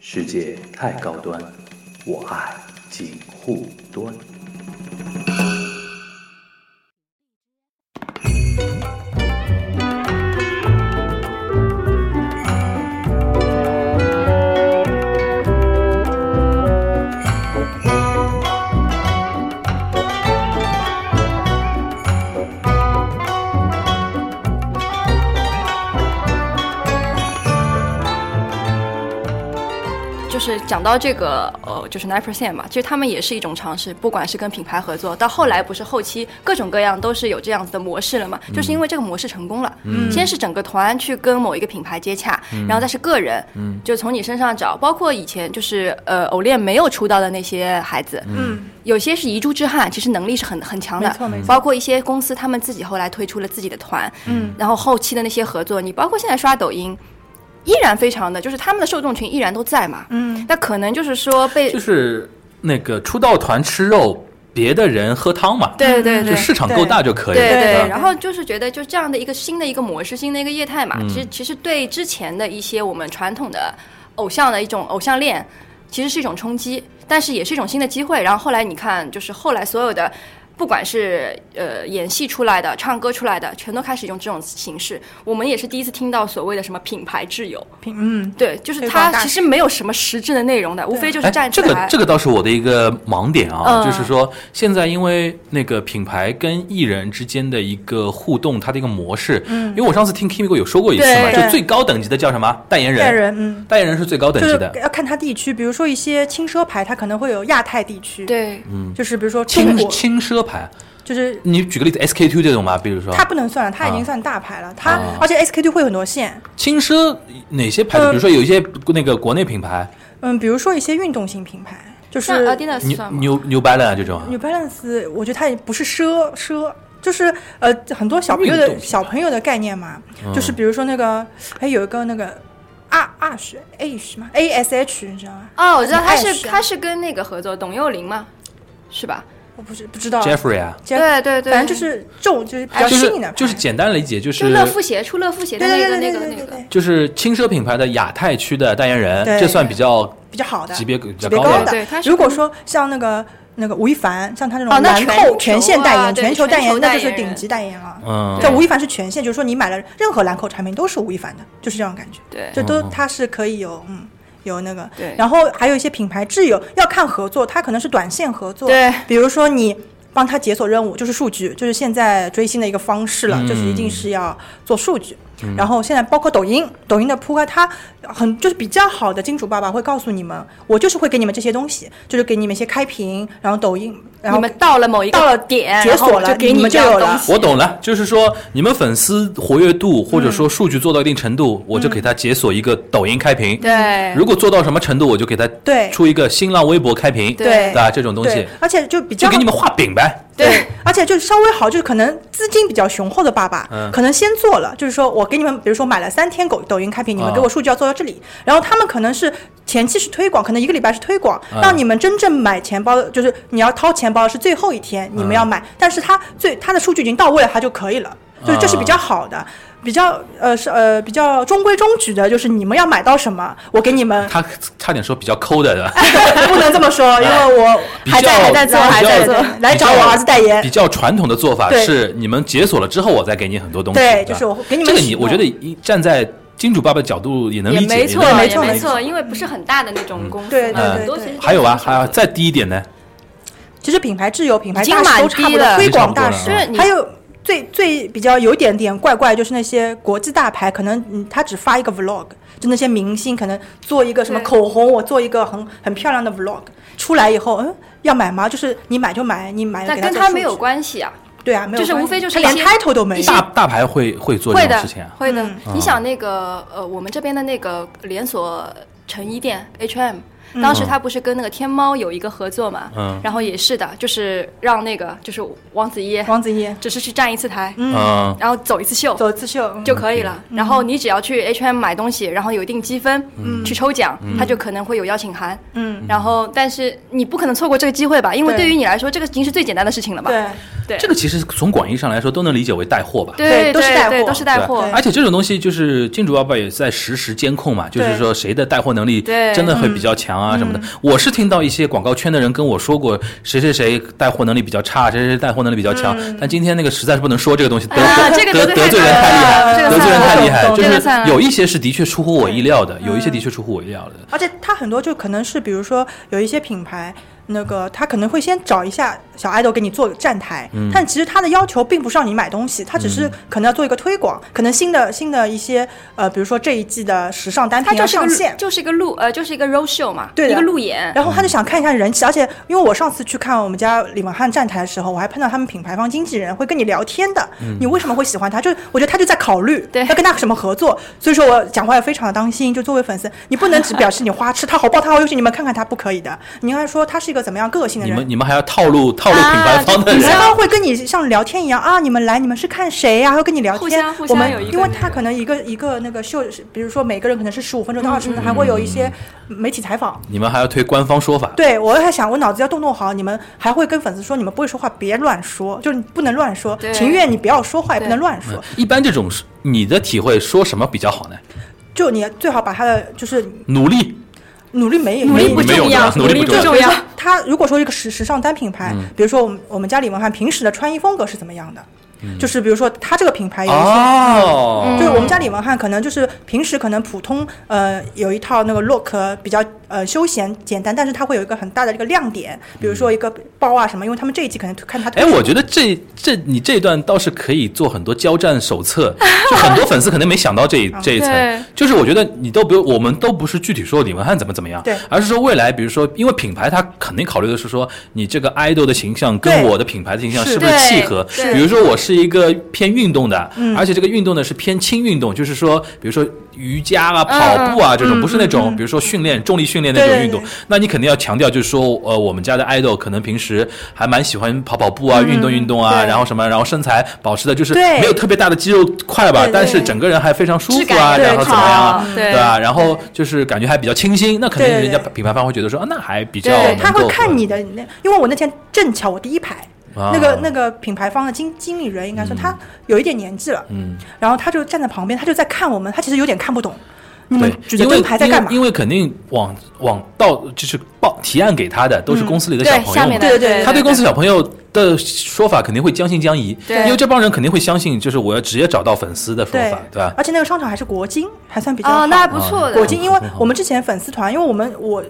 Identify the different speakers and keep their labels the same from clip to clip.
Speaker 1: 世界太高端，我爱锦护端。
Speaker 2: 就是讲到这个，呃，就是 nine percent 嘛，其实他们也是一种尝试，不管是跟品牌合作，到后来不是后期各种各样都是有这样子的模式了嘛，就是因为这个模式成功了，先是整个团去跟某一个品牌接洽，然后再是个人，就从你身上找，包括以前就是呃偶练没有出道的那些孩子，
Speaker 3: 嗯，
Speaker 2: 有些是遗珠之汉，其实能力是很很强的
Speaker 3: 没错没，错
Speaker 2: 包括一些公司他们自己后来推出了自己的团，嗯，然后后期的那些合作，你包括现在刷抖音。依然非常的，就是他们的受众群依然都在嘛，嗯，那可能就是说被
Speaker 4: 就是那个出道团吃肉，别的人喝汤嘛，
Speaker 2: 对对对，
Speaker 4: 嗯就市场够大就可以了，
Speaker 2: 对
Speaker 3: 对
Speaker 4: 吧
Speaker 2: 然后就是觉得就这样的一个新的一个模式，新的一个业态嘛，其
Speaker 4: 嗯
Speaker 2: 实其实对之前的一些我们传统的偶像的一种偶像恋，其实是一种冲击，但是也是一种新的机会。然后后来你看，就是后来所有的。不管是呃演戏出来的、唱歌出来的，全都开始用这种形式。我们也是第一次听到所谓的什么品牌挚友，
Speaker 3: 品嗯，
Speaker 2: 对，就是
Speaker 3: 推广
Speaker 2: 它
Speaker 3: 大
Speaker 2: 其实没有什么实质的内容的，无非就是
Speaker 4: 哎，
Speaker 2: 站
Speaker 4: 这
Speaker 2: 起
Speaker 4: 个
Speaker 2: 来。
Speaker 4: 这个倒是我的一个盲点啊，
Speaker 2: 嗯
Speaker 4: 就是说现在因为那个品牌跟艺人之间的一个互动，它的一个模式，
Speaker 2: 嗯
Speaker 4: 因为我上次听 Kimiko 有说过一次嘛，
Speaker 3: 对
Speaker 4: 就最高等级的叫什么代言人，
Speaker 3: 代言人嗯，
Speaker 4: 代言人是最高等
Speaker 3: 就
Speaker 4: 级
Speaker 3: 是
Speaker 4: 的，
Speaker 3: 要看它地区，比如说一些轻奢牌，它可能会有亚太地区，，
Speaker 2: 对，
Speaker 3: 就是比如说中
Speaker 4: 嗯轻
Speaker 3: 国，
Speaker 4: 轻奢牌。
Speaker 3: 就是
Speaker 4: 你举个例子，SK two 这种吧，比如说
Speaker 3: 它不能算，它已经算大牌了，它
Speaker 4: 啊
Speaker 3: 而且 SK two 会有很多线，
Speaker 4: 轻奢哪些牌
Speaker 2: 嗯
Speaker 4: 子，
Speaker 3: 呃
Speaker 4: 比如说有一些那个国内品牌，
Speaker 3: 嗯，比如说一些运动型品牌，就是
Speaker 2: 像呃 Adidas
Speaker 4: 牛
Speaker 2: 算吗？
Speaker 4: 牛牛 Balance 啊这种啊，
Speaker 3: New Balance，我觉得它也不是奢奢，就是呃很多小朋友
Speaker 4: 运动嗯
Speaker 3: 的
Speaker 4: 品牌
Speaker 3: 小朋友的概念嘛，就是比如说那个，哎有一个那个 R R 是 H 嘛 A S H 你知道吗？
Speaker 2: 哦，我知道他
Speaker 3: 爱
Speaker 2: 是
Speaker 3: 哎是啊
Speaker 2: 他是跟那个合作，董又霖嘛，是吧？
Speaker 3: 我不是不知道
Speaker 4: Jeffrey 啊，
Speaker 3: Jeff-
Speaker 2: 对对对
Speaker 3: 反正就是这种就是比较
Speaker 4: 就
Speaker 3: 新颖的
Speaker 4: 是
Speaker 3: 牌，
Speaker 4: 就是简单理解就
Speaker 2: 就是乐福鞋出乐福鞋的
Speaker 3: 对
Speaker 2: 那
Speaker 3: 对
Speaker 2: 个
Speaker 3: 对
Speaker 2: 那
Speaker 3: 对
Speaker 2: 个
Speaker 3: 对
Speaker 2: 那
Speaker 3: 对
Speaker 2: 个
Speaker 3: 对，
Speaker 4: 就是轻奢品牌的亚太区的代言人，
Speaker 3: 对
Speaker 4: 这算比较
Speaker 3: 比较好的
Speaker 4: 级别比
Speaker 3: 级
Speaker 4: 较
Speaker 3: 别
Speaker 4: 的
Speaker 3: 高
Speaker 4: 了。
Speaker 2: 对对它是
Speaker 3: 如果说像那个那个吴亦凡，像他这
Speaker 2: 哦
Speaker 3: 种
Speaker 2: 那
Speaker 3: 兰
Speaker 2: 全球
Speaker 3: 蔻
Speaker 2: 啊
Speaker 3: 全线代言、
Speaker 2: 对
Speaker 3: 全球
Speaker 2: 全
Speaker 3: 代
Speaker 2: 球
Speaker 3: 言，那
Speaker 2: 代
Speaker 3: 就是
Speaker 2: 言
Speaker 3: 顶
Speaker 2: 人
Speaker 3: 级代言了。
Speaker 4: 嗯，
Speaker 3: 对，吴亦凡是全线，就是说你买了任何兰蔻产品都是吴亦凡的，就是这样的感觉。
Speaker 2: 对
Speaker 3: 这
Speaker 4: 嗯
Speaker 3: 都它是可以有嗯有那个。
Speaker 2: 对
Speaker 3: 然后还有一些品牌挚友要看合作，它可能是短线合作。
Speaker 2: 对
Speaker 3: 比如说你。帮他解锁任务就是数据，就是现在追星的一个方式
Speaker 4: 嗯
Speaker 3: 了，就是一定是要做数据。然后现在包括抖音，抖音的铺开，它很就是比较好的金主爸爸会告诉你们，我就是会给你们这些东西，就是给你们一些开屏，然后抖音，然后
Speaker 2: 你们到了某一个
Speaker 3: 到了
Speaker 2: 点，
Speaker 3: 解锁
Speaker 2: 然后
Speaker 3: 了
Speaker 2: 就给
Speaker 3: 你们
Speaker 2: 这
Speaker 3: 就
Speaker 2: 样
Speaker 3: 有
Speaker 2: 东
Speaker 3: 了
Speaker 2: 西。
Speaker 4: 我懂了，就是说你们粉丝活跃度或
Speaker 3: 嗯
Speaker 4: 者说数据做到一定程度，我就给他解锁一个抖音开屏。
Speaker 2: 对
Speaker 4: 如果做到什么程度，我就给他
Speaker 3: 对
Speaker 4: 出一个新浪微博开屏，
Speaker 2: 对
Speaker 4: 吧？这种东
Speaker 3: 对
Speaker 4: 西，
Speaker 3: 而且就比较
Speaker 4: 就给你们画饼呗。
Speaker 3: 对，而且就是稍微好，就是可能资金比较雄厚的爸爸，
Speaker 4: 嗯
Speaker 3: 可能先做了，就是说我给你们，比如说买了三天狗抖音开屏，你们
Speaker 4: 啊
Speaker 3: 给我数据要做到这里，然后他们可能是前期是推广，可能一个礼拜是推广，
Speaker 4: 嗯
Speaker 3: 让你们真正买钱包的，就是你要掏钱包的是最后一天，你们
Speaker 4: 嗯
Speaker 3: 要买，但是他最他的数据已经到位了，他就可以了，就是这是比较好的。比较呃是呃比较中规中矩的，就是你们要买到什么，我给你们，
Speaker 4: 他差点说比较抠的，对吧？
Speaker 3: 不能这么说，因为我
Speaker 4: 比
Speaker 2: 还在
Speaker 4: 较
Speaker 2: 还在做
Speaker 4: 比较
Speaker 2: 还在做
Speaker 3: 来找我儿子代言
Speaker 4: 比较传统的做法
Speaker 3: 对
Speaker 4: 是，你们解锁了之后，我再给你很多东西。
Speaker 3: 对
Speaker 4: 吧
Speaker 3: 就是我给你们
Speaker 4: 这个
Speaker 3: 使
Speaker 4: 你，
Speaker 3: 用
Speaker 4: 我觉得一站在金主爸爸的角度也能
Speaker 2: 也
Speaker 4: 理解，
Speaker 2: 没错，
Speaker 4: 能理
Speaker 2: 也
Speaker 4: 解
Speaker 2: 没错，。因为不是很大的那种公司嘛，
Speaker 3: 对对
Speaker 4: 对
Speaker 2: 很多
Speaker 3: 对
Speaker 2: 其实都
Speaker 4: 还有啊，
Speaker 2: 是
Speaker 4: 还有啊再低一点呢，
Speaker 3: 其实品牌挚友、品牌
Speaker 2: 已经
Speaker 3: 大使
Speaker 2: 蛮
Speaker 3: 都差不
Speaker 2: 低
Speaker 3: 多，
Speaker 2: 了
Speaker 3: 推广
Speaker 4: 已经差不多
Speaker 3: 大
Speaker 4: 了
Speaker 3: 使
Speaker 2: 就是你
Speaker 3: 还有最最比较有一点点怪怪，就是那些国际大牌，可能嗯，他只发一个 vlog，就那些明星可能做一个什么
Speaker 2: 对
Speaker 3: 口红，我做一个很很漂亮的 vlog，出来以后，嗯，要买吗？就是你买就买，你买了
Speaker 2: 但
Speaker 3: 给
Speaker 2: 跟
Speaker 3: 他
Speaker 2: 他没有
Speaker 3: 关，
Speaker 2: 关系啊，
Speaker 3: 对啊，没有
Speaker 2: 就是
Speaker 3: 关
Speaker 2: 无非
Speaker 3: 系
Speaker 2: 就是
Speaker 3: 他
Speaker 2: 一
Speaker 3: 连
Speaker 2: 些
Speaker 3: title 都没
Speaker 2: 一
Speaker 3: 有
Speaker 2: 些，
Speaker 4: 大大牌会会做
Speaker 2: 会
Speaker 4: 这种
Speaker 2: 的
Speaker 4: 事情啊，。
Speaker 2: 会的
Speaker 3: 嗯。
Speaker 2: 你想那个呃，我们这边的那个连锁成衣店 H&M。当
Speaker 3: 嗯
Speaker 2: 时他不是跟那个天猫有一个合作嘛，
Speaker 4: 嗯
Speaker 2: 然后也是的，就是让那个就是王子一，
Speaker 3: 王子一
Speaker 2: 只是去站一次台，
Speaker 4: 嗯，
Speaker 2: 然后走一次秀，
Speaker 3: 走刺绣，
Speaker 2: 就可以了。然后你只要去 H&M 买东西，然后有一定积分，
Speaker 4: 嗯
Speaker 2: 去抽奖，它就可能会有邀请函。
Speaker 3: 嗯，
Speaker 2: 然后但是你不可能错过这个机会吧？因为
Speaker 3: 对
Speaker 2: 对于你来说，这个已经是最简单的事情了吧？
Speaker 3: 对，
Speaker 2: 对
Speaker 4: 这个其实从广义上来说都能理解为带货吧。
Speaker 2: 对
Speaker 3: 对都是带
Speaker 2: 对对
Speaker 3: 货
Speaker 2: 都是带
Speaker 4: 对吧
Speaker 2: 货，
Speaker 4: 而且这种东西就是金主爸爸也在实时监控嘛，就是说谁的带货能力
Speaker 2: 对
Speaker 4: 真的会比较强啊什么的。我是听到一些广告圈的人跟我说过，谁谁谁带货能力比较差，谁谁谁带货能力比较强。但今天那个实在是不能说这个东西，得
Speaker 2: 哎呀
Speaker 4: 罪
Speaker 2: 这个
Speaker 4: 得
Speaker 2: 得罪
Speaker 4: 得罪人
Speaker 2: 太呃大了
Speaker 4: 太厉害，得罪人太厉害。
Speaker 3: 这个
Speaker 2: 算了这个
Speaker 4: 就
Speaker 2: 算
Speaker 4: 是
Speaker 2: 了
Speaker 4: 有一些是的确出乎我意料的，有一些的确出乎我意料的。
Speaker 3: 而且它很多就可能是，比如说有一些品牌，那个他可能会先找一下小爱豆给你做站台，但其实他的要求并不是让你买东西，他只是可能要做一个推广，可能新的新的一些呃，比如说这一季的时尚单
Speaker 2: 它
Speaker 3: 品要
Speaker 2: 就是一
Speaker 3: 上
Speaker 2: 个
Speaker 3: 线
Speaker 2: 路，就是一个路呃就是一个 road show 嘛，
Speaker 3: 对的
Speaker 2: 一个路演，
Speaker 3: 然后他就想看一下人气，而且因为我上次去看我们家李文翰站台的时候，我还碰到他们品牌方经纪人会跟你聊天的，
Speaker 4: 嗯
Speaker 3: 你为什么会喜欢他？就是我觉得他就在考虑
Speaker 2: 对
Speaker 3: 要跟他什么合作，所以说我讲话也非常的当心。就作为粉丝，你不能只表示你花痴，他好棒，他好优秀，你们看看他不可以的，你应该说他是一个怎么样个性的
Speaker 4: 你
Speaker 3: 人
Speaker 4: 们。你们还要套路套路品牌方的
Speaker 2: 啊
Speaker 3: 品
Speaker 4: 人
Speaker 2: 对
Speaker 3: 牌方会跟你像聊天一样啊，你们来，你们是看谁呀、还会跟你聊
Speaker 2: 互
Speaker 3: 天
Speaker 2: 相互。
Speaker 3: 我
Speaker 2: 相
Speaker 3: 们
Speaker 2: 有一个
Speaker 3: 因为
Speaker 2: 那
Speaker 3: 他
Speaker 2: 个
Speaker 3: 可能一个一个那个秀，比如说每个人可能是十五分钟到二
Speaker 2: 嗯
Speaker 3: 十分钟，还会有一些媒体采访。
Speaker 4: 你们还要推官方说法。
Speaker 3: 对，我还想，我脑子要动动好。你们还会跟粉丝说，你们不会说话，别乱说，就是你不能乱说，
Speaker 2: 对
Speaker 3: 情愿你不要说话，也不
Speaker 2: 对
Speaker 3: 能乱说。
Speaker 4: 嗯一般这种是你的体会说什么比较好呢？
Speaker 3: 就你最好把他的就是
Speaker 4: 努力，
Speaker 3: 努力没
Speaker 2: 努
Speaker 3: 没
Speaker 2: 力不
Speaker 4: 没有
Speaker 2: 重要，
Speaker 4: 努力不
Speaker 2: 不
Speaker 4: 重要
Speaker 2: 重要。
Speaker 3: 他如果说一个时时尚单品牌，
Speaker 4: 嗯
Speaker 3: 比如说我们我们家李文翰平时的穿衣风格是怎么样的？
Speaker 4: 嗯
Speaker 3: 就是比如说他这个品
Speaker 2: 哎
Speaker 3: 牌有一些。
Speaker 4: 哦，
Speaker 3: 就是我们家李文翰可能就是平时可能普通呃有一套那个 look 呃比较呃休闲简单，但是他会有一个很大的一个亮点，比如说一个包啊什么，因为他们这一季可能看他
Speaker 4: 嗯
Speaker 3: 推
Speaker 4: 哎，
Speaker 3: 出
Speaker 4: 我觉得这这你这段倒是可以做很多交战手册，就很多粉丝可能没想到这
Speaker 3: 哦
Speaker 4: 一这一
Speaker 2: 对
Speaker 4: 层，就是我觉得你都不，我们都不是具体说李文翰怎么怎么样，
Speaker 3: 对
Speaker 4: 而是说未来，比如说，因为品牌它肯定考虑的是说你这个 idol 的形象跟
Speaker 3: 对
Speaker 4: 我的品牌的形象
Speaker 3: 是
Speaker 4: 是不是
Speaker 2: 对
Speaker 4: 契合，
Speaker 2: 是
Speaker 4: 比如说我是一个偏运动的，
Speaker 3: 嗯
Speaker 4: 而且这个运动呢是偏轻运动，就是说比如说瑜伽
Speaker 2: 嗯
Speaker 4: 啊、跑步啊这种，不是那种比如说训练重力训练那
Speaker 3: 对
Speaker 4: 种
Speaker 3: 对
Speaker 4: 运动
Speaker 3: 对，
Speaker 4: 那你肯定要强调，就是说，呃，我们家的 idol 可能平时还蛮喜欢跑跑步啊、运动运动啊，
Speaker 3: 嗯对
Speaker 4: 然后什么，然后身材保持的就是
Speaker 3: 对
Speaker 4: 没有特别大的肌肉块吧
Speaker 3: 对对，
Speaker 4: 但是整个人还非常舒
Speaker 2: 质
Speaker 4: 服
Speaker 2: 感
Speaker 4: 啊，
Speaker 2: 也
Speaker 4: 然后
Speaker 2: 很
Speaker 4: 怎么样啊
Speaker 2: 好，对
Speaker 4: 对吧？然后就是感觉还比较清新，那肯定
Speaker 3: 对对
Speaker 4: 人家
Speaker 3: 对
Speaker 4: 品牌方会觉得说，啊，那还比较
Speaker 2: 对
Speaker 3: 他
Speaker 4: 能
Speaker 3: 会
Speaker 4: 够
Speaker 3: 看你的那，因为我那天正巧我第一排，
Speaker 4: 啊
Speaker 3: 那个那个品牌方的经经理人应该说他有一点年纪了，
Speaker 4: 嗯，
Speaker 3: 然后他就站在旁边，他就在看我们，他其实有点看不懂，你们
Speaker 4: 对，
Speaker 3: 举着
Speaker 4: 因为
Speaker 3: 灯牌在干嘛
Speaker 4: 因为？因为肯定往往到就是报提案给他的都是公司里的小
Speaker 2: 对，
Speaker 4: 朋友
Speaker 2: 下
Speaker 4: 嘛
Speaker 2: 面，的
Speaker 3: 嗯对对对
Speaker 4: 他对公司小朋友的说法肯定会将信将疑，
Speaker 2: 对
Speaker 4: 因为这帮人肯定会相信，就是我要直接找到粉丝的说
Speaker 3: 对
Speaker 4: 法，对吧？
Speaker 3: 而且那个商场还是国金，还算比较
Speaker 2: 哦，
Speaker 3: 好。
Speaker 2: 那还不错的
Speaker 3: 国。金，因为我们之前粉丝团，因为我们我。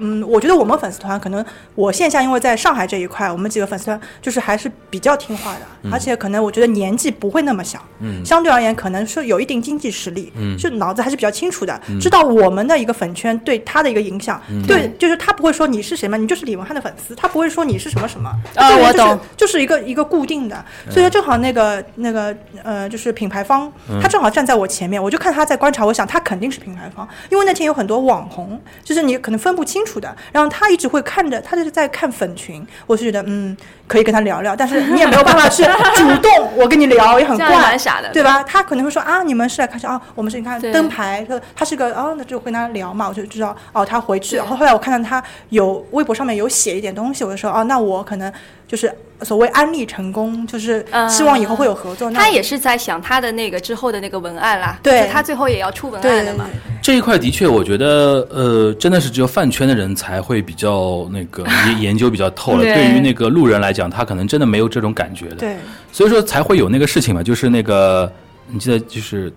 Speaker 3: 嗯，我觉得我们粉丝团可能我线下因为在上海这一块，我们几个粉丝团就是还是比较听话的，而且可能我觉得年纪不会那么小，嗯，相对而言可能是有一定经济实力，嗯，就脑子还是比较清楚的，知道我们的一个粉圈对他的一个影响，对，就是他不会说你是谁嘛，你就是李文翰的粉丝，他不会说你是什么什么，
Speaker 2: 啊
Speaker 3: 这个人
Speaker 2: 我
Speaker 3: 就是
Speaker 2: 懂
Speaker 3: 就是一个一个固定的，所以说正好那个那个呃，就是品牌方，他正好站在我前面，我就看他在观察，我想他肯定是品牌方，因为那天有很多网红，就是你可能分不清楚的，然后他一直会看着，他就是在看粉群，我是觉得嗯，可以跟他聊聊，但是你也没有办法去主动 我跟你聊，也很
Speaker 2: 这 样也
Speaker 3: 怪
Speaker 2: 蛮，傻的
Speaker 3: 对吧？他可能会说啊，你们是来看啥啊？我们是你看
Speaker 2: 对
Speaker 3: 灯牌，他他是个哦，那就跟他聊嘛，我就知道哦，他回去，
Speaker 2: 对
Speaker 3: 然后后来我看到他有微博上面有写一点东西，我就说哦，那我可能就是所谓安利成功，就是
Speaker 2: 嗯
Speaker 3: 希望以后会有合作。那
Speaker 2: 他也是在想他的那个之后的那个文案啦，
Speaker 3: 对
Speaker 2: 就是他最后也要出文
Speaker 3: 对
Speaker 2: 案的
Speaker 3: 对
Speaker 2: 嘛。啊
Speaker 4: 这一块的确，我觉得呃，真的是只有饭圈的人才会比较那个研研究比较透了。
Speaker 2: 对
Speaker 4: 对于那个路人来讲，他可能真的没有这种感觉的。
Speaker 3: 对
Speaker 4: 所以说才会有那个事情嘛，就是那个你记得就是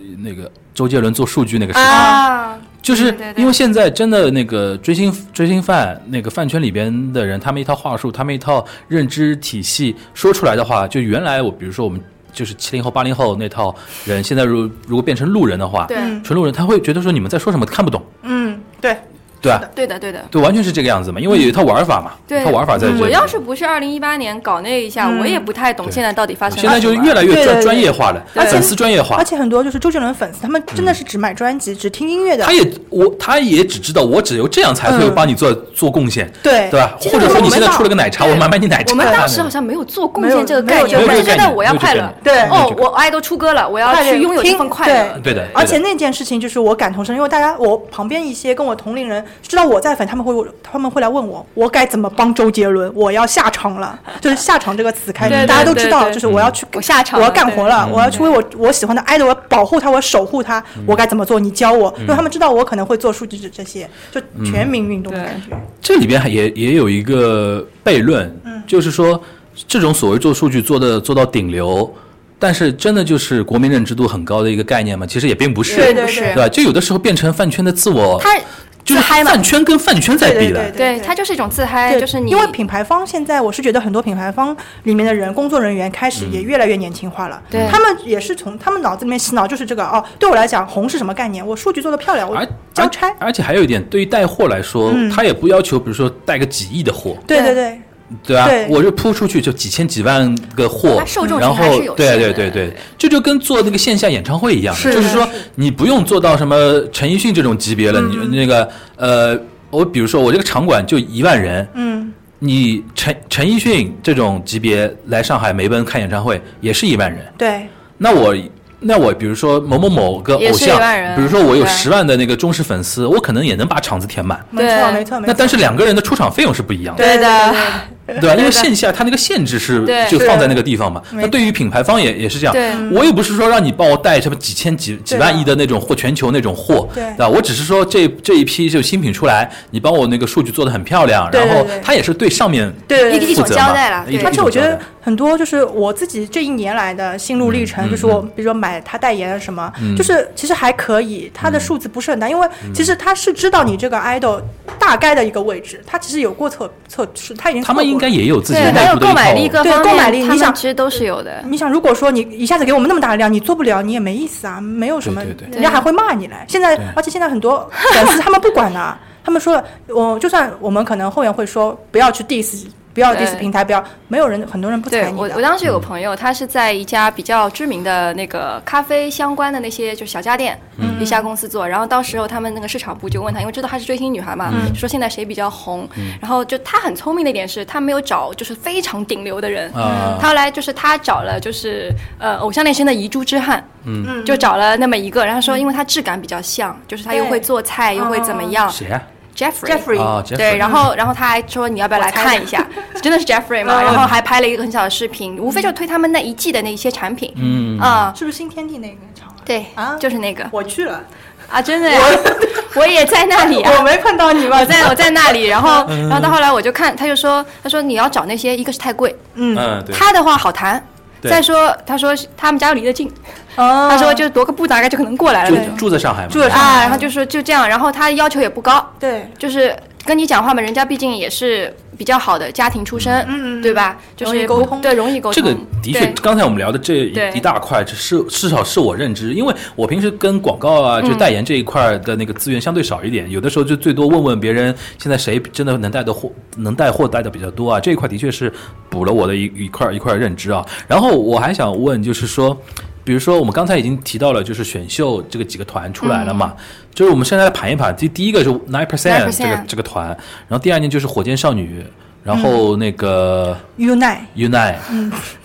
Speaker 4: 呃那个周杰伦做数据那个事情，嗯
Speaker 2: 啊，
Speaker 4: 就
Speaker 2: 对
Speaker 4: 是
Speaker 2: 对对
Speaker 4: 因为现在真的那个追星追星饭那个饭圈里边的人，他们一套话术，他们一套认知体系说出来的话，就原来我比如说我们就是七零后八零后那套人，现在如如果变成路人的话，
Speaker 2: 对
Speaker 3: 嗯
Speaker 4: 纯路人他会觉得说你们在说什么看不懂，
Speaker 3: 嗯，对，
Speaker 4: 对
Speaker 3: 嗯
Speaker 4: 吧？
Speaker 2: 对的对的。
Speaker 4: 对，完全是这个样子嘛，因为有一套玩法嘛，
Speaker 2: 对嗯
Speaker 4: 一套玩法在这里。
Speaker 2: 我要是不是二零一八年搞那一下，
Speaker 3: 嗯
Speaker 2: 我也不太懂
Speaker 4: 对
Speaker 2: 现在到底发生了
Speaker 4: 现在就是
Speaker 2: 什么
Speaker 4: 越来越
Speaker 3: 对对
Speaker 4: 专
Speaker 3: 对
Speaker 4: 专业化了，
Speaker 2: 对
Speaker 4: 粉丝专业化
Speaker 3: 而。且很多就是周杰伦粉丝，他们真的是只买专辑，只听音 乐的
Speaker 4: 他。也我他也只知道我只有这样才会
Speaker 3: 嗯
Speaker 4: 帮你做、做贡献，
Speaker 3: 对
Speaker 4: 对吧？
Speaker 3: 其
Speaker 4: 或
Speaker 3: 实
Speaker 4: 者说
Speaker 3: 我
Speaker 4: 你
Speaker 3: 们
Speaker 4: 现在
Speaker 3: 当
Speaker 4: 出了个奶茶，我买买你奶茶。 啊
Speaker 2: 我们当时好像没有做贡献这个概念，
Speaker 3: 没有
Speaker 2: 我
Speaker 3: 没
Speaker 2: 们
Speaker 3: 有
Speaker 4: 这个
Speaker 2: 觉
Speaker 4: 概
Speaker 2: 得
Speaker 4: 念
Speaker 2: 我要快乐，
Speaker 4: 没
Speaker 3: 有这个概念
Speaker 2: 哦，我 idol 出歌了，我要
Speaker 3: 快乐
Speaker 2: 去拥有这
Speaker 3: 听
Speaker 2: 份快乐
Speaker 4: 对，的，
Speaker 3: 而
Speaker 4: 对的
Speaker 3: 且那件事情就是我感同身受，因为大家我旁边一些跟我同龄人知道我在粉，他们会他们会来问我，我该怎么帮周杰伦？我要下场了， 就是下场这个词开
Speaker 2: 对
Speaker 3: 头，
Speaker 2: 对
Speaker 3: 大家都知道，
Speaker 2: 对对嗯
Speaker 3: 就是我要去
Speaker 2: 我下场
Speaker 3: 我
Speaker 2: 了
Speaker 3: 要干活了，我要去为我我喜欢的 idol，我要保护他，我要守护他，
Speaker 4: 嗯
Speaker 3: 我该怎么做？你教我，因为他们知道我可能会做数据这这些，就
Speaker 4: 嗯
Speaker 3: 全民运动的感觉。
Speaker 4: 这里边还也也有一个悖论，
Speaker 3: 嗯
Speaker 4: 就是说这种所谓做数据做的做到顶流，但是真的就是国民认知度很高的一个概念吗？其实也并不是，
Speaker 2: 对
Speaker 3: 对
Speaker 2: 不是
Speaker 3: 对
Speaker 4: 对吧？就有的时候变成饭圈的自我，
Speaker 2: 他
Speaker 4: 就是
Speaker 2: 嗨嘛
Speaker 4: 饭圈跟饭圈在比了。
Speaker 3: 对
Speaker 2: 对他就是一种自嗨，
Speaker 3: 对，
Speaker 2: 哎就是你
Speaker 3: 因为品牌方现在，我是觉得很多品牌方里面的人，工作人员开始
Speaker 4: 嗯
Speaker 3: 也越来越年轻化了。
Speaker 2: 对
Speaker 3: 他们也是从他们脑子里面洗脑，就是这个哦。对我来讲，红是什么概念？我数据做的漂亮，我
Speaker 4: 而
Speaker 3: 交嗯差
Speaker 4: 而。而且还有一点，对于带货来说，他也不要求，比如说带个几亿的货，
Speaker 3: 对
Speaker 2: 对
Speaker 3: 对对，
Speaker 4: 对啊，
Speaker 3: 对
Speaker 4: 我就铺出去就几千几万个货
Speaker 2: 它受众，群
Speaker 4: 然
Speaker 2: 还
Speaker 4: 后
Speaker 2: 是有
Speaker 4: 对
Speaker 2: 限
Speaker 4: 对
Speaker 2: 的
Speaker 4: 对对，这就跟做那个线下演唱会一样，
Speaker 2: 是
Speaker 4: 就是
Speaker 2: 的
Speaker 4: 说你不用做到什么陈奕迅这种级别了，
Speaker 2: 嗯
Speaker 4: 你那个呃，我比如说我这个场馆就一万人，
Speaker 3: 嗯，
Speaker 4: 你陈陈奕迅这种级别来上海梅奔看演唱会也是一万人，
Speaker 3: 对
Speaker 4: 那我。那我比如说某某某个
Speaker 2: 也
Speaker 4: 偶
Speaker 2: 是
Speaker 4: 像
Speaker 2: 一万，人
Speaker 4: 比如说我有
Speaker 2: 对
Speaker 4: 十万的那个忠实粉丝，我可能也能把场子填满。
Speaker 3: 没
Speaker 2: 对
Speaker 3: 错没错没
Speaker 4: 那
Speaker 3: 错。
Speaker 4: 但是两个人的出场费用是不一样的。
Speaker 2: 对的，
Speaker 4: 对吧？因为线下它那个限制是
Speaker 2: 对
Speaker 4: 就放在
Speaker 3: 是
Speaker 4: 那个地方嘛。
Speaker 3: 没
Speaker 4: 那对于品牌方也也是这样
Speaker 2: 对。
Speaker 4: 我又不是说让你帮我带什么几千几几
Speaker 3: 对的
Speaker 4: 万亿的那种货，全球那种货，
Speaker 3: 对
Speaker 4: 吧？我只是说这这一批就新品出来，你帮我那个数据做的很漂亮，
Speaker 3: 对
Speaker 4: 然
Speaker 3: 对
Speaker 4: 后
Speaker 3: 对
Speaker 4: 它也是对上面
Speaker 3: 对
Speaker 2: 一个一
Speaker 4: 负
Speaker 2: 种
Speaker 4: 责
Speaker 2: 交
Speaker 4: 嘛
Speaker 2: 代啦
Speaker 4: 一种
Speaker 2: 对
Speaker 3: 而
Speaker 4: 一
Speaker 3: 且
Speaker 4: 种
Speaker 3: 我觉
Speaker 4: 交
Speaker 3: 得
Speaker 4: 代
Speaker 3: 很多就是我自己这一年来的心路历
Speaker 4: 嗯
Speaker 3: 程，就是我比如说买他代言什么，就是其实还可以，他
Speaker 4: 嗯
Speaker 3: 的数字不是很大，因为其实他是知道你这个 idol 大概的一个位置，他其实有过测测试，他已经测
Speaker 4: 他们
Speaker 3: 过
Speaker 4: 应
Speaker 3: 了
Speaker 4: 该也有自己
Speaker 2: 对，还
Speaker 4: 内
Speaker 2: 有
Speaker 4: 部的
Speaker 2: 购买
Speaker 4: 一
Speaker 2: 力
Speaker 4: 套
Speaker 2: 各
Speaker 3: 对
Speaker 2: 方面，
Speaker 3: 购买力
Speaker 2: 他
Speaker 3: 你
Speaker 2: 们
Speaker 3: 想
Speaker 2: 其实都是有的。
Speaker 3: 你想，如果说你一下子给我们那么大的量，你做不了，你也没意思啊，没有什么，
Speaker 4: 对对对
Speaker 3: 人家还会骂你嘞。现在，而且现在很多粉丝他们不管了，他们说，我就算我们可能后面会说不要去 diss，不要
Speaker 2: 对
Speaker 3: diss 平台，不要，没有人，很多人不
Speaker 2: 对
Speaker 3: 睬你
Speaker 2: 我，我
Speaker 3: 的。
Speaker 2: 当时有个朋友，他是在一家比较知名的那个咖啡相关的那些就小家电、一家公司做，然后到时候他们那个市场部就问他，因为知道她是追星女孩嘛，说现在谁比较红，然后就他很聪明的一点是，他没有找就是非常顶流的人，
Speaker 4: 啊
Speaker 2: 他后来就是他找了就是呃偶像练习生的遗珠之汉，嗯，就找了那么一个，然后说因为他质感比较像，就是他又
Speaker 3: 嗯对嗯
Speaker 2: 会做菜又会怎么样
Speaker 4: 谁啊？
Speaker 2: ，Jeffrey。
Speaker 3: Jeffrey，
Speaker 4: 啊
Speaker 2: 对，
Speaker 4: ，Jeffrey，
Speaker 2: 然后然后他还说你要不要来看一下，真的是 Jeffrey 嘛？
Speaker 3: 嗯
Speaker 2: 然后还拍了一个很小的视频，无非就推他们那一季的那一些产品，
Speaker 4: 嗯，
Speaker 2: 啊，
Speaker 3: 是不是新天地那个场啊？
Speaker 2: 对
Speaker 3: 啊，
Speaker 2: 就是那个
Speaker 3: 我去了，
Speaker 2: 啊，真的呀， 我也在那里啊
Speaker 3: 我。没碰到你吧？
Speaker 2: 我在我在 那里，然后然后到后来我就看，他就说他说你要找那些一个是太贵，
Speaker 3: 嗯，
Speaker 4: 嗯，对，
Speaker 2: 他的话好谈，
Speaker 4: 对
Speaker 2: 再说他说是他们家又离得近，
Speaker 3: 他
Speaker 2: 他
Speaker 3: 嗯
Speaker 2: 说就踱个步大概就可能过来了
Speaker 4: 就
Speaker 2: 那种
Speaker 4: 住在上海嘛，
Speaker 3: 住在上
Speaker 2: 啊，
Speaker 3: 海
Speaker 2: 然后就说就这样，然后他要求也不高，
Speaker 3: 对，
Speaker 2: 就是跟你讲话嘛，人家毕竟也是比较好的家庭出身，
Speaker 3: 嗯嗯嗯
Speaker 2: 对吧？就是
Speaker 3: 容易
Speaker 2: 不
Speaker 3: 沟通
Speaker 2: 对，容易沟
Speaker 4: 这
Speaker 2: 通。
Speaker 4: 个的确
Speaker 2: 对，
Speaker 4: 刚才我们聊的这
Speaker 2: 对
Speaker 4: 一一大块，这是至少是我认知，因为我平时跟广告
Speaker 2: 嗯
Speaker 4: 啊，就代言这一块的那个资源相对少一点，有的时候就最多问问别人，现在谁真的能带的货，能带货带的比较多啊？这一块的确是补了我的一一块一块认知啊。然后我还想问，就是说。比如说，我们刚才已经提到了，就是选秀这个几个团出来了嘛，
Speaker 2: 嗯
Speaker 4: 就是我们现在来盘一盘，第第一个是 Nine Percent 这个
Speaker 2: 9%
Speaker 4: 这个团，然后第二年就是火箭少女，然后
Speaker 2: 嗯
Speaker 4: 那个
Speaker 3: Unite
Speaker 4: Unite，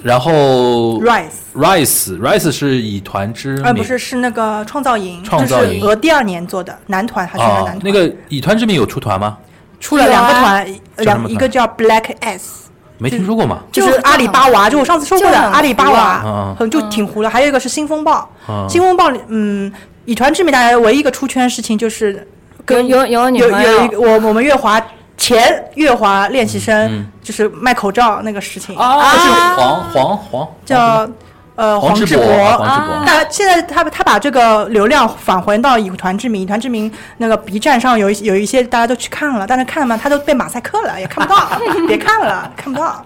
Speaker 4: 然
Speaker 3: 嗯
Speaker 4: 后
Speaker 3: Rise。
Speaker 4: Rice Rice 是以团之名，
Speaker 3: 而不是是那个创造营，
Speaker 4: 创造营
Speaker 3: 就是俄第二年做的男团还是男
Speaker 4: 啊
Speaker 3: 团？，
Speaker 4: 那个以团之名有出团吗？
Speaker 3: 出了两个团，
Speaker 4: 叫什么
Speaker 3: 两
Speaker 4: 团
Speaker 3: 一个叫 Black S，
Speaker 4: 没听说过嘛？
Speaker 3: 就
Speaker 2: 就是
Speaker 3: 阿里巴娃，就我上次说过的
Speaker 2: 就很
Speaker 3: 阿里巴
Speaker 4: 糊啊
Speaker 3: 娃，很就挺糊了。还有一个是新风暴
Speaker 4: 啊，
Speaker 3: 新风暴里，嗯，以团之名，大家唯一一个出圈的事情就是跟
Speaker 2: 有有有女
Speaker 3: 有
Speaker 2: 朋
Speaker 3: 有
Speaker 2: 友
Speaker 3: 一个我我们月华前月华练习生就是卖口罩那个事情，
Speaker 4: 嗯啊，是黄黄黄
Speaker 3: 叫呃
Speaker 4: 黄
Speaker 3: 志
Speaker 4: 志
Speaker 3: 博，
Speaker 4: 啊黄志博，
Speaker 3: 那现在他他把这个流量返还到以团之名，以团之名那个 B 站上有一有一些大家都去看了，但是看嘛，他都被马赛克了，也看不到， 别看了，看不到。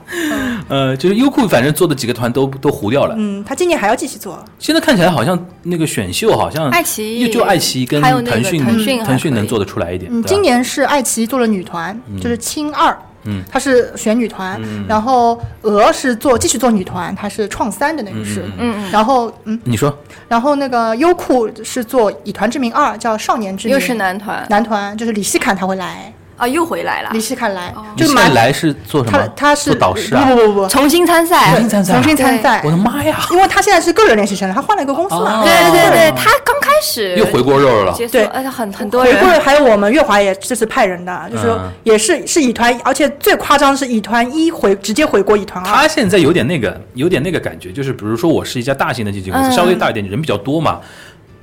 Speaker 4: 呃，就是优酷反正做的几个团都都糊掉了。
Speaker 3: 嗯，他今年还要继续做，
Speaker 4: 现在看起来好像那个选秀好像
Speaker 2: 爱奇艺
Speaker 4: 就爱奇艺跟
Speaker 2: 还有那个
Speaker 4: 腾讯
Speaker 2: 腾讯还
Speaker 4: 腾讯
Speaker 2: 可以
Speaker 4: 能做得出来一点。
Speaker 3: 嗯，
Speaker 4: 对吧
Speaker 3: 今年是爱奇艺做了女团，就是青二。嗯，她是选女团，然后鹅是做继续做女团，她是创三的那个是，嗯，然后嗯，
Speaker 4: 你说
Speaker 3: 然后那个优酷是做以团之名二，叫少年之名，
Speaker 2: 又是男团，
Speaker 3: 男团，就是李希侃他会来，
Speaker 2: 啊，又回来了
Speaker 3: 李，世凯来，
Speaker 2: 哦
Speaker 4: 你
Speaker 3: 就
Speaker 4: 现在
Speaker 3: 蛮
Speaker 4: 来是做什么
Speaker 3: 他？他是
Speaker 4: 做导师啊？
Speaker 3: 不不不不，
Speaker 2: 重新参赛，
Speaker 4: 重新参赛啊
Speaker 3: 重新参赛
Speaker 4: 我，的妈呀！
Speaker 3: 因为他现在是个人练习生了，他换了一个公司
Speaker 4: 哦
Speaker 3: 嘛。
Speaker 2: 对对对，他刚开始
Speaker 4: 又回锅肉了，
Speaker 2: 结束，
Speaker 3: 对
Speaker 2: 呃，很很多
Speaker 3: 回
Speaker 2: 人
Speaker 3: 顾还有我们月华也这次派人的，就是
Speaker 4: 嗯
Speaker 3: 也是是以团，而且最夸张的是以团一回直接回国以团二
Speaker 4: 他，现在有点那个，有点那个感觉，就是比如说我是一家大型的经纪公司，
Speaker 2: 嗯
Speaker 4: 稍微大一点，人比较多嘛，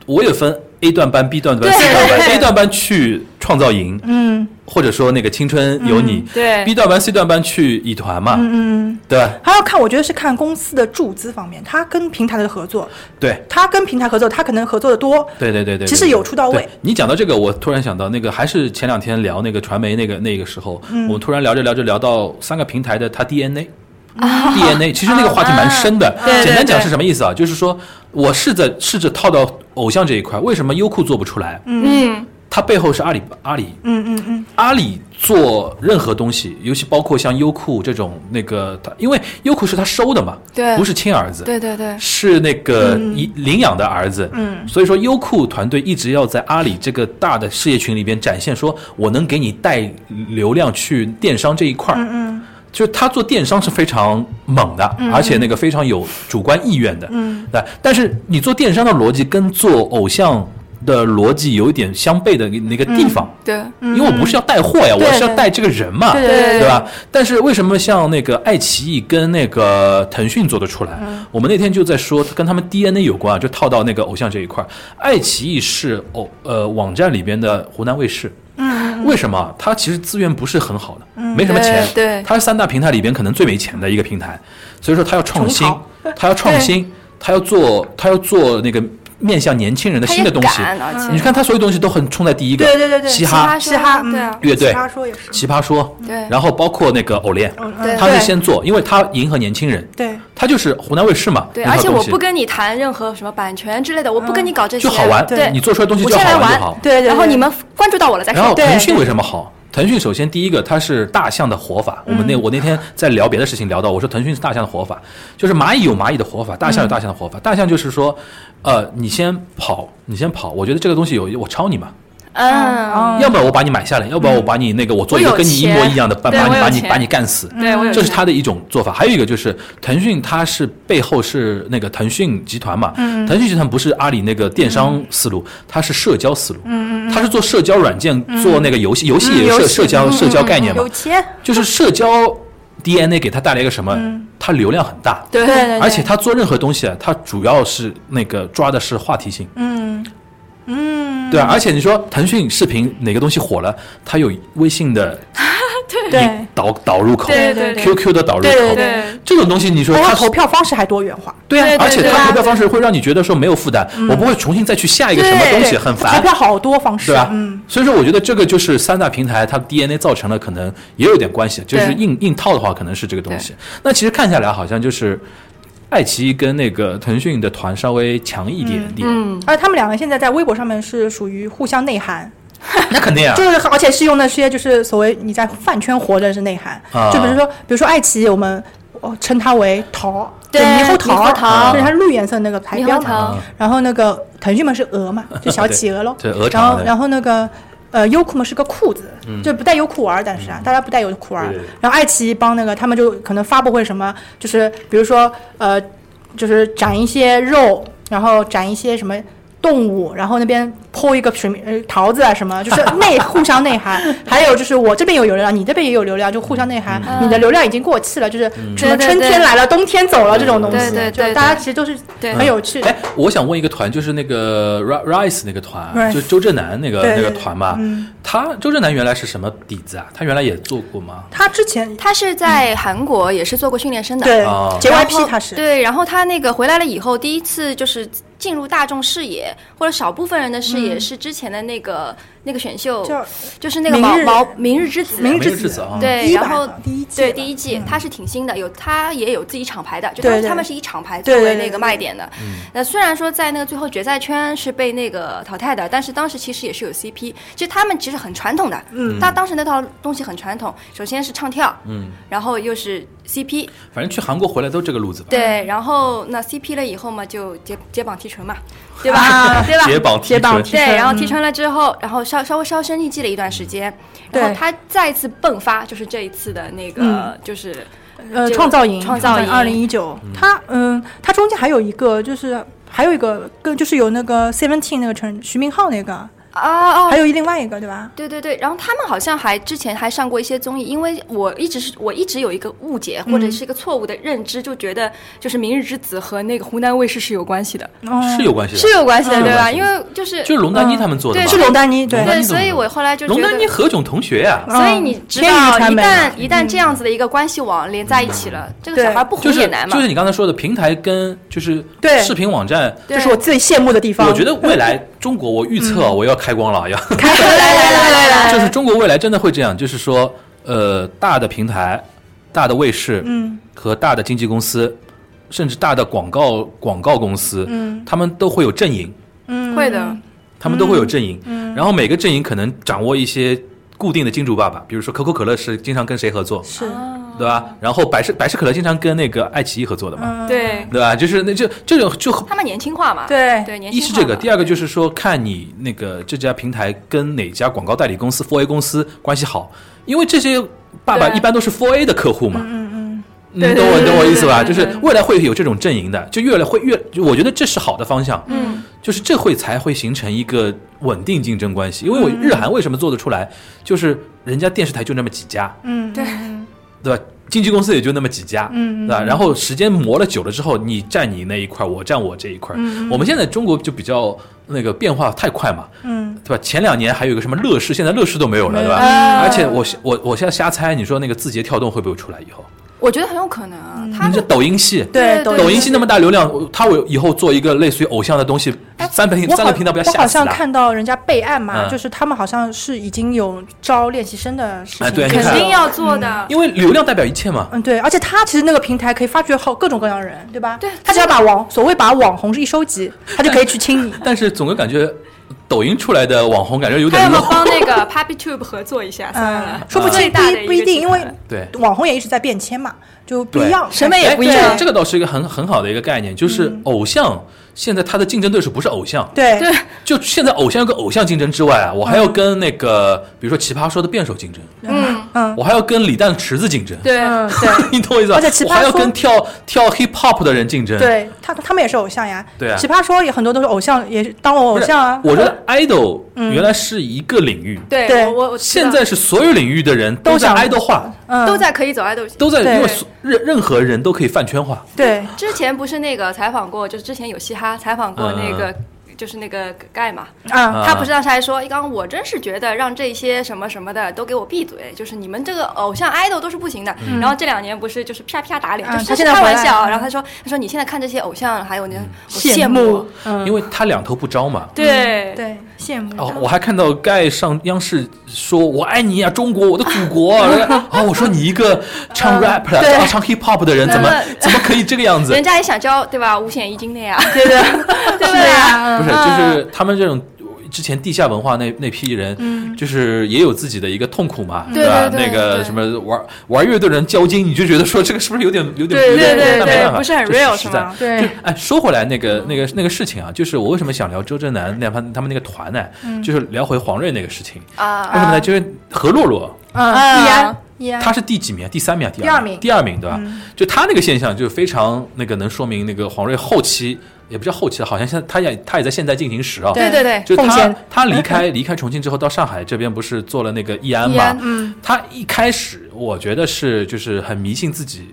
Speaker 4: 我也分 A 段班、B 段班、
Speaker 2: 对
Speaker 4: C 段班，A 段班去创造营，嗯，或者说那个青春有你，
Speaker 2: 嗯对
Speaker 4: b 段班、C 段班去乙团嘛，嗯嗯，对吧
Speaker 3: 还要看我觉得是看公司的注资方面，他跟平台的合作，
Speaker 4: 对。
Speaker 3: 他跟平台合作，他可能合作的多，
Speaker 4: 对对对对，
Speaker 3: 其实
Speaker 4: 对
Speaker 3: 有出到位
Speaker 4: 对你讲到这个，我突然想到那个，还是前两天聊那个传媒那个那个时候，
Speaker 3: 嗯
Speaker 4: 我们突然聊着聊着聊到三个平台的它 DNA。DNA，其实
Speaker 3: 啊
Speaker 4: 那个话题蛮深的。
Speaker 2: 对对
Speaker 4: 简单讲是什么意思啊？就是说我试着试着套到偶像这一块，为什么优酷做不出来？
Speaker 2: 嗯，
Speaker 4: 它背后是阿里阿里
Speaker 3: 嗯嗯嗯，
Speaker 4: 阿里做任何东西，尤其包括像优酷这种那个，它因为优酷是他收的嘛，
Speaker 2: 对
Speaker 4: 不是亲儿子，
Speaker 2: 对对对，
Speaker 4: 是那个
Speaker 3: 嗯
Speaker 4: 一领养的儿子，嗯，所以说优酷团队一直要在阿里这个大的事业群里边展现，说我能给你带流量去电商这一块嗯嗯，就是他做电商是非常猛的，
Speaker 3: 嗯
Speaker 4: 而且那个非常有主观意愿的，嗯，对，但是你做电商的逻辑跟做偶像的逻辑有一点相悖的那个地方，
Speaker 2: 对，
Speaker 4: 因为我不是要带货呀，
Speaker 3: 对
Speaker 4: 我是要
Speaker 3: 嗯对
Speaker 4: 带这个人嘛，
Speaker 3: 对
Speaker 2: 对对
Speaker 4: 对吧？但是为什么像那个爱奇艺跟那个腾讯做得出来？我们那天就在说跟他们 DNA 有关啊，就套到那个偶像这一块儿。爱奇艺是偶呃网站里边的湖南卫视。嗯，为什么啊？它其实资源不是很好的，没什么钱。
Speaker 2: 对对
Speaker 4: 它是三大平台里边可能最没钱的一个平台，所以说它要创新
Speaker 3: 重，
Speaker 4: 它要创新，它要做，它要做那个面向年轻人的
Speaker 2: 他
Speaker 4: 新
Speaker 2: 也
Speaker 4: 的东西。
Speaker 2: 敢，嗯啊而
Speaker 3: 嗯
Speaker 4: 你
Speaker 2: 且
Speaker 4: 看，它所有东西都很冲在第一个，
Speaker 3: 对对对对
Speaker 4: 嘻
Speaker 2: 哈
Speaker 4: 哈、
Speaker 3: 嘻哈
Speaker 2: 对啊
Speaker 3: 嗯，
Speaker 4: 乐队
Speaker 3: 奇葩说也是，嗯
Speaker 4: 奇葩说，
Speaker 2: 对
Speaker 4: 然后包括那个偶练，
Speaker 2: 呃对
Speaker 4: 他是先做，因为他迎合年轻人，
Speaker 3: 对，
Speaker 4: 他就是湖南卫视嘛，
Speaker 2: 对，
Speaker 4: 那套
Speaker 2: 而且我
Speaker 4: 东西
Speaker 2: 不跟你谈任何什么版权之类的，我不跟你搞这些，
Speaker 4: 就好玩，
Speaker 2: 对，
Speaker 4: 你做出来东西
Speaker 2: 我
Speaker 4: 就
Speaker 2: 先
Speaker 4: 好
Speaker 2: 来
Speaker 4: 玩就好
Speaker 2: 玩，。
Speaker 3: 嗯对对对
Speaker 2: 然后你们关注到我了再
Speaker 4: 然后
Speaker 2: 说，
Speaker 3: 对
Speaker 4: 腾讯为什么好？腾讯首先第一个，它是大象的活法。我们
Speaker 2: 嗯
Speaker 4: 那我那天在聊别的事情，聊到我说腾讯是大象的活法，就是蚂蚁有蚂蚁的活法，大
Speaker 2: 嗯
Speaker 4: 象有大象的活法。大象就是说，呃，你先跑，你先跑，我觉得这个东西有我超你嘛，
Speaker 2: 嗯，
Speaker 3: 嗯
Speaker 4: 要不然我把你买下来，要不然我把你那个我做一个
Speaker 2: 我有
Speaker 4: 跟你一模
Speaker 2: 钱
Speaker 4: 一样的，把
Speaker 2: 对
Speaker 4: 把
Speaker 2: 我
Speaker 4: 你
Speaker 2: 有
Speaker 4: 把你把
Speaker 2: 钱嗯
Speaker 4: 你干死。
Speaker 2: 对
Speaker 3: 嗯
Speaker 2: 我有
Speaker 4: 这是
Speaker 2: 钱
Speaker 4: 他的一种做法。还有一个就是腾讯，它是背后是那个腾讯集团嘛，
Speaker 3: 嗯
Speaker 4: 腾讯集团不是阿里那个电商思路，它是社交思路，它是做社交软件，做那个游戏，游戏也
Speaker 3: 嗯
Speaker 4: 是社
Speaker 3: 游戏
Speaker 4: 社交社交概念嘛
Speaker 3: 有，钱，
Speaker 4: 就是社交 DNA 给它带来一个什么？它流量很大，
Speaker 2: 对
Speaker 3: 对嗯对
Speaker 4: 而且它做任何东西啊，它主要是那个抓的是话题性，
Speaker 3: 嗯嗯，
Speaker 4: 对啊，而且你说腾讯视频哪个东西火了，它有微信的
Speaker 3: 对
Speaker 4: 导导入口
Speaker 2: 对对对
Speaker 4: ，QQ 的导入口，
Speaker 3: 对对对
Speaker 2: 对
Speaker 4: 这种东西你说
Speaker 3: 而且
Speaker 4: 它
Speaker 3: 投票方式还多元化，
Speaker 4: 对啊
Speaker 2: 对，对
Speaker 4: 而且
Speaker 2: 对
Speaker 4: 它
Speaker 2: 啊
Speaker 4: 投票方式会让你觉得说没有负担，我不会重新再去下一个什么
Speaker 2: 对
Speaker 4: 东西，
Speaker 3: 对
Speaker 4: 很
Speaker 3: 嗯投
Speaker 4: 烦，
Speaker 3: 票好多方式，
Speaker 4: 对吧？
Speaker 3: 嗯，
Speaker 4: 所以说我觉得这个就是三大平台它 DNA 造成了，可能也有点关系，就是
Speaker 2: 对
Speaker 4: 硬硬套的话，可能是这个东西。那其实看下来好像就是。爱奇艺跟那个腾讯的团稍微强一点点，
Speaker 2: 嗯，
Speaker 3: 而他们两个现在在微博上面是属于互相内涵，
Speaker 4: 那肯定啊
Speaker 3: 就，是而且是用那些就是所谓你在饭圈活着是内涵，
Speaker 4: 啊
Speaker 3: 就比如说比如说爱奇艺，我们哦称它为桃，
Speaker 2: 对
Speaker 3: 就猕猴
Speaker 2: 猕
Speaker 3: 桃，
Speaker 2: 猴桃
Speaker 3: 就是它绿颜色那个牌
Speaker 2: 猕
Speaker 3: 标
Speaker 2: 猴
Speaker 3: 嘛。
Speaker 2: 桃，
Speaker 3: 然后那个腾讯嘛是
Speaker 4: 。
Speaker 3: 鹅嘛，就小企鹅喽
Speaker 4: 对对鹅
Speaker 3: 然
Speaker 4: 厂
Speaker 3: 后
Speaker 4: 对
Speaker 3: 然后那个。呃，优酷嘛是个酷字，就不带优酷玩儿，但是啊，大家不带优酷玩儿
Speaker 4: 嗯对对对。
Speaker 3: 然后爱奇艺帮那个他们就可能发布会什么，就是比如说呃，就是展一些肉，然后展一些什么动物，然后那边剖一个什么呃桃子啊什么，就是内互相内涵。 还有就是我这边有流量，你这边也有流量，就互相内涵。
Speaker 4: 嗯
Speaker 3: 你的流量已经过气了，就是什
Speaker 2: 对
Speaker 3: 么
Speaker 2: 对
Speaker 3: 春
Speaker 2: 对
Speaker 3: 天来了，冬天走了这种东
Speaker 2: 对
Speaker 3: 西，
Speaker 2: 对
Speaker 3: 就
Speaker 2: 对
Speaker 3: 大家
Speaker 2: 对
Speaker 3: 其实都是
Speaker 2: 对
Speaker 3: 很有趣的。
Speaker 4: 哎，我想问一个团，就是那个 Ri- Rise 那个团，
Speaker 3: Rise
Speaker 4: 就周震南那个
Speaker 3: 对嗯
Speaker 4: 那个
Speaker 3: 对
Speaker 4: 团嘛。他周震南原来是什么底子啊？他原来也做过吗？
Speaker 3: 他之前
Speaker 2: 他是在韩国也是做过训练生的，
Speaker 3: 对
Speaker 4: 哦
Speaker 3: JYP 他是
Speaker 2: 对，然后他那个回来了以后，第一次就是进入大众视野或者少部分人的视
Speaker 3: 嗯
Speaker 2: 野，是之前的那个那个选秀，
Speaker 3: 叫
Speaker 2: 就是那个
Speaker 3: 明
Speaker 2: 毛
Speaker 3: 日
Speaker 2: 毛明日之子，
Speaker 3: 明日
Speaker 4: 没有
Speaker 3: 之
Speaker 4: 制
Speaker 3: 子
Speaker 4: 子啊。
Speaker 2: 对，
Speaker 3: 第一版
Speaker 2: 然后
Speaker 3: 的第一季
Speaker 2: 对
Speaker 3: 的
Speaker 2: 第一季，它是挺新的，有它也有自己厂牌的，就他
Speaker 3: 对
Speaker 2: 们
Speaker 3: 对
Speaker 2: 他们是以厂牌
Speaker 3: 对
Speaker 2: 作
Speaker 3: 对
Speaker 2: 为
Speaker 3: 对
Speaker 2: 那个
Speaker 3: 对
Speaker 2: 卖点的。那虽然说在那个最后决赛圈是被那个淘汰的，但是当时其实也是有 CP，其实他们其实就是很传统的，嗯，他当时那套东西很传统，首先是唱跳，嗯，然后又是 CP，
Speaker 4: 反正去韩国回来都这个路子吧。
Speaker 3: 嗯
Speaker 2: 对，然后那 CP 了以后嘛，就解解绑提 纯嘛，对吧？
Speaker 3: 啊
Speaker 2: 对吧？
Speaker 4: 解绑
Speaker 3: 解绑
Speaker 4: 提
Speaker 3: 提纯
Speaker 2: 对，然后
Speaker 3: 嗯
Speaker 2: 提纯了之后，然后稍稍微销声匿迹了一段时间，
Speaker 3: 对
Speaker 2: 然后他再次迸发，就是这一次的那个
Speaker 3: 嗯
Speaker 2: 就是
Speaker 3: 呃，
Speaker 2: 这个
Speaker 3: 创造营，
Speaker 2: 创造营
Speaker 3: 二零一九，它嗯，它中间还有一个就是还有一个跟就是有那个 Seventeen 那个陈徐明浩那个，
Speaker 2: 啊哦
Speaker 3: 还有另外一个对吧？
Speaker 2: 对对对，然后他们好像还之前还上过一些综艺，因为我一直是我一直有一个误解或者是一个错误的认知，就觉得就是《明日之子》和那个湖南卫视是有关系的，
Speaker 3: 哦，
Speaker 4: 是有关系的，
Speaker 2: 是有关系的，
Speaker 4: 嗯
Speaker 2: 对吧？
Speaker 4: 嗯
Speaker 2: 因为就是
Speaker 4: 就是龙丹妮他们做的
Speaker 2: 对
Speaker 4: 吧
Speaker 3: 是龙丹妮，
Speaker 4: 龙丹
Speaker 3: 对，
Speaker 2: 对，
Speaker 4: 妮怎么
Speaker 2: 所以我后来就觉
Speaker 4: 龙
Speaker 2: 得嗯
Speaker 4: 丹妮何炅同学呀、
Speaker 2: 所以你知
Speaker 3: 天娱
Speaker 2: 道，
Speaker 3: 传
Speaker 2: 一
Speaker 3: 媒
Speaker 2: 旦一旦这样子的一个关系网连在一起了，这个
Speaker 3: 对
Speaker 2: 小孩不
Speaker 4: 就
Speaker 2: 红
Speaker 4: 是
Speaker 2: 也难嘛
Speaker 4: 嗯就。是你刚才说的平台跟就是
Speaker 3: 对
Speaker 4: 视频网站，
Speaker 2: 对
Speaker 3: 这是我最羡慕的地方。
Speaker 4: 我觉得未来中国我预测我要开光了，要、
Speaker 3: 开嗯来来来来 来，
Speaker 4: 就是中国未来真的会这样，就是说呃大的平台、大的卫视，
Speaker 3: 嗯，
Speaker 4: 和大的经纪公司，甚至大的广告广告公司，
Speaker 3: 嗯
Speaker 4: 他们都会有阵营，
Speaker 3: 嗯，
Speaker 2: 会的，
Speaker 4: 他们都会有阵营，然后每个阵营可能掌握一些固定的金主爸爸，比如说可口可乐是经常跟谁合作，
Speaker 3: 是，
Speaker 2: 啊
Speaker 4: 对吧？然后百事百事可乐经常跟那个爱奇艺合作的嘛，
Speaker 3: 嗯，
Speaker 2: 对
Speaker 4: 对吧？就是那就这种就
Speaker 2: 他们年轻化嘛，
Speaker 3: 对
Speaker 2: 对，年轻
Speaker 4: 一
Speaker 2: 化
Speaker 4: 是这个，
Speaker 2: 嘛
Speaker 4: 第二个就是说，看你那个这家平台跟哪家广告代理公司、4 A 公司关系好，因为这些爸爸
Speaker 2: 对
Speaker 4: 一般都是4 A 的客户嘛。嗯嗯嗯，
Speaker 2: 对
Speaker 4: 你懂我
Speaker 2: 对
Speaker 4: 懂我意思吧？
Speaker 2: 对
Speaker 4: 就
Speaker 2: 对对
Speaker 4: 是未来会有这种阵营的，就越来会越，就我觉得这是好的方向。
Speaker 2: 嗯，
Speaker 4: 就是这会才会形成一个稳定竞争关系。因为
Speaker 2: 嗯
Speaker 4: 我日韩为什么做得出来，就是人家电视台就那么几家，
Speaker 3: 嗯，
Speaker 2: 对
Speaker 4: 对吧？经纪公司也就那么几家，嗯，对吧？然后时间磨了久了之后，你站你那一块，我站我这一块。我们现在中国就比较那个变化太快嘛，
Speaker 3: 嗯，
Speaker 4: 对吧？前两年还有一个什么乐视，现在乐视都没有了，对吧？
Speaker 2: 啊
Speaker 4: 而且我我我现在瞎猜，你说那个字节跳动会不会出来以后？
Speaker 2: 我觉得很有可能啊，他
Speaker 4: 嗯你这
Speaker 2: 们
Speaker 4: 抖音系，
Speaker 3: 对
Speaker 2: 对
Speaker 4: 抖音系那么大流量，它我以后做一个类似于偶像的东西，三个频
Speaker 3: 我
Speaker 4: 三
Speaker 3: 好
Speaker 4: 个频道不要
Speaker 3: 我
Speaker 4: 吓
Speaker 3: 好
Speaker 4: 死
Speaker 3: 像
Speaker 4: 的。
Speaker 3: 看到人家备案嘛，
Speaker 4: 嗯
Speaker 3: 就是他们好像是已经有招练习生的事情，
Speaker 4: 哎对你
Speaker 2: 肯
Speaker 4: 看
Speaker 2: 定要做的，
Speaker 4: 因为流量代表一切嘛，
Speaker 3: 嗯，对，而且他其实那个平台可以发掘好各种各样的人，对吧？
Speaker 2: 对
Speaker 3: 他只要把网所谓把网红一收集，他就可以去 清你。
Speaker 4: 但是总归感觉抖音出来的网红感觉有
Speaker 2: 他要
Speaker 4: 点
Speaker 2: 不要
Speaker 4: 弱。
Speaker 2: 帮那个 Papi Tube 合作一下？算了，
Speaker 3: 嗯
Speaker 2: 嗯
Speaker 3: 说不
Speaker 2: 最
Speaker 3: 清不
Speaker 2: 大的
Speaker 3: 一不
Speaker 2: 个
Speaker 3: 一定，
Speaker 2: 集
Speaker 3: 因
Speaker 2: 团
Speaker 3: 为
Speaker 4: 对，
Speaker 3: 网红也一直在变迁嘛，就不
Speaker 4: 对哎
Speaker 3: 一样，嗯
Speaker 2: 审美也不一
Speaker 4: 这个
Speaker 2: 样
Speaker 4: 这。个倒是一个很很好的一个概念，就是偶像、现在他的竞争对手不是偶像，
Speaker 3: 对嗯
Speaker 2: 对
Speaker 4: 就现在偶像有个偶像竞争之外啊，我还要跟那个、比如说奇葩说的辩手竞争，
Speaker 2: 嗯，
Speaker 3: 嗯
Speaker 4: 我还要跟李诞池子竞争，
Speaker 2: 对，
Speaker 3: 嗯对
Speaker 4: 你懂我意思吧？
Speaker 3: 而且奇葩说
Speaker 4: 我还要跟跳跳 hip hop 的人竞争，，
Speaker 3: 对，他他们也是偶像呀。
Speaker 4: 对啊
Speaker 3: 奇葩说也很多都是偶像，也是当我偶像啊。嗯
Speaker 4: 我觉得 idol 原来是一个领域，
Speaker 2: 对
Speaker 3: 对
Speaker 2: 我我我知道
Speaker 4: 现在是所有领域的人都在
Speaker 3: 都想
Speaker 4: idol 化，
Speaker 3: 嗯
Speaker 2: 都在可以走爱豆。
Speaker 4: 都在
Speaker 3: 对
Speaker 4: 因为所任任何人都可以饭圈化，
Speaker 3: 对
Speaker 2: 之前不是那个采访过，就是之前有嘻哈采访过那个，就是那个盖嘛，
Speaker 4: 嗯
Speaker 3: 啊，
Speaker 2: 他不是当时还说，刚刚我真是觉得让这些什么什么的都给我闭嘴，就是你们这个偶像 idol 都是不行的。然后这两年不是就是啪啪打脸，
Speaker 3: 嗯
Speaker 2: 就是
Speaker 3: 他
Speaker 2: 是
Speaker 3: 现在
Speaker 2: 开
Speaker 3: 回
Speaker 2: 玩
Speaker 3: 来
Speaker 2: 笑。
Speaker 3: 了
Speaker 2: 然后他说，他说你现在看这些偶像，还有你，我
Speaker 3: 羡
Speaker 2: 慕
Speaker 3: 慕，，嗯
Speaker 4: 因为他两头不招嘛。
Speaker 2: 对
Speaker 3: 对羡
Speaker 2: 嗯
Speaker 3: 慕。
Speaker 4: 哦，我还看到盖上央视说“我爱你呀、中国，我的祖国”啊、 我说你一个唱 rap 的、
Speaker 3: 对
Speaker 4: 啊唱 hip hop 的人，怎么
Speaker 2: 嗯那
Speaker 4: 怎么可以这个样子
Speaker 2: 人？家也想交对吧？五险一金的呀，
Speaker 3: 对 啊嗯的，
Speaker 2: 对不
Speaker 3: 是的
Speaker 2: 对？
Speaker 3: 呀
Speaker 2: 嗯
Speaker 4: 不是，就是他们这种之前地下文化那那批人，就是也有自己的一个痛苦嘛，
Speaker 2: 嗯对
Speaker 4: 吧？
Speaker 2: 对对
Speaker 4: 那个
Speaker 2: 对
Speaker 4: 什么玩玩乐队的人交金，你就觉得说这个是不是有点有点有
Speaker 2: 对
Speaker 4: 点
Speaker 2: 对对
Speaker 4: 但没办法
Speaker 2: 不是很
Speaker 4: 这
Speaker 2: real
Speaker 4: 实
Speaker 2: 是
Speaker 4: 在
Speaker 2: 吗？啊
Speaker 3: 对，
Speaker 4: 哎，说回来那个那个那个事情啊，就是我为什么想聊周震南那他他们那个团呢？就是聊回黄睿那个事情，为
Speaker 2: 嗯啊，
Speaker 4: 什么呢？就是何洛洛。
Speaker 3: 嗯，
Speaker 2: 啊
Speaker 3: 易安，易安，
Speaker 4: 他是第几名？第三名啊？第
Speaker 3: 第二
Speaker 4: 名？
Speaker 3: 名嗯
Speaker 4: 第二名，对吧？就他那个现象，就非常那个能说明那个黄睿后期也不叫后期了，好像现在他也他也在现在进行时啊。
Speaker 2: 对对对，
Speaker 4: 就
Speaker 3: 奉
Speaker 4: 他
Speaker 3: 献
Speaker 4: 他离开离开重庆之后，到上海这边不是做了那个易安
Speaker 2: 易安
Speaker 4: 嘛？嗯，他一开始我觉得是就是很迷信自己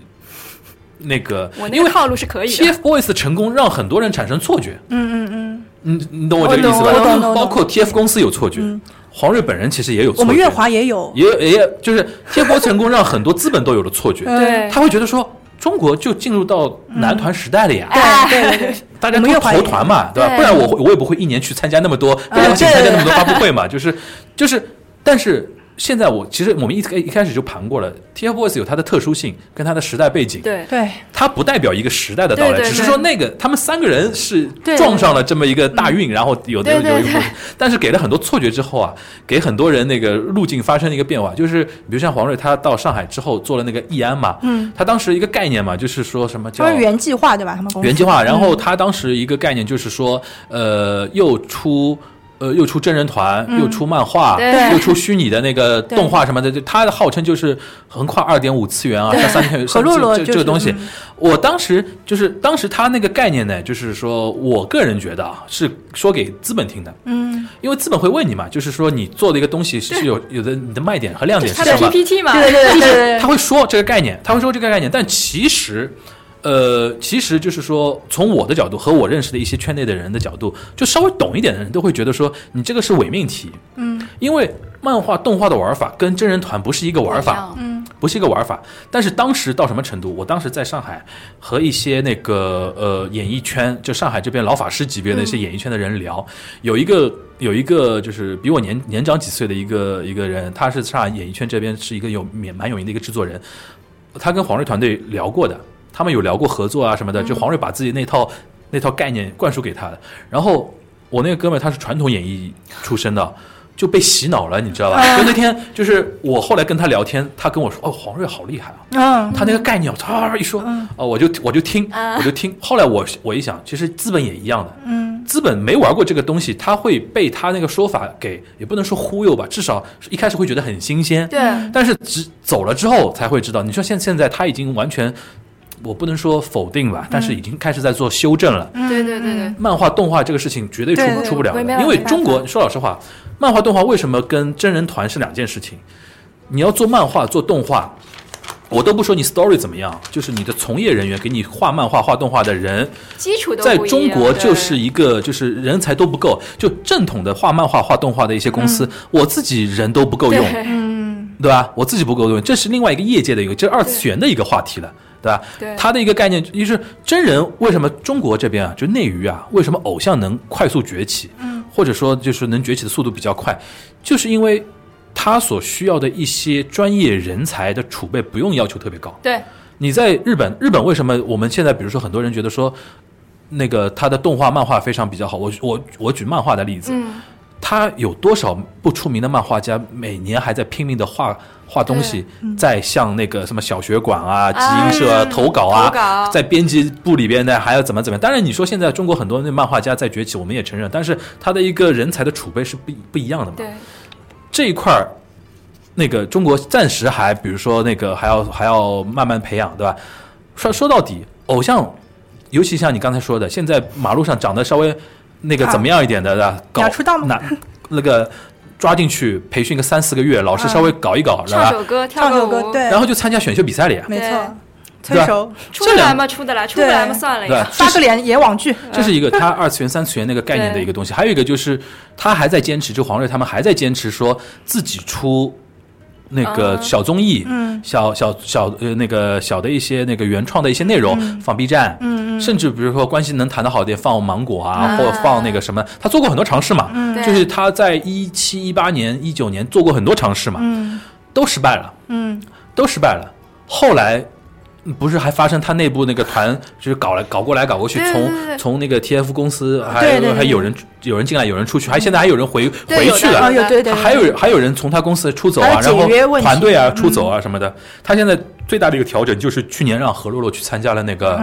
Speaker 4: 那个，
Speaker 2: 我那
Speaker 4: 因
Speaker 2: 个
Speaker 4: 为
Speaker 2: 套路是可
Speaker 3: 啊
Speaker 2: 以的。
Speaker 4: TFBOYS 的成功让很多人产生错觉。嗯嗯嗯，你你懂我这个意思吧？
Speaker 3: 我懂我懂我懂嗯
Speaker 4: 包括 TF 公司有错觉，黄睿本人其实也有错觉。
Speaker 3: 我们月华也有，
Speaker 4: 也也就是 TFBOYS 成功让很多资本都有了错觉，
Speaker 2: 对
Speaker 4: 他会觉得说。中国就进入到男团时代了呀，
Speaker 2: 哎
Speaker 3: 对对对，
Speaker 4: 大家
Speaker 3: 嗯我
Speaker 4: 都
Speaker 3: 们越怀
Speaker 4: 投
Speaker 3: 疑嗯
Speaker 4: 团嘛，对吧？
Speaker 2: 对
Speaker 4: 不然我会我也不会一年去参加那么多，不邀请
Speaker 3: 对
Speaker 4: 参加那么多发布会嘛，就是就是，但是现在我其实我们一一开始就盘过了，TFBOYS 有它的特殊性跟它的时代背景，
Speaker 2: 对
Speaker 3: 对，
Speaker 4: 它不代表一个时代的到来，
Speaker 2: 对对对
Speaker 4: 只是说那个他们三个人是
Speaker 2: 对嗯
Speaker 4: 撞上了这么一个大运，然后有的
Speaker 2: 对对
Speaker 4: 有一部
Speaker 2: 对，
Speaker 4: 但是给了很多错觉之后啊，给很多人那个路径发生了一个变化，就是比如像黄瑞他到上海之后做了那个易安嘛，嗯，他当时一个概念嘛，就是说什么叫
Speaker 3: 他们原计划对吧？他们公司嗯
Speaker 4: 原计划，然后他当时一个概念就是说，呃，又出。呃，又出真人团，
Speaker 3: 嗯
Speaker 4: 又出漫画，
Speaker 2: 对
Speaker 4: 又出虚拟的那个动画什么的，就他的号称就是横跨二点五次元啊，像三 天
Speaker 3: 和洛洛
Speaker 4: 这
Speaker 3: 就是嗯
Speaker 4: 这个东西。我当时就是当时他那个概念呢，就是说我个人觉得啊，是说给资本听的，嗯，因为资本会问你嘛，就是说你做的一个东西是有有的你的卖点和亮点是
Speaker 2: 他
Speaker 4: 什
Speaker 2: 的
Speaker 4: 么，
Speaker 2: PPT 嘛，
Speaker 3: 对对对对对
Speaker 4: 他会说这个概念，他会说这个概念，但其实，呃，其实就是说，从我的角度和我认识的一些圈内的人的角度，就稍微懂一点的人都会觉得说，你这个是伪命题，嗯，因为漫画动画的玩法跟真人团不是一个玩
Speaker 2: 不一
Speaker 4: 法
Speaker 2: 样，
Speaker 4: 嗯，不是一个玩法。但是当时到什么程度？我当时在上海和一些那个呃演艺圈，就上海这边老法师级别的一些演艺圈的人聊，有一个有一个就是比我年年长几岁的一个一个人，他是上海演艺圈这边是一个有蛮蛮有名的一个制作人，他跟黄瑞团队聊过的，他们有聊过合作啊什么的，就黄瑞把自己那套那套概念灌输给他的。然后我那个哥们儿他是传统演艺出身的。就被洗脑了，你知道吧？就那天，就是我后来跟他聊天，他跟我说：“哦，黄瑞好厉害啊！”
Speaker 3: 嗯，
Speaker 4: 他那个概念，我操一说，啊，我就我就听，
Speaker 2: 啊
Speaker 4: 我就听。后来我我一想，其实资本也一样的，嗯，资本没玩过这个东西，他会被他那个说法给，也不能说忽悠吧，至少是一开始会觉得很新鲜，
Speaker 2: 对
Speaker 3: 嗯
Speaker 4: 但是只走了之后才会知道。你说现现在他已经完全，我不能说否定吧，但是已经开始在做修正了。
Speaker 3: 嗯
Speaker 2: 对对对对，
Speaker 4: 漫画动画这个事情绝对出
Speaker 3: 对对
Speaker 4: 出不了的
Speaker 2: 没没，有
Speaker 4: 因为
Speaker 2: 没办法
Speaker 4: 中国说老实话，漫画动画为什么跟真人团是两件事情？你要做漫画做动画，我都不说你 story 怎么样，就是你的从业人员给你画漫画画动画的人，
Speaker 2: 基础都
Speaker 4: 在
Speaker 2: 不一样
Speaker 4: 中国
Speaker 2: 对
Speaker 4: 就是一个就是人才都不够，就正统的画漫画画动画的一些公司，我自己人都不够用，
Speaker 3: 嗯
Speaker 2: 对
Speaker 4: 对吧？我自己不够用，这是另外一个业界的一个，这是二次元的一个话题了。对吧？
Speaker 2: 对
Speaker 4: 它的一个概念就是真人为什么中国这边啊，就内娱啊，为什么偶像能快速崛起？嗯，或者说就是能崛起的速度比较快，就是因为他所需要的一些专业人才的储备不用要求特别高。
Speaker 2: 对
Speaker 4: 你在日本，日本为什么我们现在比如说很多人觉得说，那个他的动画漫画非常比较好？我我我举漫画的例子，
Speaker 2: 嗯
Speaker 4: 他有多少不出名的漫画家，每年还在拼命的画画东西，
Speaker 2: 嗯
Speaker 4: 在向那个什么小学馆啊、集英社啊、投稿啊，
Speaker 2: 投稿
Speaker 4: 在编辑部里边呢还要怎么怎么样。当然，你说现在中国很多那漫画家在崛起，我们也承认，但是他的一个人才的储备是不不一样的嘛。
Speaker 2: 对
Speaker 4: 这一块儿，那个中国暂时还，比如说那个还要还要慢慢培养，对吧？说说到底，偶像，尤其像你刚才说的，现在马路上长得稍微那个
Speaker 3: 啊
Speaker 4: 怎么样一点的，对吧？搞
Speaker 3: 要出道吗
Speaker 4: 那那个抓进去培训个三四个月，老师稍微搞一搞，对
Speaker 2: 唱
Speaker 4: 吧？
Speaker 2: 首歌跳
Speaker 3: 唱首
Speaker 2: 个舞
Speaker 3: 歌啊对，
Speaker 4: 然后就参加选秀比赛了呀，
Speaker 3: 没错，
Speaker 4: 对
Speaker 3: 催
Speaker 4: 吧
Speaker 3: 熟，
Speaker 2: 出得来吗？出得来，出不来吗？算了
Speaker 4: 对
Speaker 2: 呀
Speaker 4: 吧，？
Speaker 3: 刷个脸演网剧，
Speaker 4: 这是一个他二次元、三次元那个概念的一个东西，还有一个就是他还在坚持，就黄瑞他们还在坚持说自己出那个小综艺，哦嗯，小小小呃那个小的一些那个原创的一些内容、放 B 站，嗯甚至比如说关系能谈得好一点放芒果啊，嗯
Speaker 2: 啊
Speaker 4: 或者放那个什么，他做过很多尝试嘛，
Speaker 2: 对
Speaker 4: 就是他在一七、一八年、一九年做过很多尝试嘛，都失败了，嗯，都失败了。后来嗯不是还发生他内部那个团就是搞来搞过来搞过去，
Speaker 2: 对对对
Speaker 4: 从
Speaker 2: 对
Speaker 4: 从那个 TF 公司还
Speaker 3: 对对对
Speaker 4: 还有人有人进来，有人出去，还现在还有人回
Speaker 2: 对
Speaker 4: 回去
Speaker 2: 有的
Speaker 4: 了
Speaker 3: 哦，，有对对，对
Speaker 4: 还有还有人从他公司出走
Speaker 3: 还
Speaker 4: 啊，
Speaker 3: 有
Speaker 4: 然后
Speaker 3: 解约问题嗯
Speaker 4: 团队啊出走啊什么的。他现在最大的一个调整就是去年让何洛洛去参加了那个。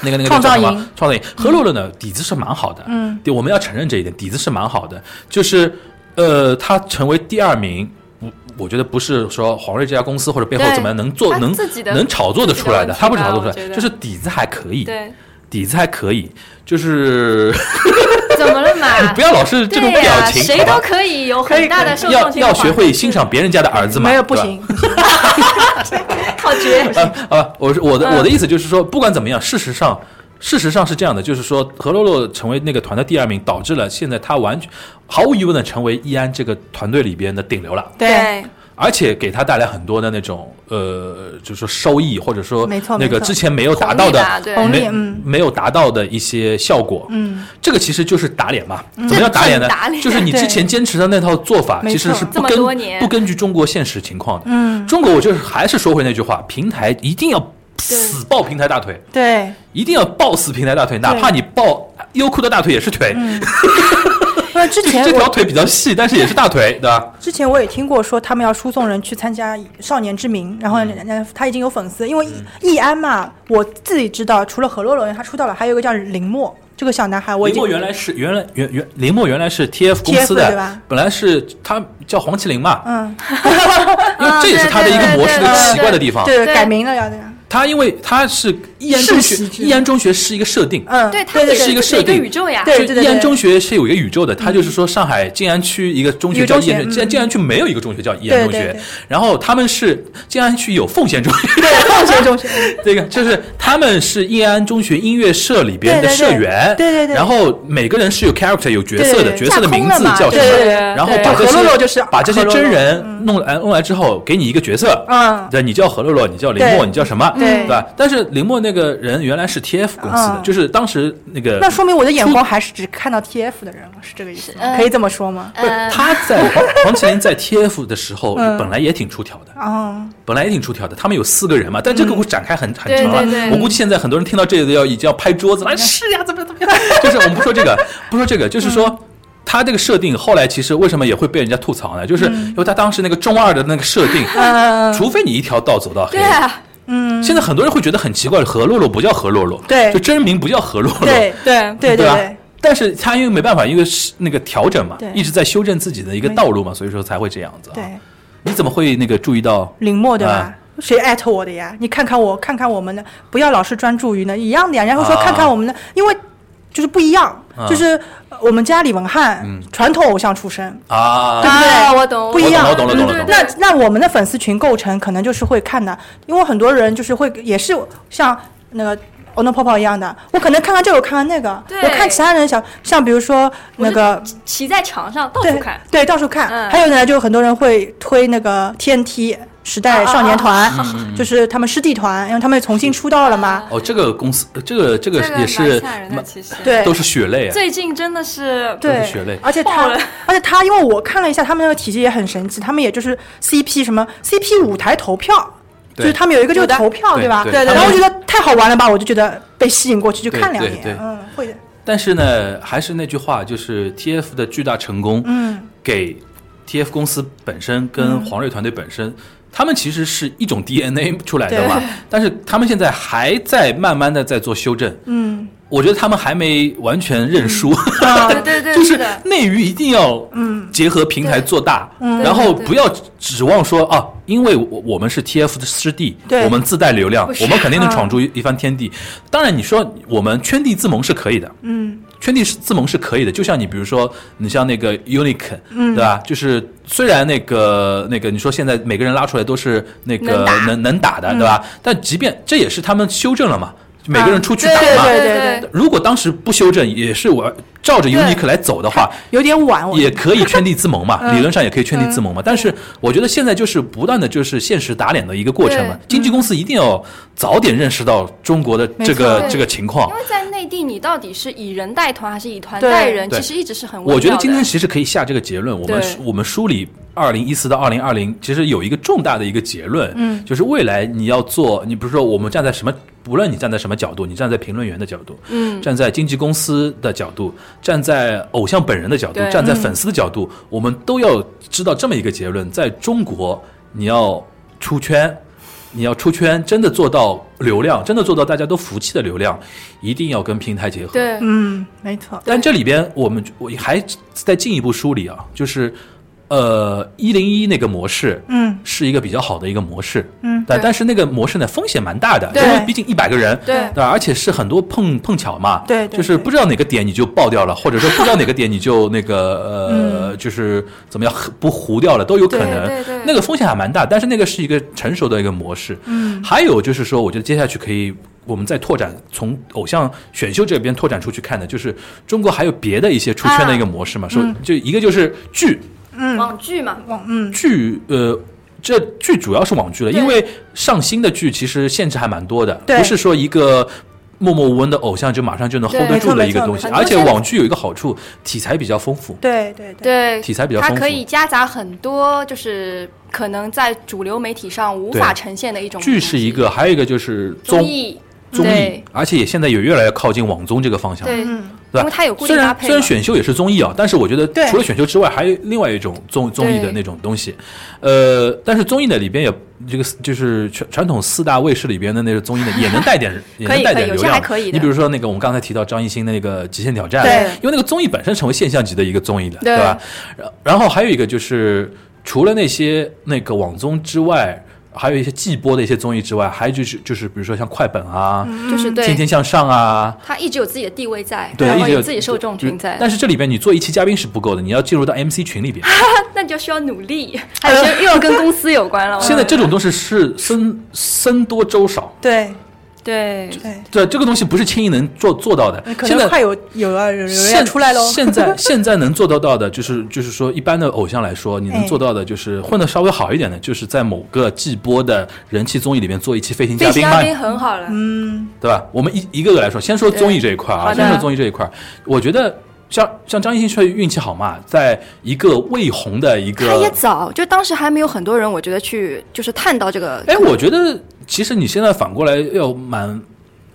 Speaker 4: 那个那个
Speaker 3: 嗯创
Speaker 4: 叫
Speaker 3: 造
Speaker 4: 什么
Speaker 3: 营，
Speaker 4: 创造营何洛洛呢，底子是蛮好的，嗯，对，我们要承认这一点，底子是蛮好的。就是，呃，他成为第二名，不，我觉得不是说黄瑞这家公司或者背后
Speaker 2: 对
Speaker 4: 怎么样能做
Speaker 2: 他
Speaker 4: 能
Speaker 2: 自己的
Speaker 4: 能炒作的出来
Speaker 2: 自己的问题吧
Speaker 4: 他不是炒作出
Speaker 2: 我觉
Speaker 4: 来，
Speaker 2: 得
Speaker 4: 就是底子还可以，
Speaker 2: 对，
Speaker 4: 底子还可以，就是
Speaker 2: 怎么了嘛
Speaker 4: ？不要老是这种
Speaker 2: 啊对
Speaker 4: 表
Speaker 2: 呀
Speaker 4: 情，
Speaker 2: 谁
Speaker 4: 好吧
Speaker 2: 都可以有很大的受
Speaker 4: 要
Speaker 2: 众群。
Speaker 4: 要学会欣赏别人家的儿子嘛，
Speaker 3: 没有不
Speaker 4: 对吧
Speaker 3: 行，
Speaker 2: 好 绝，
Speaker 4: 啊，我是我的
Speaker 2: 嗯
Speaker 4: 我的意思就是说，不管怎么样，事实上。事实上是这样的，就是说何洛洛成为那个团的第二名，导致了现在他完全毫无疑问的成为易安这个团队里边的顶流了。
Speaker 3: 对，
Speaker 4: 而且给他带来很多的那种呃，就是说收益，或者说
Speaker 3: 没错
Speaker 4: 那
Speaker 3: 没
Speaker 4: 个
Speaker 3: 错
Speaker 4: 之前没有达到
Speaker 2: 红利吧
Speaker 4: 的
Speaker 2: 对，
Speaker 3: 红利
Speaker 4: 没
Speaker 3: 嗯
Speaker 4: 没有达到的一些效果。嗯，这个其实就是打脸嘛。怎么叫打脸呢
Speaker 2: 嗯这很打？脸
Speaker 4: 就是你之前坚持的那套做法，
Speaker 3: 对
Speaker 4: 其实是
Speaker 3: 没错
Speaker 4: 不
Speaker 2: 这么
Speaker 4: 根
Speaker 2: 多年
Speaker 4: 不根据中国现实情况的。嗯，中国我就是还是说回那句话，平台一定要死抱平台大腿。
Speaker 3: 对，
Speaker 4: 一定要抱死平台大腿，哪怕你抱优酷的大腿也是腿，
Speaker 3: 那之
Speaker 4: 就
Speaker 3: 嗯前
Speaker 4: 这条
Speaker 3: 我
Speaker 4: 腿比较细，但是也是大腿，对吧？
Speaker 3: 之前我也听过说他们要输送人去参加《少年之名》，然后
Speaker 4: 嗯
Speaker 3: 人家他已经有粉丝，因为易安嘛，我自己知道，除了何洛洛人他出道了，还有一个叫林墨这个小男孩，我已
Speaker 4: 林
Speaker 3: 经
Speaker 4: 墨原来是原来原原林墨原来是 TF 公司
Speaker 3: TF
Speaker 4: 的，
Speaker 3: 对吧
Speaker 4: 本来是他叫黄麒麟嘛，
Speaker 3: 嗯，
Speaker 4: 因为这也是他的一个模式的奇怪的地方。
Speaker 3: 对
Speaker 2: 对
Speaker 3: 改名了要这样，
Speaker 4: 他因为他是易安中
Speaker 3: 世袭
Speaker 4: 学，
Speaker 3: 制
Speaker 4: 易安中学是一个设定，
Speaker 3: 嗯，
Speaker 2: 对，
Speaker 3: 对
Speaker 2: 它也
Speaker 3: 对
Speaker 4: 是
Speaker 3: 对
Speaker 4: 一个设
Speaker 2: 是一个
Speaker 4: 定
Speaker 2: 宇宙呀，
Speaker 3: 对
Speaker 4: 就易安中学是有一个宇宙的，它就是说上海静安区一个中学叫
Speaker 3: 有中
Speaker 4: 易
Speaker 3: 学
Speaker 4: 安，静
Speaker 3: 嗯
Speaker 4: 静安区没有一个中学叫易安中
Speaker 3: 对对
Speaker 4: 学
Speaker 3: 对，
Speaker 4: 然后他们是静安区有奉贤中学，
Speaker 3: 放学中学，
Speaker 4: 这个就是他们是易安中学音乐社里边的
Speaker 3: 对对
Speaker 4: 社
Speaker 3: 对
Speaker 4: 员，
Speaker 3: 对对对
Speaker 4: 然后每个人是有 character 有角色的，
Speaker 3: 对对
Speaker 4: 角色的名字叫什
Speaker 3: 对对
Speaker 4: 么，
Speaker 3: 对
Speaker 4: 然后
Speaker 2: 对
Speaker 4: 把
Speaker 3: 对
Speaker 4: 这
Speaker 3: 何洛
Speaker 4: 些
Speaker 3: 洛就是
Speaker 4: 把这些
Speaker 3: 何洛洛
Speaker 4: 真人弄来弄来之后，给你一个角色，
Speaker 3: 嗯，
Speaker 4: 对，你叫何洛洛，你叫林
Speaker 3: 对
Speaker 4: 墨，你叫什么，
Speaker 3: 对
Speaker 4: 对吧？但是林墨那个人原来是 TF 公司的，
Speaker 3: 嗯
Speaker 4: 就是当时那个
Speaker 3: 那说明我的眼光还是只看到 TF 的人了，是这个意思吗？
Speaker 2: 呃
Speaker 3: 可以这么说吗？
Speaker 4: 不是
Speaker 2: 呃，
Speaker 4: 他 在黄黄麒麟在 TF 的时候
Speaker 3: 嗯
Speaker 4: 本来也挺出挑的，
Speaker 3: 哦，
Speaker 4: 本来也挺出挑的，他们有四个人嘛，但这个会展开很、很
Speaker 2: 对
Speaker 4: 长了。啊
Speaker 2: 对对
Speaker 4: 我估计现在很多人听到这个要已经要拍桌 子了，哎是呀、怎么样怎么样？就是我们不说这个，不说这个，就是
Speaker 2: 嗯
Speaker 4: 说。他这个设定后来其实为什么也会被人家吐槽呢？就是
Speaker 2: 嗯
Speaker 4: 因为他当时那个中二的那个设定，
Speaker 3: 嗯，
Speaker 4: 除非你一条道走到黑
Speaker 2: 对。啊，
Speaker 4: 现在很多人会觉得很奇怪，何洛洛不叫何洛洛，
Speaker 3: 对
Speaker 4: 就真名不叫何洛洛，
Speaker 3: 对
Speaker 2: 对
Speaker 3: 对
Speaker 4: 吧
Speaker 3: 对，
Speaker 4: 但是他因为没办法，因为是那个调整嘛
Speaker 3: 对，
Speaker 4: 一直在修正自己的一个
Speaker 3: 没
Speaker 4: 道路嘛，所以说才会这样子、啊。
Speaker 3: 对，
Speaker 4: 你怎么会那个注意到
Speaker 3: 林墨对吧？
Speaker 4: 啊
Speaker 3: 谁艾特我的呀？你看看我，看看我们的，不要老是专注于呢一样的呀。然后说
Speaker 4: 啊
Speaker 3: 看看我们的，因为就是不一样，
Speaker 4: 啊嗯
Speaker 3: 就是呃我们家李文翰、传统偶像出身，
Speaker 4: 啊？
Speaker 3: 对不对？
Speaker 2: 啊我懂
Speaker 3: 不一样。
Speaker 4: 我懂了懂了
Speaker 3: 嗯
Speaker 4: 懂了懂了
Speaker 3: 那那我们的粉丝群构成可能就是会看的，因为很多人就是会也是像那个。欧诺泡泡一样的，我可能看看这个，我看看那个，
Speaker 2: 对
Speaker 3: 我看其他人想像比如说那个
Speaker 2: 骑在墙上到
Speaker 3: 对
Speaker 2: 处看，
Speaker 3: 对，到处看。
Speaker 2: 嗯
Speaker 3: 还有呢，就很多人会推那个 TNT 时
Speaker 2: 啊
Speaker 3: 代少年团，
Speaker 4: 嗯
Speaker 3: 就是他们师弟团，因为他们重新出道了
Speaker 2: 啊
Speaker 3: 嘛。
Speaker 4: 哦，这个公司，呃这个这个
Speaker 2: 这个
Speaker 4: 也是
Speaker 2: 蛮吓人的，其实。
Speaker 3: 对，
Speaker 4: 都是血泪啊。
Speaker 2: 最近真的是
Speaker 4: 都
Speaker 3: 对
Speaker 4: 是血泪
Speaker 3: 而且
Speaker 2: 爆
Speaker 3: 他
Speaker 2: 了，
Speaker 3: 而且他，因为我看了一下他们那个体系也很神奇，他们也就是 CP 什么 CP 舞台投票。就
Speaker 4: 对
Speaker 3: 是他们有一个就是
Speaker 2: 有的
Speaker 3: 投票，
Speaker 4: 对
Speaker 3: 吧？
Speaker 4: 对对
Speaker 3: 然后我
Speaker 4: 对
Speaker 3: 觉得太好玩了吧，我就觉得被吸引过去，就看两
Speaker 4: 对对
Speaker 3: 眼。
Speaker 4: 对
Speaker 3: 嗯，会的。
Speaker 4: 但是呢，还是那句话，就是 TF 的巨大成功，
Speaker 3: 嗯，
Speaker 4: 给 TF 公司本身跟黄瑞团队本
Speaker 3: 嗯
Speaker 4: 身，他们其实是一种 DNA 出来的嘛。但是他们现在还在慢慢的在做修正。
Speaker 3: 嗯，
Speaker 4: 我觉得他们还没完全认输，
Speaker 3: 啊
Speaker 2: 嗯对对对，
Speaker 4: 就是是
Speaker 2: 的，嗯
Speaker 4: 内娱一定要结合平台做大，然后不要指望说啊，因为我我们是 TF 的师弟，
Speaker 3: 对
Speaker 4: 我们自带流量
Speaker 2: 不，是嗯
Speaker 4: 我们肯定能闯出一一番天地。当然，你说我们圈地自萌是可以的，嗯，圈地自萌是可以的。就像你比如说，你像那个 Unique，对
Speaker 2: 嗯
Speaker 4: 吧？就是虽然那个那个你说现在每个人拉出来都是那
Speaker 2: 能
Speaker 4: 个
Speaker 2: 打嗯
Speaker 4: 能能打的，对吧？但即便这也是他们修正了嘛，每个人出去
Speaker 2: 啊对
Speaker 4: 打
Speaker 2: 对
Speaker 4: 嘛，
Speaker 3: 对
Speaker 2: 对
Speaker 3: 对
Speaker 2: 对，
Speaker 4: 如果当时不修正，也是我照着 Unique 来走的话，
Speaker 3: 有点晚，我
Speaker 4: 也可以圈地 自萌
Speaker 2: 嗯
Speaker 4: 嘛，理论上也可以圈地自萌嘛。但是我觉得现在就是不断的就是现实打脸的一个过程嘛
Speaker 2: 对。
Speaker 4: 经纪公司一定要早点认识到中国的这个
Speaker 2: 没错
Speaker 4: 这个情况
Speaker 2: 因。为在内地，你到底是以人带团还是以团带人，
Speaker 4: 对
Speaker 2: 其实一直是很微妙
Speaker 4: 我
Speaker 2: 的
Speaker 4: 觉得今天其实可以下这个结论，我们
Speaker 2: 对
Speaker 4: 我们梳理二零一四到二零二零，其实有一个重大的一个结论，嗯，就是未来你要做，你比如说我们站在什么，无论你站在什么角度，你站在评论员的角度，嗯，站在经纪公司的角度，站在偶像本人的角度
Speaker 2: 对，嗯
Speaker 4: 站在粉丝的角度，我们都要知道这么一个结论：在中国，你要出圈。你要出圈，真的做到流量，真的做到大家都服气的流量，一定要跟平台结合。
Speaker 2: 对
Speaker 3: 嗯，没错。
Speaker 4: 但这里边我们我还再进一步梳理啊，就是呃一零一那个模式，
Speaker 3: 嗯，
Speaker 4: 是一个比较好的一个模式，
Speaker 3: 嗯
Speaker 4: 但
Speaker 2: 对
Speaker 4: 但是那个模式呢风险蛮大的，
Speaker 3: 对
Speaker 4: 因为毕竟一百个人，
Speaker 2: 对
Speaker 4: 吧？而且是很多碰碰巧嘛，
Speaker 3: 对对
Speaker 4: 就是
Speaker 3: 对
Speaker 4: 不知道哪个点你就爆掉了，或者说不知道哪个点你就那个呃，就是怎么样不糊掉了都有可能，
Speaker 2: 对对对
Speaker 4: 那个风险还蛮大，但是那个是一个成熟的一个模式，嗯，还有就是说，我觉得接下去可以。我们再拓展，从偶像选秀这边拓展出去看的，就是中国还有别的一些出嗯圈的一个模式嘛。说就一个就是剧，
Speaker 2: 网剧嘛，
Speaker 3: 嗯网嗯，
Speaker 4: 剧呃这剧主要是网剧了，
Speaker 2: 对
Speaker 4: 因为上新的剧其实限制还蛮多的，
Speaker 3: 对
Speaker 4: 不是说一个。默默无闻的偶像就马上就能 hold 得
Speaker 2: 对
Speaker 4: 住的一个
Speaker 3: 没错
Speaker 4: 东西，
Speaker 2: 没错
Speaker 4: 而且
Speaker 2: 很多
Speaker 4: 网剧有一个好处，题材比较丰富。
Speaker 3: 对对对
Speaker 2: 对，
Speaker 4: 题材比较
Speaker 2: 它
Speaker 4: 丰
Speaker 2: 可
Speaker 4: 富
Speaker 2: 以夹杂很多，就是可能在主流媒体上无法
Speaker 4: 对
Speaker 2: 呈现的一种
Speaker 4: 剧是一个，还有一个就是
Speaker 2: 综
Speaker 4: 综
Speaker 2: 艺，
Speaker 4: 综艺
Speaker 2: 对，
Speaker 4: 而且也现在也越来越靠近网综这个方向了。
Speaker 2: 对，
Speaker 3: 嗯
Speaker 4: 对吧
Speaker 2: 因为它有固定
Speaker 4: 虽
Speaker 2: 搭
Speaker 4: 然
Speaker 2: 配
Speaker 4: 虽然
Speaker 2: 嘛
Speaker 4: 选秀也是综艺啊，但是我觉得
Speaker 3: 对
Speaker 4: 除了选秀之外，还有另外一种综综艺的
Speaker 2: 对
Speaker 4: 那种东西。呃，但是综艺的里边也这个就是传传统四大卫视里边的那个综艺呢，也能 带点也
Speaker 2: 可
Speaker 4: 能
Speaker 2: 以
Speaker 4: 带
Speaker 2: 可以
Speaker 4: 点
Speaker 2: 有
Speaker 4: 流
Speaker 2: 些
Speaker 4: 量
Speaker 2: 还。可以的
Speaker 4: 你比如说那个我们刚才提到张艺兴的那个《极限挑战》，
Speaker 3: 对
Speaker 4: 因为那个综艺本身成为现象级的一个综艺了，
Speaker 2: 对
Speaker 4: 吧？然然后还有一个就是除了那些那个网综之外。还有一些季播的一些综艺之外，还有就是就是比如说像快本啊、
Speaker 2: 就是嗯
Speaker 4: 天
Speaker 2: 对，
Speaker 4: 天向上啊，
Speaker 2: 它一直有自己的地位在，
Speaker 4: 对，
Speaker 2: 然
Speaker 4: 一
Speaker 2: 后
Speaker 4: 直
Speaker 2: 有
Speaker 4: 有
Speaker 2: 自己受众群在，
Speaker 4: 但是这里边你做一期嘉宾是不够的，你要进入到 MC 群里边。
Speaker 2: 那你就需要努 力，还有些又要跟公司有关了。
Speaker 4: 现在这种东西是僧僧多粥少，
Speaker 3: 对
Speaker 2: 对，
Speaker 3: 对，
Speaker 4: 对，这个东西不是轻易能做做到的
Speaker 2: 哎
Speaker 3: 那。可
Speaker 4: 现
Speaker 3: 能
Speaker 4: 在
Speaker 3: 快有有了有有
Speaker 4: 现
Speaker 3: 人出来喽。
Speaker 4: 现 在现在能做得到的，就是就是说，一般的偶像来说，你能
Speaker 3: 哎
Speaker 4: 做到的，就是混得稍微好一点的，就是在某个季播的人气综艺里面做一期飞行
Speaker 2: 飞
Speaker 4: 嘉
Speaker 2: 行
Speaker 4: 宾
Speaker 2: 嘉
Speaker 4: 嘛，
Speaker 2: 宾很好了，
Speaker 3: 嗯，
Speaker 4: 对吧？我们一一个个来说，先说综艺这一块啊，
Speaker 2: 好的
Speaker 4: 先说综艺这一块，我觉得像像张艺兴确实运气好嘛，在一个未红的一个
Speaker 2: 他也早，就当时还没有很多人，我觉得去就是探到这个，
Speaker 4: 哎，我觉得其实你现在反过来要蛮，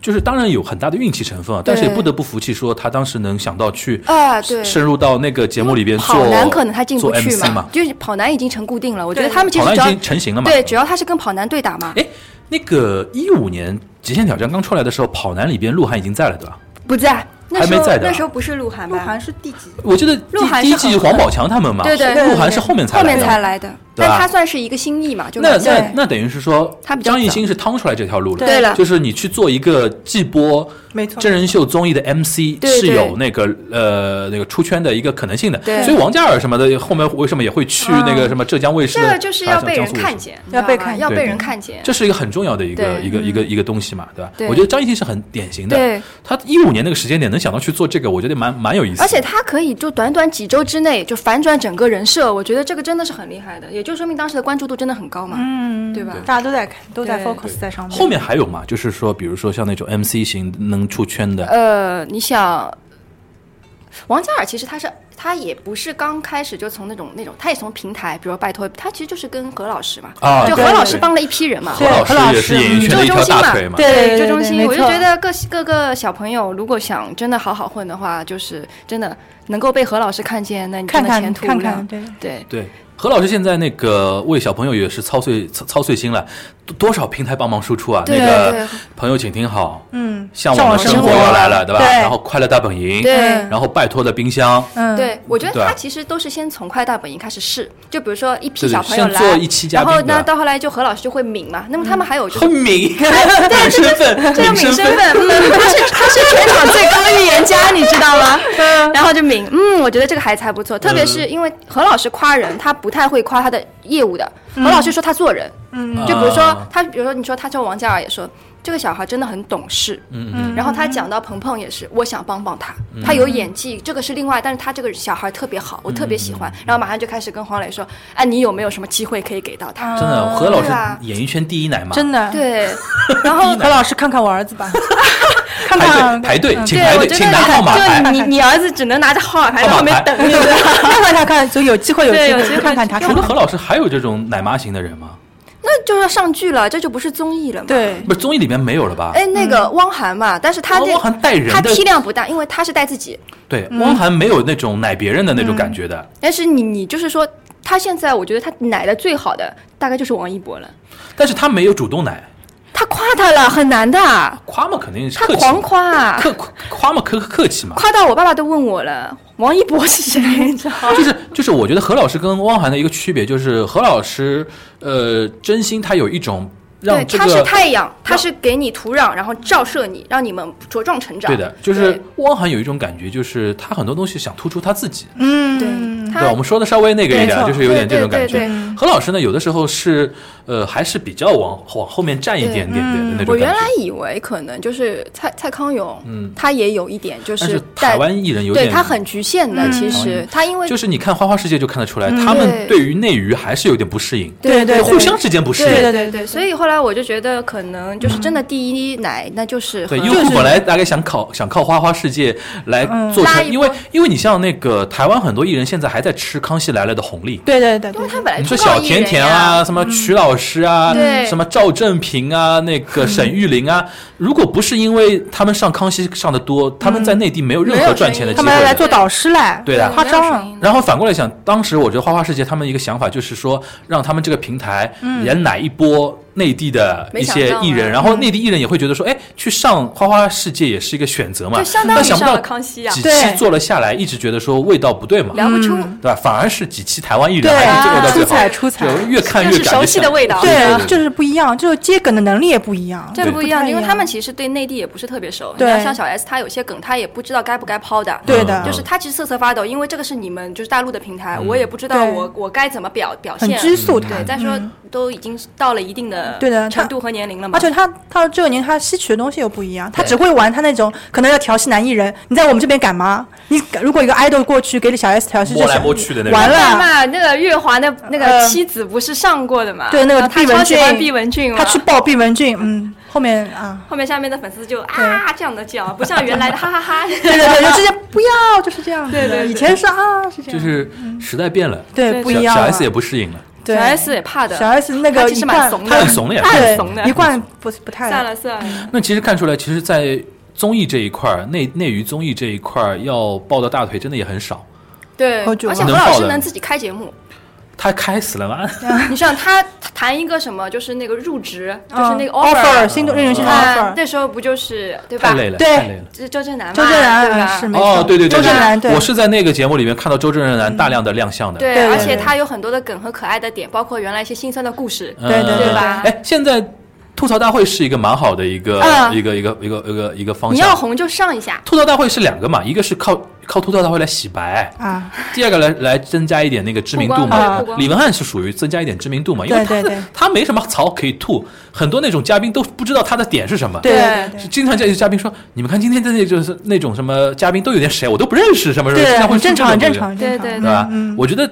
Speaker 4: 就是当然有很大的运气成分啊，但是也
Speaker 2: 对
Speaker 4: 不得不服气，说他当时能想到去
Speaker 2: 啊，对，
Speaker 4: 深入到那个节目里边做
Speaker 2: 跑男可能他进不
Speaker 4: 做
Speaker 2: 去
Speaker 4: MC 嘛，
Speaker 2: 就是跑男已经成固定了，我觉得
Speaker 3: 对
Speaker 2: 他们其
Speaker 4: 跑
Speaker 2: 实
Speaker 4: 男
Speaker 2: 只
Speaker 4: 已
Speaker 2: 要
Speaker 4: 经成型了嘛。
Speaker 2: 对，只要他是跟跑男对打嘛，
Speaker 4: 哎，那个一五年《极限挑战》刚出来的时候，跑男里边鹿晗已经在了，对吧？
Speaker 2: 不在，那
Speaker 4: 还
Speaker 2: 时
Speaker 4: 没
Speaker 2: 候
Speaker 4: 在的啊
Speaker 2: 那时候不是鹿晗
Speaker 3: 鹿
Speaker 2: 吧？
Speaker 3: 晗是第几？
Speaker 4: 我觉得第
Speaker 2: 鹿晗
Speaker 4: 第一
Speaker 2: 是很
Speaker 4: 季黄宝强他们嘛，
Speaker 2: 对对
Speaker 3: 对
Speaker 4: 鹿晗是后面才
Speaker 2: 后面
Speaker 4: 的
Speaker 2: 才。来的，
Speaker 4: 对吧
Speaker 2: 但他算是一个新意嘛，就
Speaker 4: 那
Speaker 2: 蛮像
Speaker 4: 那
Speaker 3: 对
Speaker 4: 那等于是说
Speaker 2: 他，比较
Speaker 4: 张艺
Speaker 2: 早
Speaker 4: 兴是趟出来这条路了，
Speaker 2: 对了
Speaker 4: 就是你去做一个季播，
Speaker 3: 没错，
Speaker 4: 真人秀综艺的 MC
Speaker 2: 对
Speaker 4: 是
Speaker 2: 对
Speaker 4: 有那个呃那个出圈的一个可能性的，
Speaker 2: 对
Speaker 4: 所以王嘉尔什么的后面为什么也会去那个什么浙江卫视
Speaker 2: 这
Speaker 4: 的，
Speaker 2: 个啊就是要被人看见，
Speaker 4: 见，
Speaker 3: 要被看
Speaker 2: 看，
Speaker 3: 见
Speaker 2: 要
Speaker 4: 对
Speaker 2: 被
Speaker 4: 对
Speaker 2: 人看见，
Speaker 4: 这是一个很重要的一个
Speaker 2: 对嗯
Speaker 4: 一个一个一个东西嘛，对吧？
Speaker 2: 对
Speaker 4: 我觉得张艺兴是很典型的，
Speaker 2: 对。
Speaker 4: 他一五年那个时间点能想到去做这个，我觉得蛮蛮有意思的，
Speaker 2: 而且他可以就短短几周之内就反转整个人设，我觉得这个真的是很厉害的，也就说明当时的关注度真的很高嘛，
Speaker 3: 嗯，
Speaker 2: 对吧？
Speaker 3: 大家都在看，都在
Speaker 2: 对
Speaker 3: focus 在上面。
Speaker 4: 后面还有嘛，就是说比如说像那种 MC 型能出圈的，
Speaker 2: 呃，你想，王嘉尔其实他是他也不是刚开始就从那种那种，他也从平台，比如说拜托，他其实就是跟何老师嘛，
Speaker 4: 啊
Speaker 2: 就
Speaker 4: 对
Speaker 2: 何老师
Speaker 4: 对
Speaker 2: 帮了一批人嘛。
Speaker 4: 何
Speaker 3: 对
Speaker 4: 老
Speaker 3: 何老
Speaker 4: 师也是
Speaker 3: 师
Speaker 4: 演艺
Speaker 2: 嗯
Speaker 4: 圈
Speaker 2: 周
Speaker 4: 的一
Speaker 2: 中
Speaker 4: 条
Speaker 2: 心
Speaker 4: 大
Speaker 2: 嘛
Speaker 4: 腿嘛，，
Speaker 3: 对
Speaker 2: 周
Speaker 3: 对
Speaker 2: 中
Speaker 3: 对
Speaker 2: 心，
Speaker 3: 没
Speaker 2: 我就
Speaker 3: 错
Speaker 2: 觉得各各个小朋友如果想真的好好混的话，就是真的能够被何老师看见，那你真
Speaker 3: 看
Speaker 2: 的
Speaker 3: 看
Speaker 2: 前途
Speaker 3: 看
Speaker 2: 无量
Speaker 3: 看，对，
Speaker 2: 对
Speaker 4: 对，何老师现在那个为小朋友也是操碎操操碎心了，多多少平台帮忙输出啊？
Speaker 2: 对
Speaker 4: 那
Speaker 2: 对
Speaker 4: 个朋友请听好，
Speaker 3: 嗯，
Speaker 4: 向
Speaker 3: 向
Speaker 4: 往的
Speaker 3: 往
Speaker 4: 生
Speaker 3: 生
Speaker 4: 活
Speaker 3: 活
Speaker 4: 又来了，对吧？
Speaker 3: 对
Speaker 4: 然后快乐大本营，
Speaker 2: 对
Speaker 4: 然后拜托的冰箱，
Speaker 3: 嗯，
Speaker 2: 对，我觉
Speaker 4: 对
Speaker 2: 得
Speaker 4: 啊
Speaker 2: 他其实都是先从快大本营开始试，就比如说一批
Speaker 4: 对对
Speaker 2: 小朋友
Speaker 4: 先做
Speaker 2: 来
Speaker 4: 一期，嘉
Speaker 2: 然
Speaker 4: 宾
Speaker 2: 后
Speaker 4: 的
Speaker 2: 呢到后来就何老师就会抿嘛，那么他
Speaker 3: 嗯
Speaker 2: 们还有就是
Speaker 4: 很敏感身 份，
Speaker 2: 这个抿
Speaker 4: 身
Speaker 2: 身份，嗯，他是他是全场最高预言家，你知道吗？然后就抿，嗯，我觉得这个孩子还不错，特别是因为何老师夸人，他不太会夸他的业务的。何老师说他做人，
Speaker 3: 嗯
Speaker 2: 就比如说
Speaker 4: 啊
Speaker 2: 他，比如说你说他叫王嘉尔也说。这个小孩真的很懂事，
Speaker 4: 嗯
Speaker 3: 嗯
Speaker 2: 然后他讲到鹏鹏也是，我想帮帮他，他有演技，这个是另外，但是他这个小孩特别好，我特别喜欢，然后马上就开始跟黄磊说，哎，你有没有什么机会可以给到他？
Speaker 4: 真的，何老师
Speaker 2: 对啊
Speaker 4: 演艺圈第一奶妈，
Speaker 3: 真的，
Speaker 2: 对，
Speaker 3: 然后何老师看看我儿子吧，看
Speaker 4: 排
Speaker 3: 看
Speaker 4: 队排队，
Speaker 3: 嗯
Speaker 4: 请
Speaker 2: 对
Speaker 4: 排，
Speaker 2: 我
Speaker 4: 队，
Speaker 2: 觉
Speaker 4: 请
Speaker 2: 得
Speaker 4: 拿号码牌
Speaker 2: 就。你你儿子只能拿着号码牌在后
Speaker 4: 号码
Speaker 2: 面
Speaker 4: 牌
Speaker 2: 等，
Speaker 3: 对对对看看他看，就有机会有
Speaker 2: 对
Speaker 3: 机
Speaker 2: 有机
Speaker 3: 会
Speaker 2: 会
Speaker 3: 看看他，
Speaker 4: 除
Speaker 3: 看
Speaker 4: 了
Speaker 3: 看
Speaker 4: 何
Speaker 3: 他，
Speaker 4: 老师，还有这种奶妈型的人吗？
Speaker 2: 那就要上剧了，这就不是综艺了嘛。，
Speaker 3: 对
Speaker 4: 不是综艺里面没有了吧？
Speaker 2: 哎，那个汪涵嘛，但是他
Speaker 4: 哦
Speaker 2: 这
Speaker 4: 汪涵带人
Speaker 2: 他
Speaker 4: 的
Speaker 2: 批量不大，因为他是带自己，
Speaker 4: 对，
Speaker 2: 嗯
Speaker 4: 汪涵没有那种奶别人的那种感觉的。
Speaker 2: 但是你你就是说，他现在我觉得他奶的最好的大概就是王一博了，
Speaker 4: 但是他没有主动奶，
Speaker 2: 他夸他了，很难的，
Speaker 4: 夸嘛肯定是
Speaker 2: 他
Speaker 4: 客气嘛，
Speaker 2: 狂夸啊，
Speaker 4: 客夸夸嘛客客气嘛，
Speaker 2: 夸到我爸爸都问我了，王一博是谁？ 你知道吗
Speaker 4: 就是就是我觉得何老师跟汪涵的一个区别就是何老师呃真心他有一种让
Speaker 2: 对，
Speaker 4: 这
Speaker 2: 他是
Speaker 4: 个。
Speaker 2: 太阳，他是给你土壤，然后照射你，让你们茁壮成长。
Speaker 4: 对的，就是
Speaker 2: 对
Speaker 4: 汪涵有一种感觉，就是他很多东西想突出他自己，
Speaker 3: 嗯
Speaker 2: 对
Speaker 3: 嗯
Speaker 4: 对吧，
Speaker 2: 他
Speaker 4: 我们说的稍微那个一
Speaker 3: 没
Speaker 4: 点，
Speaker 3: 错
Speaker 4: 就是有点这种
Speaker 2: 对对
Speaker 4: 感
Speaker 2: 对
Speaker 4: 觉。何老师呢，有的时候是呃，还是比较往往后面站一点点点的那
Speaker 2: 嗯我
Speaker 4: 种
Speaker 2: 原
Speaker 4: 感
Speaker 2: 来
Speaker 4: 觉。
Speaker 2: 以为可能就是蔡蔡康永，
Speaker 4: 嗯
Speaker 2: 他也有一点就
Speaker 4: 但是
Speaker 2: 在
Speaker 4: 台湾艺人有点，
Speaker 2: 对他很局限的，
Speaker 3: 嗯
Speaker 2: 其实他因为
Speaker 4: 就是你看《花花世界》就看得出来，
Speaker 3: 嗯
Speaker 4: 他们
Speaker 2: 对
Speaker 4: 对于内娱还是有点不适应，
Speaker 3: 对对
Speaker 4: 互相之间不适
Speaker 2: 对
Speaker 4: 应。
Speaker 2: 对对对，所以后来我就觉得可能就是真的第一奶，那就是
Speaker 4: 嗯对，
Speaker 2: 和
Speaker 4: 优酷本来大概想考想靠《花花世界》来做
Speaker 2: 嗯拉
Speaker 4: 成，
Speaker 2: 一波
Speaker 4: 因为因为你像那个台湾很多艺人现在还在吃《康熙来了》的红利，
Speaker 3: 对对对对
Speaker 2: 因为他本来
Speaker 4: 你
Speaker 2: 出
Speaker 4: 说
Speaker 2: 道
Speaker 4: 小
Speaker 2: 艺
Speaker 4: 甜
Speaker 2: 人
Speaker 4: 甜
Speaker 2: 呀嗯
Speaker 4: 啊，，什么曲老师啊，
Speaker 2: 对嗯
Speaker 4: 什么赵正平啊，那个沈玉琳啊，如果不是因为他们上康熙上的多，他们在内地没有任
Speaker 2: 嗯没有
Speaker 4: 何赚钱的
Speaker 2: 生意
Speaker 4: 机
Speaker 3: 他
Speaker 4: 会
Speaker 3: 们要来
Speaker 4: 的。
Speaker 3: 做导师来，
Speaker 4: 对的
Speaker 3: 夸张
Speaker 2: 没有
Speaker 3: 啊
Speaker 2: 声！音
Speaker 4: 然后反过来想，当时我觉得花花世界他们一个想法就是说，让他们这个平台也奶一波内地的一些
Speaker 2: 没想到
Speaker 4: 艺
Speaker 3: 嗯
Speaker 4: 人，
Speaker 2: 啊
Speaker 4: 然后内地艺人也会觉得说，哎，去上花花世界也是一个选择嘛。
Speaker 2: 就相当于
Speaker 4: 但想不
Speaker 2: 上
Speaker 4: 到
Speaker 2: 了康熙啊
Speaker 4: 几，
Speaker 3: 对
Speaker 4: 期做了下来，一直觉得说味道不对嘛，
Speaker 2: 聊不出，
Speaker 3: 嗯
Speaker 4: 对吧？反而是几期台湾艺
Speaker 3: 对啊
Speaker 4: 人啊还是这个味道
Speaker 3: 出
Speaker 4: 最好
Speaker 3: 彩，出彩，
Speaker 4: 就越看越
Speaker 2: 就是
Speaker 4: 感觉
Speaker 2: 熟悉的
Speaker 4: 像
Speaker 2: 味道
Speaker 3: 对，就是不一样，就是接梗的能力也不一样。
Speaker 2: 这
Speaker 4: 对
Speaker 2: 不
Speaker 3: 不
Speaker 2: 一样，
Speaker 3: 太一
Speaker 2: 因为
Speaker 3: 样
Speaker 2: 他们其实对内地也不是特别熟。
Speaker 3: 对
Speaker 2: 你看像小 S，他有些梗他也不知道该不该抛的。
Speaker 3: 对的
Speaker 2: 就是他其实瑟瑟发抖，因为这个是你们就是大陆的平台，我也不知道
Speaker 3: 对
Speaker 2: 我我该怎么表表
Speaker 3: 很
Speaker 2: 现。
Speaker 3: 拘束他嗯
Speaker 2: 对，，再说都已经到了一定的
Speaker 3: 对的他
Speaker 2: 程度和年龄了嘛，
Speaker 3: 而且啊他他这个年他吸取的东西又不一样，他
Speaker 4: 对
Speaker 3: 只会玩他那种可能要调戏男艺人，你在我们这边敢吗？你敢如果一个 idol 过去给你小 S 调戏，
Speaker 4: 摸来
Speaker 3: 这是
Speaker 4: 摸去的那种
Speaker 3: 完
Speaker 2: 对
Speaker 3: 了，
Speaker 2: 嘛，那个月华那那个
Speaker 3: 呃
Speaker 2: 妻子不是上过的嘛？
Speaker 3: 对那个
Speaker 2: 然啊后他
Speaker 3: 毕雯
Speaker 2: 超喜欢
Speaker 3: 珺
Speaker 2: 毕雯珺嘛，
Speaker 3: 他去抱毕雯珺，嗯，后面啊，
Speaker 2: 后面下面的粉丝就啊这样的叫，不像原来的哈哈哈。
Speaker 3: 对对对，就直接不要，就是这样，
Speaker 2: 对对对
Speaker 3: 以前是啊，是这
Speaker 4: 就
Speaker 3: 样，
Speaker 4: 是时代变了，
Speaker 3: 对不一样
Speaker 4: 小小
Speaker 3: 了
Speaker 4: S 也不适应了，
Speaker 3: 对
Speaker 2: 小 S 也怕的，
Speaker 3: 小 S 那
Speaker 2: 他
Speaker 3: 个
Speaker 2: 其
Speaker 3: 一
Speaker 2: 实蛮
Speaker 3: 贯
Speaker 2: 怂的，
Speaker 4: 他很怂的呀
Speaker 2: 他很
Speaker 3: 对
Speaker 2: 怂的
Speaker 3: 一。贯不不太
Speaker 2: 算了算了，
Speaker 4: 那其实看出来，其实，在综艺这一块儿，内内娱综艺这一块儿要抱到大腿真的也很少。
Speaker 2: 对，
Speaker 3: 好久
Speaker 2: 而且何
Speaker 4: 了
Speaker 2: 老师能自己开节目，
Speaker 4: 他开死了吗？
Speaker 2: 你像他他谈一个什么，就是那个入职，就是
Speaker 3: 嗯
Speaker 2: 那个
Speaker 3: offer
Speaker 2: offer，啊
Speaker 3: 新东令人新的
Speaker 2: 他
Speaker 3: offer，
Speaker 2: 那时候不就是对吧？
Speaker 4: 太累了，
Speaker 3: 对
Speaker 4: 太累了。
Speaker 2: 这周震南嘛，
Speaker 3: 周震
Speaker 2: 对吧
Speaker 3: 南？是没错
Speaker 4: 哦，对对对，
Speaker 3: 周震南对
Speaker 4: 我是在那个节目里面看到周震南大量的亮相的。
Speaker 2: 对
Speaker 3: 对，对
Speaker 2: 而且
Speaker 3: 对
Speaker 2: 他有很多的梗和可爱的点，包括原来一些心酸的故事。
Speaker 4: 嗯，
Speaker 3: 对对
Speaker 2: 对吧
Speaker 4: 哎，现在吐槽大会是一个蛮好的一个
Speaker 2: 嗯
Speaker 4: 一个一个一个一个一个方
Speaker 2: 你要
Speaker 4: 向。
Speaker 2: 红就上一下，
Speaker 4: 吐槽大会是两个嘛，一个是靠靠吐槽大会来洗白，
Speaker 3: 啊，
Speaker 4: 第二个来来增加一点那个知名度
Speaker 2: 曝光
Speaker 4: 嘛
Speaker 2: 曝。光
Speaker 4: 李文翰是属于增加一点知名度嘛，因为他
Speaker 3: 对对对
Speaker 4: 他没什么槽可以吐，很多那种嘉宾都不知道他的点是什么。
Speaker 3: 对
Speaker 2: 对
Speaker 3: 对
Speaker 4: 是
Speaker 3: 对。
Speaker 4: 经常叫一些嘉宾说，你们看今天的那就是那种什么嘉宾都有点谁，我都不认识什么什么，经
Speaker 3: 对，
Speaker 4: 常会
Speaker 3: 很
Speaker 4: 出这
Speaker 3: 正
Speaker 4: 种
Speaker 3: 常，很正
Speaker 4: 东西
Speaker 3: 常，很正常
Speaker 2: 对对
Speaker 4: 对吧？
Speaker 3: 嗯嗯
Speaker 4: 我觉得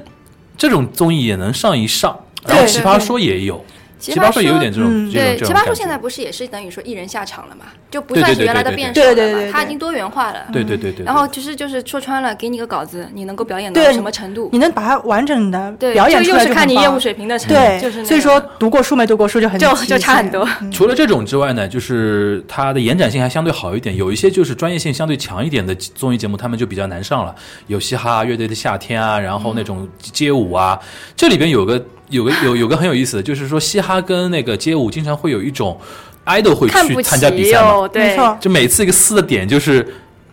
Speaker 4: 这种综艺也能上一上，
Speaker 3: 对
Speaker 4: 然后奇葩说也有，
Speaker 2: 奇
Speaker 4: 奇
Speaker 2: 葩
Speaker 4: 葩
Speaker 2: 说
Speaker 4: 说也有点这种
Speaker 3: 嗯
Speaker 4: 这种
Speaker 2: 对，
Speaker 4: 这
Speaker 2: 奇
Speaker 4: 种
Speaker 2: 葩
Speaker 4: 感
Speaker 2: 说
Speaker 4: 觉。
Speaker 2: 现在不是也是等于说一人下场了嘛，就不
Speaker 4: 对
Speaker 2: 算
Speaker 4: 对
Speaker 2: 是
Speaker 4: 对
Speaker 2: 原来的
Speaker 4: 对对
Speaker 2: 辩手
Speaker 3: 对
Speaker 2: 了嘛，
Speaker 3: 对对对
Speaker 2: 他已
Speaker 3: 对
Speaker 2: 经多元化了。
Speaker 4: 对对对对对，
Speaker 2: 然后其实就是说穿了，给你个稿子，你能够表演到
Speaker 3: 对
Speaker 2: 什么程度
Speaker 3: 你？能把它完整的
Speaker 2: 对，
Speaker 3: 表演
Speaker 2: 这
Speaker 3: 出
Speaker 2: 又
Speaker 3: 来
Speaker 2: 是
Speaker 3: 就
Speaker 2: 看
Speaker 3: 很
Speaker 2: 你
Speaker 3: 棒
Speaker 2: 业务水平的程度，
Speaker 3: 对，
Speaker 2: 嗯就是那
Speaker 3: 所以
Speaker 2: 个
Speaker 3: 说读过书没读过书就很嗯
Speaker 2: 就
Speaker 3: 奇
Speaker 2: 就差很多。
Speaker 4: 除了这种之外呢，就是它的延展性还相对好一点，有一些就是专业性相对强一点的综艺节目，他们就比较难上了，有嘻哈、乐队的夏天啊，然后那种街舞啊，这里边有个有个有有个很有意思的，就是说嘻哈跟那个街舞经常会有一种 idol 会
Speaker 2: 看
Speaker 4: 去
Speaker 2: 不
Speaker 4: 参加比
Speaker 2: 起
Speaker 4: 赛嘛，
Speaker 2: 哟，对
Speaker 3: 没错
Speaker 4: 就每次一个撕的点就是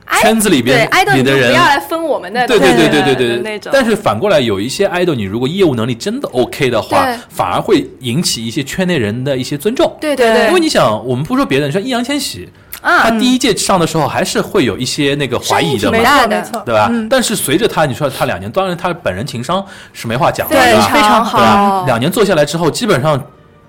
Speaker 2: 哎
Speaker 4: 圈子里
Speaker 2: 对
Speaker 4: 边
Speaker 2: ，idol
Speaker 4: 你
Speaker 2: 你
Speaker 4: 的
Speaker 2: 就
Speaker 4: 人
Speaker 2: 不要来分我们的
Speaker 4: 对对对对对
Speaker 2: 的
Speaker 4: 对
Speaker 2: 那种。
Speaker 4: 但是反过来，有一些 idol，你如果业务能力真的 OK 的话
Speaker 2: 对，
Speaker 4: 反而会引起一些圈内人的一些尊重。
Speaker 2: 对对
Speaker 3: 对
Speaker 2: 对
Speaker 4: 因为，你想，我们不说别的，你像易烊千玺，
Speaker 2: 啊
Speaker 4: 他，第一届上的时候还是会有一些那个怀疑的
Speaker 2: 声音挺大。
Speaker 4: 嘛
Speaker 3: 错
Speaker 2: 的
Speaker 3: 没错，
Speaker 4: 对吧？
Speaker 3: 嗯，
Speaker 4: 但是随着他，你说他两年，当然他本人情商是没话讲的，
Speaker 2: 对
Speaker 4: 吧？
Speaker 3: 非常
Speaker 4: 对吧？
Speaker 2: 好，
Speaker 4: 两年做下来之后，基本上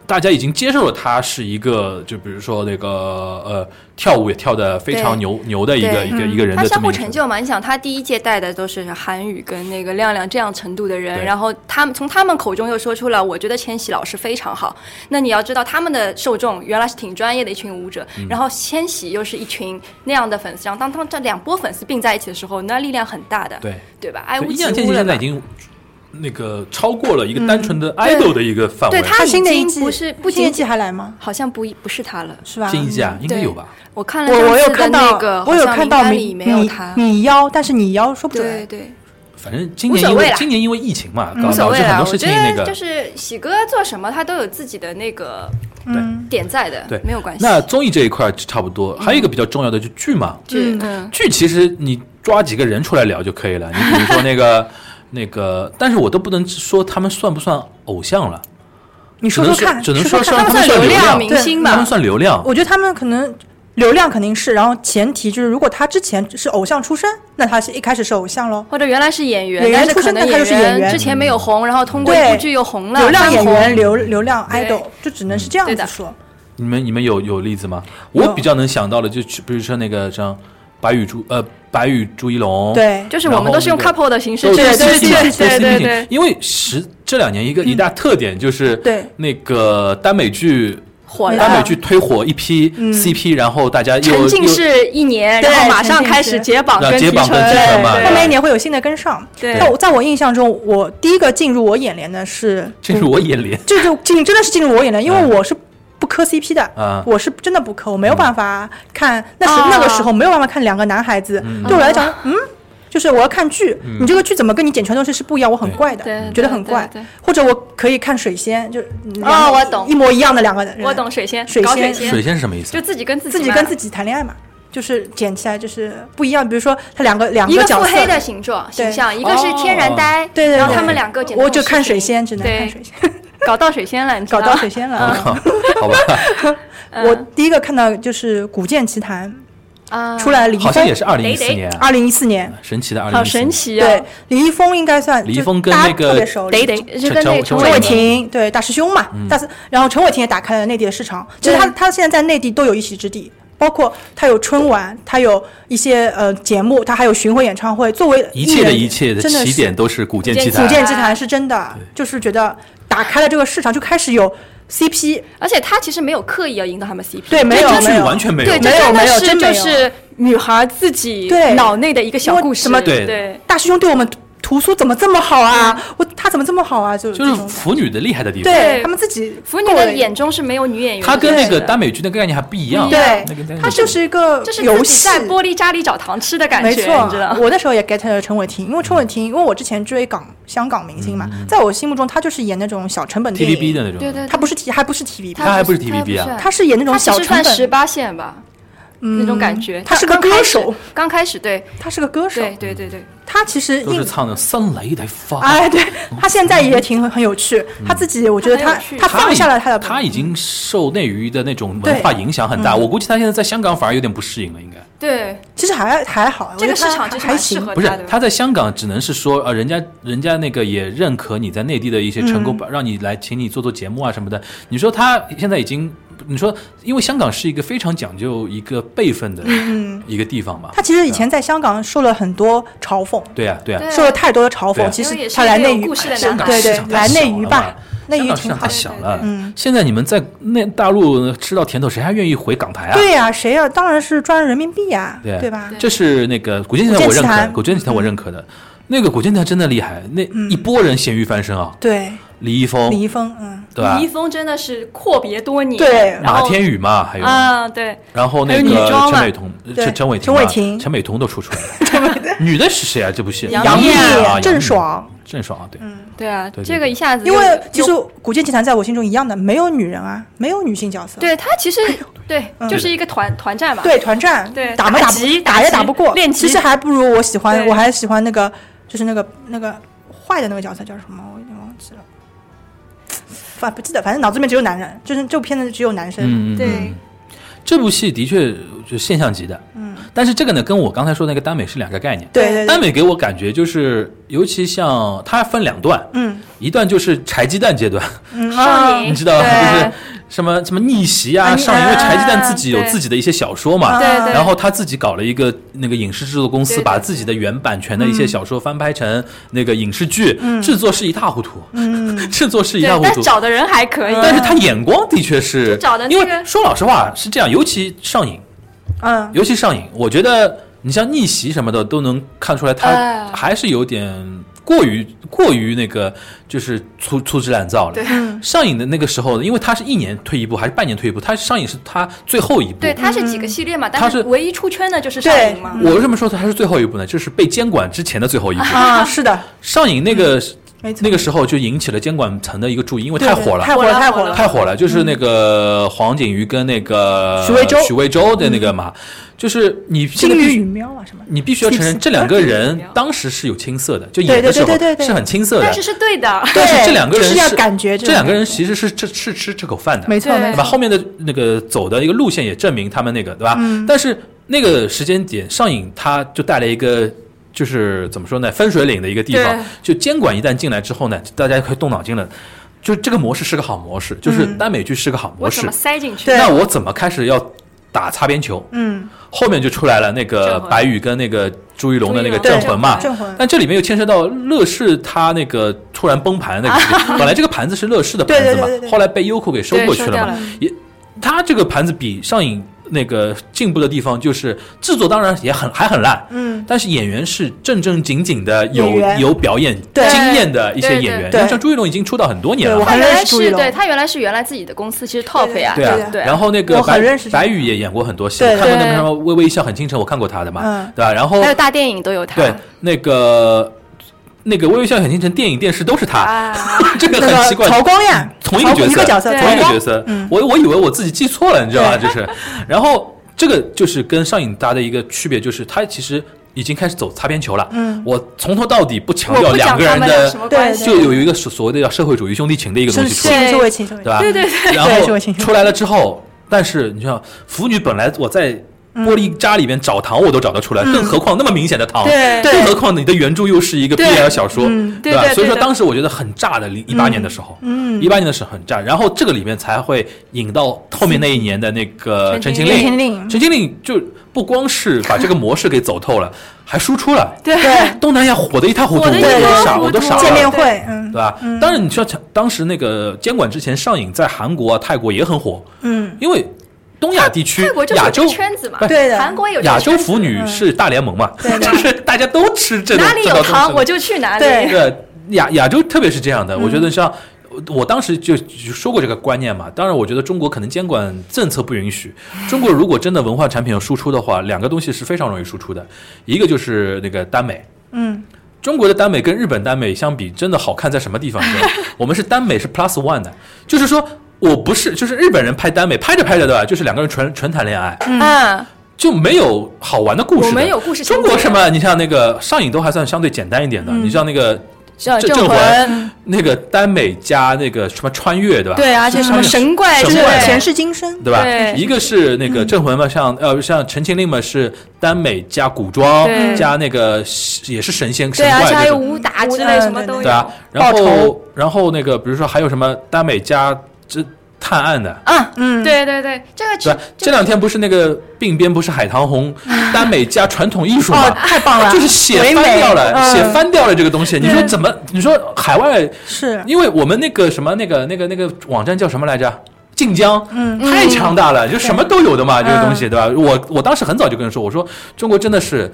Speaker 4: 大家已经接受了他是一个，就比如说那个呃，跳舞也跳的非常
Speaker 2: 对
Speaker 4: 牛牛的一个
Speaker 2: 对
Speaker 4: 一个一个人
Speaker 2: 他
Speaker 4: 的这
Speaker 2: 相
Speaker 4: 么
Speaker 2: 互
Speaker 4: 一个
Speaker 2: 成就嘛，你想他第一届带的都是韩语跟那个亮亮这样程度的人，
Speaker 4: 对
Speaker 2: 然后他们从他们口中又说出了，我觉得千玺老师非常好。那你要知道他们的受众原来是挺专业的一群舞者，
Speaker 4: 嗯
Speaker 2: 然后千玺又是一群那样的粉丝，然后当他们这两波粉丝并在一起的时候，那力量很大的，
Speaker 4: 对。
Speaker 2: 对吧？哎爱
Speaker 4: 对
Speaker 2: 屋
Speaker 4: 易
Speaker 2: 及
Speaker 4: 烊千
Speaker 2: 乌
Speaker 4: 玺
Speaker 2: 了
Speaker 4: 现在
Speaker 2: 嘛
Speaker 4: 已。经那个超过了一个单纯的 idol 的一个范围。
Speaker 2: 对他
Speaker 3: 他新的
Speaker 2: 已
Speaker 3: 一
Speaker 2: 经
Speaker 3: 季
Speaker 2: 不是不
Speaker 3: 新的一
Speaker 2: 仅
Speaker 3: 季还来吗？
Speaker 2: 好像不不是嗯他了，
Speaker 3: 是吧？嗯
Speaker 4: 新一季啊，应该
Speaker 2: 对
Speaker 4: 有吧？
Speaker 2: 我看了
Speaker 3: 我我有
Speaker 2: 上次的
Speaker 3: 看
Speaker 2: 那
Speaker 3: 到
Speaker 2: 个，，
Speaker 3: 我有看到
Speaker 2: 名单
Speaker 3: 米
Speaker 2: 里没有
Speaker 3: 米
Speaker 2: 他，
Speaker 3: 米妖，但是你妖说不
Speaker 2: 对
Speaker 3: 准，
Speaker 2: 对。
Speaker 4: 反正今
Speaker 2: 无
Speaker 4: 年
Speaker 2: 所
Speaker 4: 因
Speaker 2: 谓
Speaker 4: 为
Speaker 2: 啦嗯
Speaker 4: 今年因为疫情嘛，搞
Speaker 2: 无所
Speaker 4: 啊导
Speaker 2: 谓
Speaker 4: 致很
Speaker 2: 啦，
Speaker 4: 多
Speaker 2: 我
Speaker 4: 事
Speaker 2: 觉
Speaker 4: 情那
Speaker 2: 得
Speaker 4: 个
Speaker 2: 就是喜哥做什么，他都有自己的那个
Speaker 3: 嗯，
Speaker 2: 点在的，
Speaker 4: 对
Speaker 2: 没有关系。
Speaker 4: 那综艺这一块就差不多，还有一个比较重要的就剧嘛，
Speaker 2: 剧
Speaker 3: 嗯
Speaker 2: 嗯，
Speaker 4: 剧其实你抓几个人出来聊就可以了。你比如说那个 那个，但是我都不能说他们算不算偶像了，
Speaker 3: 你
Speaker 4: 只
Speaker 3: 说
Speaker 4: 能
Speaker 3: 看，
Speaker 4: 只能
Speaker 3: 说
Speaker 4: 说
Speaker 3: 看
Speaker 4: 他
Speaker 2: 们
Speaker 4: 们
Speaker 2: 算
Speaker 4: 流
Speaker 2: 流量
Speaker 4: 量
Speaker 2: 明星
Speaker 4: 他
Speaker 2: 吧
Speaker 4: 们？算流量。
Speaker 3: 我觉得他们可能流量肯定是，然后前提就是如果他之前是偶像出身，那他是一开始是偶像喽。
Speaker 2: 或者原来是演员，
Speaker 3: 演员
Speaker 2: 但是
Speaker 3: 出
Speaker 2: 可
Speaker 3: 身
Speaker 2: 能
Speaker 3: 但他就是演员
Speaker 2: 之前没有红，然后通过一部
Speaker 3: 对，
Speaker 2: 剧又红了，
Speaker 3: 流量演
Speaker 2: 翻
Speaker 3: 员、
Speaker 2: 红
Speaker 3: 流流量
Speaker 2: 对
Speaker 3: idol，就只能是这样
Speaker 2: 对
Speaker 3: 子
Speaker 2: 的
Speaker 3: 说。
Speaker 4: 你们你们有有例子吗？
Speaker 3: 有
Speaker 4: 我比较能想到的就去比如说那个像白宇朱呃白宇朱一龙，
Speaker 3: 对
Speaker 2: 就是我们都是用
Speaker 4: 然后
Speaker 2: couple 的形式
Speaker 4: 那个
Speaker 2: 去，
Speaker 4: 都
Speaker 2: 对
Speaker 4: 是
Speaker 2: 对
Speaker 4: CP
Speaker 2: 对
Speaker 4: 品都是
Speaker 2: 对
Speaker 4: CP
Speaker 2: 对
Speaker 4: 品
Speaker 2: 对，嗯
Speaker 4: 因为十这两年一个一大特点就是
Speaker 3: 对
Speaker 4: 那个耽美剧。
Speaker 2: 火
Speaker 3: 没
Speaker 2: 了。
Speaker 3: 错
Speaker 4: 耽美剧推火一批 CP，然后大家
Speaker 2: 嗯
Speaker 4: 又
Speaker 2: 沉浸
Speaker 4: 又
Speaker 2: 式一年，
Speaker 3: 对
Speaker 2: 然后马上
Speaker 3: 沉浸式
Speaker 2: 开始解绑
Speaker 4: 对
Speaker 2: 跟
Speaker 4: 啊解
Speaker 2: 提
Speaker 4: 绑
Speaker 2: 成，
Speaker 4: 跟提成嘛
Speaker 2: 对
Speaker 3: 啊后面一年会有新的跟上。
Speaker 2: 对
Speaker 3: 但我在我印象中，我第一个进入我眼帘的是，
Speaker 4: 这是我眼帘。
Speaker 3: 这就进真的是进入我眼帘，因为
Speaker 4: 嗯
Speaker 3: 我是不磕 CP 的，
Speaker 4: 嗯
Speaker 3: 我是真的不磕，我没有办法看，那时
Speaker 2: 哦
Speaker 3: 那个时候没有办法看两个男孩子，对我来讲，嗯。就是我要看剧，你这个剧怎么跟你剪传统式是不一样，我很
Speaker 4: 对
Speaker 3: 怪的
Speaker 2: 嗯对，
Speaker 3: 觉
Speaker 2: 对
Speaker 3: 得很
Speaker 2: 对
Speaker 3: 怪
Speaker 2: 对。
Speaker 3: 或者我可以看水仙，就
Speaker 2: 哦
Speaker 3: 两个
Speaker 2: 我懂
Speaker 3: 一模一样的两个人，
Speaker 2: 我懂水仙，
Speaker 3: 水
Speaker 2: 搞
Speaker 3: 仙
Speaker 2: 仙，
Speaker 4: 水仙是什么意思
Speaker 2: 嗯就？自己跟自己
Speaker 3: 自
Speaker 2: 嘛，
Speaker 3: 己跟自己谈恋爱嘛，就是剪起来就是不一样。比如说他两个两
Speaker 2: 一
Speaker 3: 个
Speaker 2: 个
Speaker 3: 啊角
Speaker 2: 腹
Speaker 3: 色，哦
Speaker 2: 黑的形状形象，一个是天然呆，
Speaker 3: 对对对
Speaker 2: 然后他们两个简直
Speaker 3: 我就看
Speaker 2: 是
Speaker 3: 水仙，只能看
Speaker 2: 对啊
Speaker 3: 水仙，
Speaker 2: 搞到水仙了，你知
Speaker 3: 搞
Speaker 2: 道
Speaker 3: 到水仙
Speaker 4: 我
Speaker 3: 了。
Speaker 2: 呃
Speaker 4: 靠， 好 吧，嗯
Speaker 2: 嗯
Speaker 3: 我第一个看到就是《古剑奇谭
Speaker 2: 啊》，
Speaker 3: 出来，李易
Speaker 4: 好
Speaker 3: 峰
Speaker 4: 像也是二零一四年啊，
Speaker 3: 二零一四年，
Speaker 4: 神奇的二零，
Speaker 2: 好神。奇啊！
Speaker 3: 对，李易峰应该算
Speaker 4: 李易
Speaker 3: 就
Speaker 4: 峰跟
Speaker 3: 大家
Speaker 4: 那个
Speaker 3: 特别熟，
Speaker 2: 得
Speaker 3: 李
Speaker 2: 得
Speaker 4: 陈
Speaker 2: 是跟那个
Speaker 4: 陈
Speaker 2: 陈
Speaker 4: 伟
Speaker 2: 伟
Speaker 4: 霆
Speaker 2: 霆，
Speaker 3: 霆对大师兄嘛，
Speaker 4: 嗯
Speaker 3: 大师，然后陈伟霆也打开了内地的市场。其实他他现在在内地都有一席之地，包括他有春晚，他有一些呃节目，他还有巡回演唱会。作为
Speaker 4: 一切的
Speaker 3: 艺人
Speaker 4: 一切的
Speaker 3: 真的
Speaker 4: 起
Speaker 3: 是
Speaker 4: 点都是古剑
Speaker 2: 古
Speaker 4: 奇
Speaker 2: 剑
Speaker 4: 谭
Speaker 3: 古。剑奇谭是真的，就是觉得打开了这个市场，就开始有 CP，
Speaker 2: 而且他其实没有刻意要引导他们 CP，
Speaker 3: 对，没有
Speaker 4: 这
Speaker 3: 没
Speaker 4: 剧
Speaker 3: 有
Speaker 4: 完全没有
Speaker 2: 对，这
Speaker 3: 没有
Speaker 2: 真的
Speaker 3: 没有
Speaker 2: 是
Speaker 3: 真没
Speaker 2: 就
Speaker 3: 有
Speaker 2: 是女孩自己
Speaker 3: 对
Speaker 2: 脑内的一个小故事，
Speaker 3: 因为什么
Speaker 4: 对
Speaker 2: 对
Speaker 3: 大师兄对我们屠苏怎么这么好啊？我他怎么这么好啊？就
Speaker 4: 就
Speaker 3: 这
Speaker 4: 是
Speaker 3: 种感觉
Speaker 4: 腐女的厉害的地方。
Speaker 3: 对他们自己
Speaker 2: 腐女
Speaker 3: 够
Speaker 2: 的
Speaker 3: 了
Speaker 2: 眼中是没有女演员的，
Speaker 4: 它跟那个
Speaker 2: 对
Speaker 4: 耽美剧的概念还不一样。
Speaker 2: 不一样
Speaker 4: 那个那
Speaker 3: 对
Speaker 4: 个，
Speaker 3: 他就是一个
Speaker 2: 就是
Speaker 3: 游
Speaker 2: 自己
Speaker 3: 戏。
Speaker 2: 在玻璃渣里找糖吃的感觉，
Speaker 3: 没错
Speaker 2: 你知道，吗？
Speaker 3: 我那时候也 get 了陈伟霆，因为陈伟霆，因为我之前追港香港明星嘛，
Speaker 4: 嗯
Speaker 3: 在我心目中他就是演那种小成本电影
Speaker 4: TVB 的那种。
Speaker 2: 对对，
Speaker 3: 他不是 T 还不是 TVB，
Speaker 4: 他还不是
Speaker 2: 他
Speaker 4: TVB 啊
Speaker 2: 不是
Speaker 3: 他是演那种
Speaker 2: 他其
Speaker 3: 小
Speaker 2: 实算
Speaker 3: 成
Speaker 2: 十
Speaker 3: 本，
Speaker 2: 八线吧，那种感觉。
Speaker 3: 他是个
Speaker 2: 刚
Speaker 3: 歌
Speaker 2: 开始
Speaker 3: 手，
Speaker 2: 刚开始对
Speaker 3: 他是个歌手，
Speaker 2: 对对对对，
Speaker 3: 他其实
Speaker 4: 都
Speaker 3: 硬
Speaker 4: 是唱的三雷得发。
Speaker 3: 哎，对
Speaker 4: 嗯
Speaker 3: 他现在也挺很有趣，他自己我觉得
Speaker 2: 他很
Speaker 3: 他
Speaker 2: 有趣
Speaker 3: 他
Speaker 4: 他
Speaker 3: 放下了他的
Speaker 4: 嗯他已经受内娱的那种文化影响很
Speaker 3: 嗯
Speaker 4: 大。我估计他现在在香港反而有点不适应了，应该
Speaker 3: 哦
Speaker 2: 对
Speaker 3: 其实还还好，我
Speaker 2: 这
Speaker 3: 觉
Speaker 2: 个
Speaker 3: 得
Speaker 2: 市场
Speaker 3: 他
Speaker 2: 就是
Speaker 3: 还
Speaker 2: 蛮适
Speaker 3: 行
Speaker 2: 合。
Speaker 4: 不是
Speaker 2: 他的。
Speaker 4: 他在香港只能是说呃，人家人家那个也认可你在内地的一些成功，
Speaker 3: 嗯
Speaker 4: 让你来请你做做节目啊什么的。你说他现在已经，你说因为香港是一个非常讲究一个辈分的一个地方嘛，
Speaker 3: 嗯他其实以前在香港受了很多嘲讽，
Speaker 4: 对啊呀对呀
Speaker 2: 对，
Speaker 3: 受了太多的嘲
Speaker 4: 对
Speaker 3: 讽。
Speaker 4: 啊
Speaker 3: 其
Speaker 2: 因为
Speaker 3: 实
Speaker 2: 也是
Speaker 3: 他来
Speaker 2: 一个有
Speaker 3: 内娱
Speaker 2: 故事的，
Speaker 4: 香
Speaker 2: 男
Speaker 4: 港
Speaker 2: 孩
Speaker 3: 对
Speaker 4: 市
Speaker 3: 对
Speaker 4: 场，太
Speaker 3: 来内
Speaker 4: 小
Speaker 3: 娱
Speaker 4: 了
Speaker 3: 吧
Speaker 4: 嘛，
Speaker 3: 内
Speaker 4: 香
Speaker 3: 娱
Speaker 4: 港市
Speaker 3: 挺
Speaker 4: 场
Speaker 3: 好
Speaker 4: 太
Speaker 3: 的。
Speaker 4: 小
Speaker 2: 对
Speaker 4: 了，
Speaker 2: 对
Speaker 4: 现在你们在那大陆吃到甜头，谁还愿意回港台啊？
Speaker 3: 对呀，谁呀？当然是赚人民币呀，
Speaker 4: 对
Speaker 3: 对吧？
Speaker 4: 这是那个古剑奇谭，我认
Speaker 3: 古剑奇
Speaker 4: 可，
Speaker 3: 谭
Speaker 4: 古剑奇谭我认可的。那个古剑奇谭真的厉害，那一波人咸鱼翻身啊，
Speaker 3: 对，
Speaker 4: 李易峰
Speaker 3: 李，易峰，嗯，
Speaker 4: 对吧
Speaker 2: 李易？峰真的是阔别多年，
Speaker 3: 对
Speaker 2: 然
Speaker 4: 马
Speaker 2: 后
Speaker 4: 天宇嘛，还有，
Speaker 2: 啊，对，
Speaker 4: 然后那
Speaker 2: 还有
Speaker 4: 个
Speaker 2: 女装
Speaker 4: 陈
Speaker 2: 嘛
Speaker 4: 伟霆，呃
Speaker 3: 对
Speaker 4: 陈陈伟霆
Speaker 3: 陈
Speaker 4: 嘛，
Speaker 3: 伟霆
Speaker 4: 陈伟霆都出出来了。女的是谁啊？这部戏，
Speaker 2: 杨
Speaker 3: 杨
Speaker 2: 幂
Speaker 3: 幂
Speaker 4: 啊，杨
Speaker 3: 郑
Speaker 4: 幂
Speaker 3: 爽。
Speaker 4: 郑爽啊，对，
Speaker 2: 对啊
Speaker 4: 对对，
Speaker 2: 这个一下子
Speaker 3: 因
Speaker 2: 又
Speaker 3: 为
Speaker 2: 有
Speaker 3: 其实《古剑奇谭》在我心中一样的，没有女人啊，没有女性角色。
Speaker 2: 对他其实对就是一个团团战嘛，
Speaker 3: 对，团战，
Speaker 2: 哎嗯对
Speaker 3: 打不
Speaker 2: 打
Speaker 3: 打不
Speaker 2: 级
Speaker 3: 打
Speaker 2: 打
Speaker 3: 也
Speaker 2: 级
Speaker 3: 打不过，
Speaker 2: 练
Speaker 3: 其
Speaker 2: 级
Speaker 3: 实还不如我喜欢，
Speaker 2: 对
Speaker 3: 我还喜欢那个就是那个那个坏的那个角色叫什么，我有点忘记了。反不记得，反正脑子里面只有男人，就是这部片子只有男生。
Speaker 4: 嗯，嗯嗯
Speaker 2: 对
Speaker 4: 这部戏的确就现象级的，嗯，但是这个呢，跟我刚才说那个耽美是两个概念。
Speaker 3: 对对
Speaker 4: 耽
Speaker 3: 对，
Speaker 4: 美给我感觉就是，尤其像它分两段，
Speaker 3: 嗯，
Speaker 4: 一段就是柴鸡蛋阶段，
Speaker 2: 嗯少
Speaker 4: 嗯你
Speaker 2: 女
Speaker 4: 知道吧？
Speaker 2: 对
Speaker 4: 就是什么什么逆袭
Speaker 3: 啊
Speaker 4: 啊，
Speaker 3: 逆
Speaker 4: 上瘾，因为柴鸡蛋自己有
Speaker 2: 啊对啊
Speaker 4: 自己的一些小说嘛，
Speaker 2: 对对
Speaker 4: 然后他自己搞了一个那个影视制作公司，
Speaker 2: 对对
Speaker 4: 把自己的原版权的一
Speaker 2: 嗯
Speaker 4: 些小说翻拍成那个影视剧，制作是一塌糊涂，
Speaker 2: 嗯
Speaker 4: 制作是一
Speaker 2: 对
Speaker 4: 塌，糊
Speaker 2: 但
Speaker 4: 涂。
Speaker 2: 找的人还可以，
Speaker 4: 但是他眼光的确是，
Speaker 2: 就找的那
Speaker 4: 因
Speaker 2: 个
Speaker 4: 为说老实话是这样，尤其上瘾，
Speaker 3: 嗯，
Speaker 4: 尤其上瘾，我觉得你像逆袭什么的都能看出来，他
Speaker 2: 哎
Speaker 4: 还是有点过于过于那个就是粗粗制滥造了。
Speaker 2: 对
Speaker 3: 嗯
Speaker 4: 上瘾的那个时候，因为他是一年退一步还是半年退一步，他上瘾是他最后一步。
Speaker 2: 对，他是几个系列嘛，
Speaker 4: 嗯他
Speaker 2: 但
Speaker 4: 是
Speaker 2: 是唯一出圈的就是少
Speaker 3: 对
Speaker 2: 女嘛，
Speaker 3: 啊
Speaker 4: 我为什么说他是最后一步呢？就是被监管之前的最后一步。
Speaker 3: 啊，是的，
Speaker 4: 上瘾那个
Speaker 3: 没错，
Speaker 4: 那个时候就引起了监管层的一个注意，因为
Speaker 3: 对
Speaker 4: 太火了
Speaker 3: 太。火了，嗯太
Speaker 2: 太
Speaker 3: 火
Speaker 2: 火
Speaker 3: 了
Speaker 2: 了。
Speaker 4: 太火了，就是那个黄景瑜跟那个
Speaker 3: 许魏洲
Speaker 4: 许魏洲的那个嘛，就是你现在
Speaker 3: 嗯金
Speaker 4: 必
Speaker 3: 缕
Speaker 4: 须
Speaker 3: 云喵啊什么？
Speaker 4: 你必须要承认，这两个人当时是有青涩的，就演的
Speaker 3: 对对
Speaker 4: 时候
Speaker 3: 对对对对
Speaker 4: 是很青涩的
Speaker 2: 但，是是对的，
Speaker 4: 但是这两个人
Speaker 3: 就是要感觉
Speaker 4: 这两个人其实是吃是吃这口饭的，
Speaker 3: 没错
Speaker 2: 对
Speaker 3: 没
Speaker 4: 对
Speaker 3: 错
Speaker 4: 吧？，后面的那个走的一个路线也证明他们那个，对吧？
Speaker 3: 嗯
Speaker 4: 但是那个时间点上瘾，它就带来一个。就是怎么说呢，分水岭的一个地方
Speaker 2: 对，
Speaker 4: 就监管一旦进来之后呢，大家可以动脑筋了。就这个模式是个好模式，就是
Speaker 3: 嗯
Speaker 4: 耽美剧是个好模
Speaker 2: 我
Speaker 4: 式。
Speaker 2: 怎么塞进去？
Speaker 3: 对
Speaker 4: 那我怎么开始要打擦边球？
Speaker 3: 嗯，
Speaker 4: 后面就出来了那个
Speaker 2: 镇魂
Speaker 4: 白宇跟那个朱一龙的那个
Speaker 2: 朱一龙
Speaker 4: 镇魂嘛，
Speaker 2: 对
Speaker 3: 镇魂。
Speaker 4: 但这里面又牵涉到乐视它那个突然崩盘的那个事 情，本来这个盘子是乐视的盘子嘛
Speaker 3: 啊对对对对，对
Speaker 4: 后来被优酷给收
Speaker 2: 对
Speaker 4: 过去
Speaker 2: 收
Speaker 4: 了
Speaker 2: 掉
Speaker 4: 嘛
Speaker 2: 了。
Speaker 4: 也，它这个盘子比上瘾那个进步的地方就是制作当然也很还很烂，
Speaker 3: 嗯，
Speaker 4: 但是演员是正正经经的
Speaker 3: 演
Speaker 4: 有
Speaker 3: 员
Speaker 4: 有表演
Speaker 3: 对
Speaker 4: 经验的一些
Speaker 2: 对对
Speaker 4: 演员，
Speaker 3: 对
Speaker 4: 因为像朱一龙已经出道很多年了
Speaker 3: 对我
Speaker 4: 嘛。
Speaker 2: 他原
Speaker 3: 还
Speaker 2: 来
Speaker 3: 认识朱一
Speaker 2: 是
Speaker 3: 龙
Speaker 2: 对他原来是原来自己的公司，其实 Top 呀，
Speaker 3: 对
Speaker 4: 啊
Speaker 3: 对
Speaker 2: 对
Speaker 4: 然后那个
Speaker 3: 我很
Speaker 4: 白
Speaker 3: 认识这个
Speaker 4: 白宇也演过很多戏，
Speaker 3: 对
Speaker 4: 我看过那
Speaker 2: 对
Speaker 4: 个什么《微微一笑很倾城》，我看过他的嘛，
Speaker 3: 嗯
Speaker 4: 对吧？然后
Speaker 2: 还有大电影都有他。
Speaker 4: 对，那个那个《微微笑很倾城》电影、电视都是他，
Speaker 2: 啊，
Speaker 4: 这个
Speaker 3: 那
Speaker 4: 很奇
Speaker 3: 个
Speaker 4: 怪。
Speaker 3: 曹光呀，
Speaker 4: 同一个
Speaker 3: 曹
Speaker 4: 角色，
Speaker 3: 一个角色，
Speaker 2: 对
Speaker 4: 同一个
Speaker 3: 曹光
Speaker 4: 角色，
Speaker 3: 嗯
Speaker 4: 我我以为我自己记错了，你知道吧？就是，然后这个就是跟上瘾搭的一个区别，就是他其实已经开始走擦边球了。
Speaker 3: 嗯
Speaker 4: 我从头到底不强
Speaker 2: 我
Speaker 4: 调
Speaker 2: 不
Speaker 4: 两
Speaker 2: 讲
Speaker 4: 个
Speaker 2: 他
Speaker 4: 人
Speaker 2: 们
Speaker 4: 的
Speaker 2: 什，么关系，
Speaker 4: 就有一个所所谓的叫社会主义兄弟情的一个东
Speaker 3: 是
Speaker 4: 西出
Speaker 3: 是
Speaker 4: 来，
Speaker 2: 来
Speaker 3: 是魏青，是魏
Speaker 4: 对吧？
Speaker 2: 对对对
Speaker 4: 然
Speaker 3: 对是我
Speaker 4: 后
Speaker 3: 清楚
Speaker 4: 出来了之后，但是你像腐女本来我在玻璃渣里面找糖我都找得出来，更何况那么明显的糖，
Speaker 2: 对
Speaker 3: 对
Speaker 4: 更何况你的原著又是一个
Speaker 2: 对
Speaker 4: BL 小说，
Speaker 3: 嗯
Speaker 2: 对
Speaker 4: 吧？
Speaker 2: 对
Speaker 4: 所
Speaker 2: 对
Speaker 4: 以说
Speaker 2: 对
Speaker 4: 当时我觉得很炸的，一八年的时候，
Speaker 3: 嗯
Speaker 4: 一八年的时候很炸，然后这个里面才会引到后面那一年的那个《陈
Speaker 2: 陈
Speaker 4: 情
Speaker 2: 情
Speaker 4: 令》，
Speaker 2: 令
Speaker 3: 陈情令
Speaker 4: 陈情令就不光是把这个模式给走透了，还输出了，
Speaker 2: 对
Speaker 3: 对
Speaker 4: 东南亚火的一塌糊涂，
Speaker 2: 火
Speaker 4: 我
Speaker 2: 得
Speaker 4: 都
Speaker 2: 一塌
Speaker 4: 傻，
Speaker 2: 糊
Speaker 4: 我都
Speaker 2: 涂
Speaker 4: 傻了，
Speaker 3: 见面
Speaker 2: 对
Speaker 3: 会，嗯，
Speaker 4: 对吧？
Speaker 3: 嗯
Speaker 4: 当然，你说当当时那个监管之前，上瘾在韩国、啊、泰国也很火，
Speaker 3: 嗯，
Speaker 4: 因为东亚地区
Speaker 2: 泰国、就是
Speaker 4: 亚
Speaker 2: 有这
Speaker 4: 洲
Speaker 2: 个圈子嘛
Speaker 4: 不，是
Speaker 3: 对的
Speaker 2: 韩国有这个
Speaker 4: 亚洲
Speaker 2: 圈子嗯
Speaker 4: 腐女是大联盟嘛，
Speaker 3: 对的
Speaker 4: 就是大家都吃这种
Speaker 2: 哪里
Speaker 4: 这
Speaker 2: 有
Speaker 4: 道
Speaker 2: 糖
Speaker 4: 东
Speaker 2: 我
Speaker 4: 西
Speaker 2: 就去哪里。
Speaker 3: 对
Speaker 4: 对亚亚洲特别是这样的，我
Speaker 2: 嗯
Speaker 4: 觉得像。我当时就就说过这个观念嘛，当然我觉得中国可能监管政策不允许。中国如果真的文化产品有输出的话，两个东西是非常容易输出的，一个就是那个耽美，
Speaker 3: 嗯，
Speaker 4: 中国的耽美跟日本耽美相比，真的好看在什么地方？你知 道吗我们是耽美是 plus one 的，就是说我不是，就是日本人拍耽美，拍着拍着对吧，就是两个人纯纯谈恋爱，
Speaker 2: 嗯，
Speaker 4: 就没有好玩的故事的。
Speaker 2: 我们有故事情节嗯
Speaker 4: 中国什么？你像那个上瘾都还算相对简单一点的，你像那个
Speaker 2: 像
Speaker 4: 镇
Speaker 2: 镇
Speaker 4: 镇
Speaker 2: 魂，
Speaker 4: 那个耽美加那个什么穿越对吧？
Speaker 3: 对，啊而且什
Speaker 2: 什么
Speaker 3: 么
Speaker 2: 神怪
Speaker 4: 神
Speaker 2: 之
Speaker 3: 就
Speaker 2: 类
Speaker 3: 是
Speaker 4: 怪
Speaker 2: 的，
Speaker 3: 前世今生，
Speaker 4: 对吧？
Speaker 2: 对
Speaker 4: 一个是那个镇魂嘛，像呃像《陈情令》嘛，是耽美加古装
Speaker 2: 对
Speaker 4: 加那个也是神仙神
Speaker 2: 对，而
Speaker 4: 怪
Speaker 3: 啊
Speaker 2: 且还
Speaker 4: 这
Speaker 2: 有
Speaker 4: 种。
Speaker 2: 武打之类什么都有。
Speaker 4: 对啊，然
Speaker 3: 报
Speaker 4: 后
Speaker 3: 仇
Speaker 4: 然后那个比如说还有什么耽美加这探案的。
Speaker 2: 啊，
Speaker 3: 嗯，
Speaker 2: 对对对，这个
Speaker 4: 对吧，这两天不是那个鬓边不是海棠红，耽美加传统艺术嘛，
Speaker 3: 啊哦，太棒了，
Speaker 4: 就是写
Speaker 3: 唯美
Speaker 4: 翻掉了，
Speaker 3: 嗯
Speaker 4: 写翻掉了这个东西。你说怎么？你说海外，
Speaker 3: 是，
Speaker 4: 因为我们那个什么那个那个那个网站叫什么来着？晋江，嗯，太强大了，就什么都有的
Speaker 2: 嗯
Speaker 4: 嘛，这个东西，对吧？我我当时很早就跟人说，我说中国真的是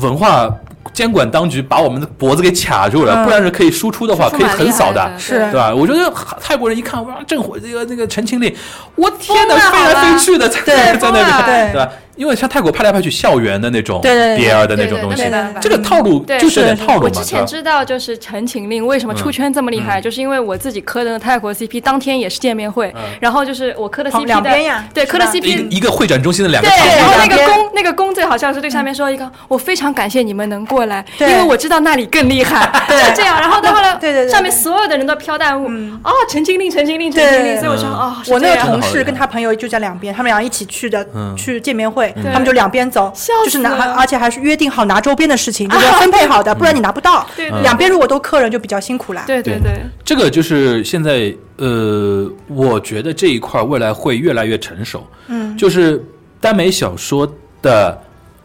Speaker 4: 文化监管当局把我们的脖子给卡住了，
Speaker 3: 嗯
Speaker 4: 不然是可以输出的话，可以横扫的。
Speaker 2: 嗯
Speaker 3: 是
Speaker 4: 对吧？我觉得泰国人一看，哇，正火这个那个陈情令，我天哪，
Speaker 2: 疯了
Speaker 4: 飞来
Speaker 2: 好吧
Speaker 4: 飞去的，在
Speaker 3: 对
Speaker 4: 在那边，
Speaker 2: 疯了
Speaker 4: 对吧？因为像泰国拍来拍去校园的那种
Speaker 3: 对对对
Speaker 4: BL
Speaker 2: 对
Speaker 4: 的那
Speaker 2: 对
Speaker 4: 种
Speaker 2: 对，
Speaker 4: 东西
Speaker 2: 那没，办法
Speaker 4: 这个套路
Speaker 2: 对
Speaker 4: 就是有点
Speaker 3: 是
Speaker 4: 套路
Speaker 2: 我之
Speaker 4: 嘛，对吧
Speaker 2: 前？
Speaker 4: 嗯
Speaker 2: 知道，就是《陈情令》为什么出圈这么厉害，就是因为我自己磕的泰国 CP 当天也是见面
Speaker 4: 嗯
Speaker 2: 会，然后就是我磕的
Speaker 3: 旁
Speaker 2: CP
Speaker 3: 两
Speaker 2: 的
Speaker 3: 边呀，
Speaker 2: 对，
Speaker 3: 是
Speaker 2: 磕的
Speaker 3: 吧
Speaker 4: 一个
Speaker 2: CP
Speaker 4: 一个会展中心的两个
Speaker 2: 对，
Speaker 4: 场
Speaker 2: 然后
Speaker 4: 景，
Speaker 2: 那个
Speaker 3: 两边嗯
Speaker 2: 公那个公最好笑是对下面说一个，我非常感谢你们能过来，因
Speaker 3: 对
Speaker 2: 为我知道那里更厉 害，就这样。然后到后来，
Speaker 3: 对对对对嗯
Speaker 2: 上面所有的人都飘弹幕，哦，陈情令，陈情令，
Speaker 3: 对
Speaker 2: 陈情令，所以我说
Speaker 4: 嗯
Speaker 2: 哦，是
Speaker 3: 我
Speaker 2: 这
Speaker 3: 那个
Speaker 2: 样
Speaker 3: 同
Speaker 4: 真的好
Speaker 3: 事跟他朋友就在两边，他们俩一起去的，
Speaker 4: 嗯
Speaker 3: 去见面会，
Speaker 2: 对
Speaker 3: 他们就两边走，
Speaker 2: 笑
Speaker 3: 就
Speaker 2: 死
Speaker 3: 是拿，
Speaker 2: 了
Speaker 3: 而且还是约定好拿周边的事情， 就是要分配好的，不然你拿不到。
Speaker 2: 对
Speaker 4: 嗯
Speaker 2: 对
Speaker 3: 两边如果都客人就比较辛苦啦。
Speaker 2: 对对对，
Speaker 4: 这个就是现在呃，我觉得这一块未来会越来越成熟，
Speaker 3: 嗯，
Speaker 4: 就是耽美小说的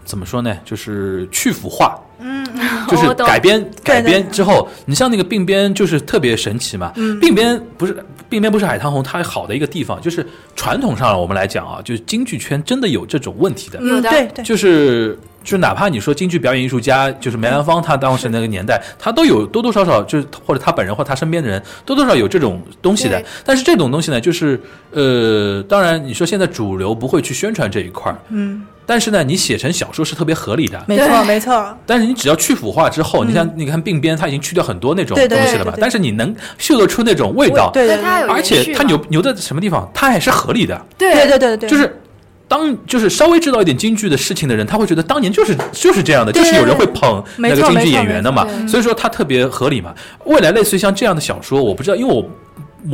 Speaker 4: 怎么说呢？就是去腐化，嗯， 就是
Speaker 2: 我懂
Speaker 4: 改编
Speaker 3: 对
Speaker 4: 改
Speaker 3: 对
Speaker 4: 编之后，你像那个鬓边就是特别神奇嘛，
Speaker 3: 嗯
Speaker 4: 鬓边不是。鬓边不是海棠红，它好的一个地方就是传统上我们来讲啊，就是京剧圈真的有这种问题的，
Speaker 3: 嗯
Speaker 2: 有的
Speaker 3: 对对，
Speaker 4: 就是就哪怕你说京剧表演艺术家，就是梅兰芳，他当时那个年代，他都有多多少少就是或者他本人或他身边的人多多少有这种东西的
Speaker 2: 对。
Speaker 4: 但是这种东西呢，就是呃，当然你说现在主流不会去宣传这一块儿，
Speaker 3: 嗯，
Speaker 4: 但是呢，你写成小说是特别合理的，
Speaker 3: 没错没错，
Speaker 4: 但是你只要去腐化之后，你像你看病边，它已经去掉很多那种
Speaker 3: 对
Speaker 4: 东
Speaker 3: 对
Speaker 4: 西了
Speaker 3: 对
Speaker 4: 嘛
Speaker 3: 对，对
Speaker 4: 但是你能嗅得出那种味道，
Speaker 3: 对对
Speaker 2: 对它有
Speaker 4: 而
Speaker 2: 延续
Speaker 4: 且
Speaker 2: 嘛
Speaker 4: 它牛牛在什么地方，它还是合理的，
Speaker 2: 对
Speaker 3: 对对对对，
Speaker 4: 就是。当就是稍微知道一点京剧的事情的人，他会觉得当年就是就是这样的，
Speaker 3: 对
Speaker 4: 就是有人会捧
Speaker 3: 没
Speaker 4: 那
Speaker 3: 错
Speaker 4: 个京
Speaker 3: 没
Speaker 4: 剧
Speaker 3: 错
Speaker 4: 演员的嘛
Speaker 2: 没错，
Speaker 4: 所以说它特别合理嘛。未来类似于像这样的小说，我不知道，因为我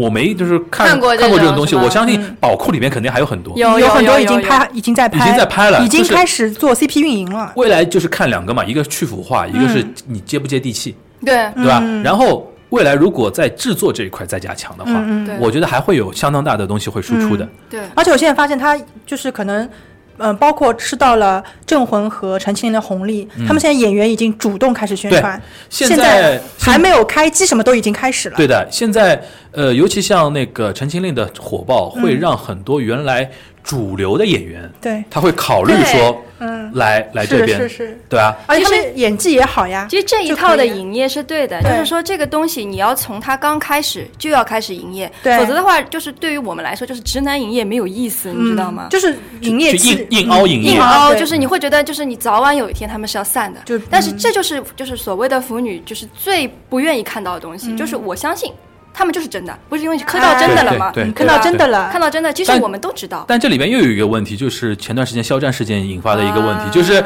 Speaker 4: 我没就是看
Speaker 2: 看过这
Speaker 4: 这种
Speaker 2: 种
Speaker 4: 东西，
Speaker 2: 是吧
Speaker 4: 我相信
Speaker 3: 嗯
Speaker 4: 宝库里面肯定还有很多。
Speaker 2: 有
Speaker 3: 有很多
Speaker 2: 有
Speaker 3: 已经
Speaker 2: 有
Speaker 3: 拍，已经在拍，
Speaker 4: 已经在拍了
Speaker 3: 已经
Speaker 4: 就是
Speaker 3: 开始做 CP 运营了。
Speaker 4: 未来就是看两个嘛，一个去腐化，一个是你接不接地气。
Speaker 2: 对
Speaker 4: 对吧？然后未来如果在制作这一块再加强的话，
Speaker 3: 嗯
Speaker 2: 对
Speaker 4: 我觉得还会有相当大的东西会输出的。
Speaker 2: 对
Speaker 3: 而且我现在发现他就是可能，嗯、包括吃到了镇魂和陈情令的红利，他们现在演员已经主动开始宣传，
Speaker 4: 嗯现
Speaker 3: 现
Speaker 4: 在
Speaker 3: 还没有开机，什么都已经开始了。
Speaker 4: 对的，现在呃，尤其像那个《陈情令》的火爆，会让很多原来主流的演员，
Speaker 3: 对
Speaker 4: 他会考虑说，嗯，来来
Speaker 3: 是
Speaker 4: 这边，
Speaker 3: 是是
Speaker 4: 对啊，
Speaker 3: 而且
Speaker 2: 其
Speaker 3: 他
Speaker 2: 实
Speaker 3: 们演技也好呀。
Speaker 2: 其实这一套的
Speaker 3: 就可以啊了
Speaker 2: 营业是对的，就
Speaker 3: 对
Speaker 2: 是说这个东西你要从它刚开始就要开始营业，
Speaker 3: 对
Speaker 2: 否则的话就是对于我们来说就是直男营业没有意思，你知道吗？
Speaker 3: 嗯就是营业
Speaker 4: 就
Speaker 3: 期
Speaker 4: 硬硬凹营业
Speaker 2: 硬凹
Speaker 3: 对
Speaker 2: 就是你会觉得就是你早晚有一天他们是要散的，
Speaker 3: 就
Speaker 2: 但是这就是就是所谓的腐女就是最不愿意看到的东西，就是我相信他们就是真的，不是因为磕到真的了吗？
Speaker 4: 对对对
Speaker 3: 看到真的了，
Speaker 2: 看到真的，其实
Speaker 4: 但
Speaker 2: 我们都知道，
Speaker 4: 但这里边又有一个问题，就是前段时间肖战事件引发的一个问题，
Speaker 2: 啊
Speaker 4: 就是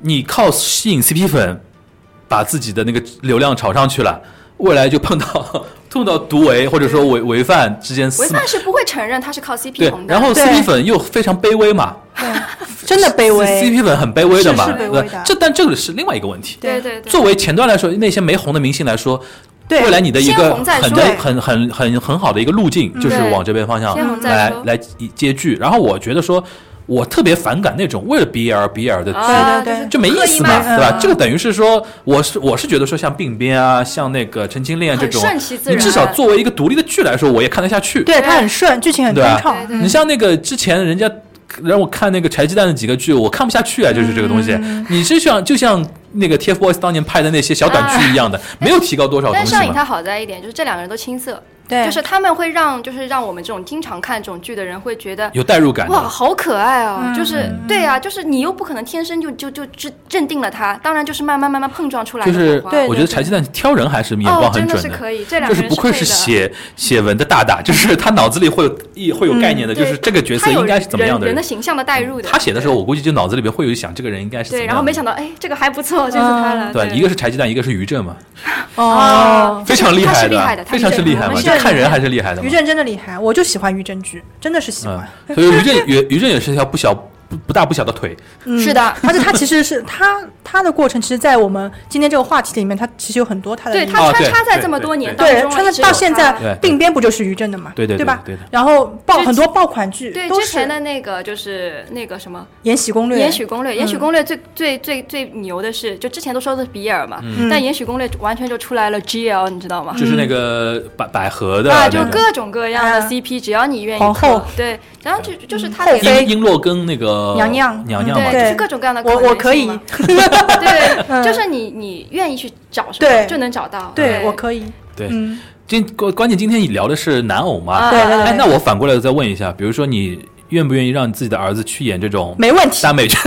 Speaker 4: 你靠吸引 CP 粉，把自己的那个流量炒上去了，未来就碰到 碰到毒唯或者说违违犯之间
Speaker 2: 维
Speaker 4: 撕嘛
Speaker 2: 范。是不会承认他是靠
Speaker 4: 对
Speaker 2: CP 红，的，
Speaker 4: 然后
Speaker 3: 对
Speaker 4: CP 粉又非常卑微嘛
Speaker 3: 真的卑微。
Speaker 4: ，CP 粉很卑微的嘛，
Speaker 3: 是是卑微的
Speaker 4: 对吧这但这个是另外一个问题。
Speaker 2: 对对对，
Speaker 4: 作为前端来说，那些没红的明星来说，
Speaker 3: 对
Speaker 4: 未来你的一
Speaker 2: 先
Speaker 4: 个
Speaker 2: 红再
Speaker 4: 很
Speaker 2: 说嗯
Speaker 4: 的很很很很好的一个路径，就是
Speaker 2: 对
Speaker 4: 往这边方向
Speaker 2: 先红再
Speaker 4: 来
Speaker 2: 说
Speaker 4: 来接剧。然后我觉得说，我特别反感那种为了 BL BL 的剧，
Speaker 2: 啊，
Speaker 3: 对对对
Speaker 2: 就是
Speaker 4: 就没意思嘛，
Speaker 2: 刻意卖
Speaker 4: 对吧
Speaker 2: 嗯？
Speaker 4: 这个等于是说，我是我是觉得说，像鬓边啊，像那个陈情令啊这
Speaker 2: 很
Speaker 4: 种
Speaker 2: 顺其，自
Speaker 4: 你
Speaker 2: 然
Speaker 4: 至少作为一个独立的剧来说，我也看得下去。
Speaker 3: 对他很顺，剧情很通
Speaker 4: 对啊
Speaker 3: 畅。
Speaker 2: 对
Speaker 4: 你像那个之前人家让我看那个柴鸡蛋的几个剧，我看不下
Speaker 2: 嗯
Speaker 4: 去啊，就是这个东西。你是像就像那个 TFBOYS 当年拍的那些小短剧一样的，没有提高多少东
Speaker 2: 嗯但
Speaker 4: 西
Speaker 2: 上瘾
Speaker 4: 嘛。
Speaker 2: 它好在一点就是这两个人都青涩，
Speaker 3: 对
Speaker 2: 就是他们会让就是让我们这种经常看这种剧的人会觉得。
Speaker 4: 有代入感的，嗯
Speaker 2: 哇，好可爱哦！就是对啊，就是你又不可能天生就就就认认定了他，当然就是慢慢慢慢碰撞出来
Speaker 4: 就
Speaker 2: 啊的
Speaker 4: 是
Speaker 2: 火花。
Speaker 4: 我觉得柴鸡蛋挑人还是眼
Speaker 2: 哦
Speaker 4: 光，很
Speaker 2: 真
Speaker 4: 准
Speaker 2: 是可以，这两个
Speaker 4: 就是
Speaker 2: 人
Speaker 4: 不愧
Speaker 2: 配
Speaker 4: 是
Speaker 2: 的
Speaker 4: 写写文的大大， 就是他脑子里会有一会有概念的，
Speaker 2: 嗯
Speaker 4: 就
Speaker 2: 对
Speaker 4: 是这个角色
Speaker 2: 他有
Speaker 4: 应该是怎么样
Speaker 2: 人
Speaker 4: 的人嗯
Speaker 2: 的。形象的代入的。
Speaker 4: 他写的时候，我估计就脑子里面会有想这个人应该是怎么
Speaker 2: 对，
Speaker 4: 样的
Speaker 2: 然后没想到，哎，这个还不错，就是他了。
Speaker 4: 对，一个是柴鸡蛋，一个是于正嘛，
Speaker 3: 哦，
Speaker 4: 非常厉
Speaker 2: 他
Speaker 4: 害
Speaker 2: 是厉害的他
Speaker 4: 非
Speaker 2: 是
Speaker 4: 常是厉
Speaker 2: 我
Speaker 4: 害
Speaker 2: 们
Speaker 4: 嘛，
Speaker 2: 是
Speaker 4: 就看人还是厉害的嘛
Speaker 3: 于。正真的厉害，我就喜欢于正剧，真的是喜欢。
Speaker 4: 嗯，所以于正也于正也是一条不小不不大不小的腿，
Speaker 2: 嗯是的，
Speaker 3: 啊
Speaker 4: 嗯
Speaker 3: 而且他其实是他他的过程，其实，在我们今天这个话题里面，他其实有很多他的
Speaker 2: 对
Speaker 3: 影
Speaker 2: 他
Speaker 4: 哦
Speaker 2: 穿
Speaker 4: 对
Speaker 2: 插在
Speaker 4: 对
Speaker 2: 这么多
Speaker 4: 对
Speaker 2: 年当
Speaker 3: 对
Speaker 2: 中，
Speaker 3: 穿
Speaker 2: 一
Speaker 3: 的
Speaker 2: 直
Speaker 3: 到
Speaker 2: 有
Speaker 3: 现
Speaker 2: 他
Speaker 3: 在
Speaker 4: 对，
Speaker 3: 鬓边不就是于正的嘛？
Speaker 4: 对对
Speaker 3: 对
Speaker 4: 对
Speaker 3: 吧
Speaker 4: 对对的？
Speaker 3: 然后爆很多爆款剧，
Speaker 2: 对
Speaker 3: 都
Speaker 2: 之
Speaker 3: 是
Speaker 2: 前
Speaker 3: 《
Speaker 2: 的那个就是那个什么
Speaker 3: 延禧攻
Speaker 2: 《
Speaker 3: 略》。
Speaker 2: 延禧
Speaker 3: 嗯
Speaker 2: 攻略》，《延禧攻略》最最最最牛的是，就之前都说的是比尔嘛，
Speaker 3: 嗯
Speaker 2: 但《延禧攻略》完全就出来了 GL，你知道吗？
Speaker 4: 嗯就是那个百百合的
Speaker 2: 啊，
Speaker 4: 那
Speaker 2: 就
Speaker 4: 个
Speaker 2: 各种各样的
Speaker 3: 啊
Speaker 2: CP，只要你愿意
Speaker 3: 皇后
Speaker 2: 磕，对，然后就就是他
Speaker 3: 后
Speaker 2: 给
Speaker 3: 妃
Speaker 2: 的，
Speaker 4: 璎璎珞跟那个
Speaker 3: 娘娘嗯
Speaker 4: 娘娘嘛，
Speaker 2: 对，
Speaker 4: 就
Speaker 2: 就是是各种各样的能性
Speaker 3: 我
Speaker 2: 嘛，
Speaker 3: 我可以， 嗯
Speaker 2: 对，就是你你愿意去找什
Speaker 3: 对
Speaker 2: 么就能找到，
Speaker 3: 对我可以，
Speaker 4: 对。
Speaker 3: 嗯，
Speaker 4: 今关关键今天你聊的是男偶嘛？
Speaker 2: 啊
Speaker 3: 对对对
Speaker 4: 哎，那我反过来再问一下，比如说你愿不愿意让自己的儿子去演这种
Speaker 3: 没问题。
Speaker 4: 耽美剧？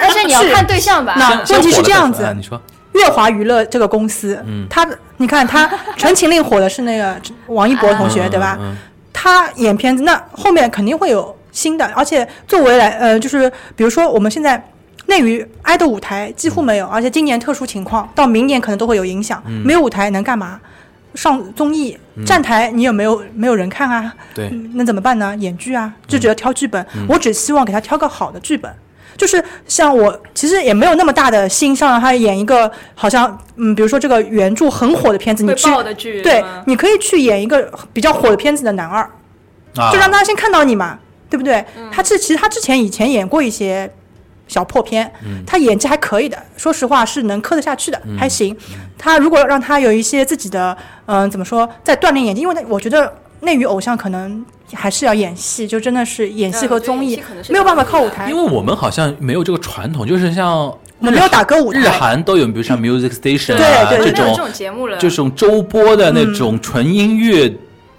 Speaker 2: 但是你要看对象吧，
Speaker 3: 那问题是这样子
Speaker 4: 啊你说
Speaker 3: 乐华娱乐这个公司，嗯，他你 看他《陈情令》火的是那个王一博同学，对吧？
Speaker 4: 嗯
Speaker 3: 他演片子，那后面肯定会有新的，而且作为来呃，就是比如说我们现在。内娱爱豆舞台几乎没有，而且今年特殊情况，到明年可能都会有影响。没有舞台能干嘛？上综艺、站台，你有没有没有人看啊？
Speaker 4: 对
Speaker 3: 嗯那怎么办呢？演剧啊，就只要挑剧本。我只希望给他挑个好的剧本，就是像我其实也没有那么大的心上让他演一个好像嗯，比如说这个原著很火的片子，你
Speaker 2: 会
Speaker 3: 去
Speaker 2: 爆的剧，
Speaker 3: 对
Speaker 2: 吗，
Speaker 3: 你可以去演一个比较火的片子的男二，
Speaker 4: 啊，
Speaker 3: 就让他先看到你
Speaker 2: 嗯
Speaker 3: 嘛，对不对？他这其实他之前以前演过一些小破片，
Speaker 2: 嗯
Speaker 3: 他演技还可以的，说实话是能磕得下去的，还行。
Speaker 2: 嗯
Speaker 3: 他如果让他有一些自己的，嗯、怎么说，在锻炼演技，因为他我觉得内娱偶像可能还是要演戏，就真的是演戏
Speaker 2: 嗯
Speaker 3: 和
Speaker 2: 我觉得
Speaker 3: 综
Speaker 2: 演
Speaker 3: 艺
Speaker 2: 戏可能是
Speaker 3: 没有办法
Speaker 2: 这
Speaker 3: 靠
Speaker 2: 样
Speaker 3: 舞
Speaker 2: 子
Speaker 3: 台
Speaker 4: 因，为我们好像没有这个传统，就是像
Speaker 3: 我们没有打歌舞台
Speaker 4: 日韩都有，比如像 Music Station 啊
Speaker 3: 对对
Speaker 2: 没有
Speaker 4: 这
Speaker 2: 这
Speaker 4: 种
Speaker 2: 种节目了，
Speaker 4: 这种周播的那种纯音乐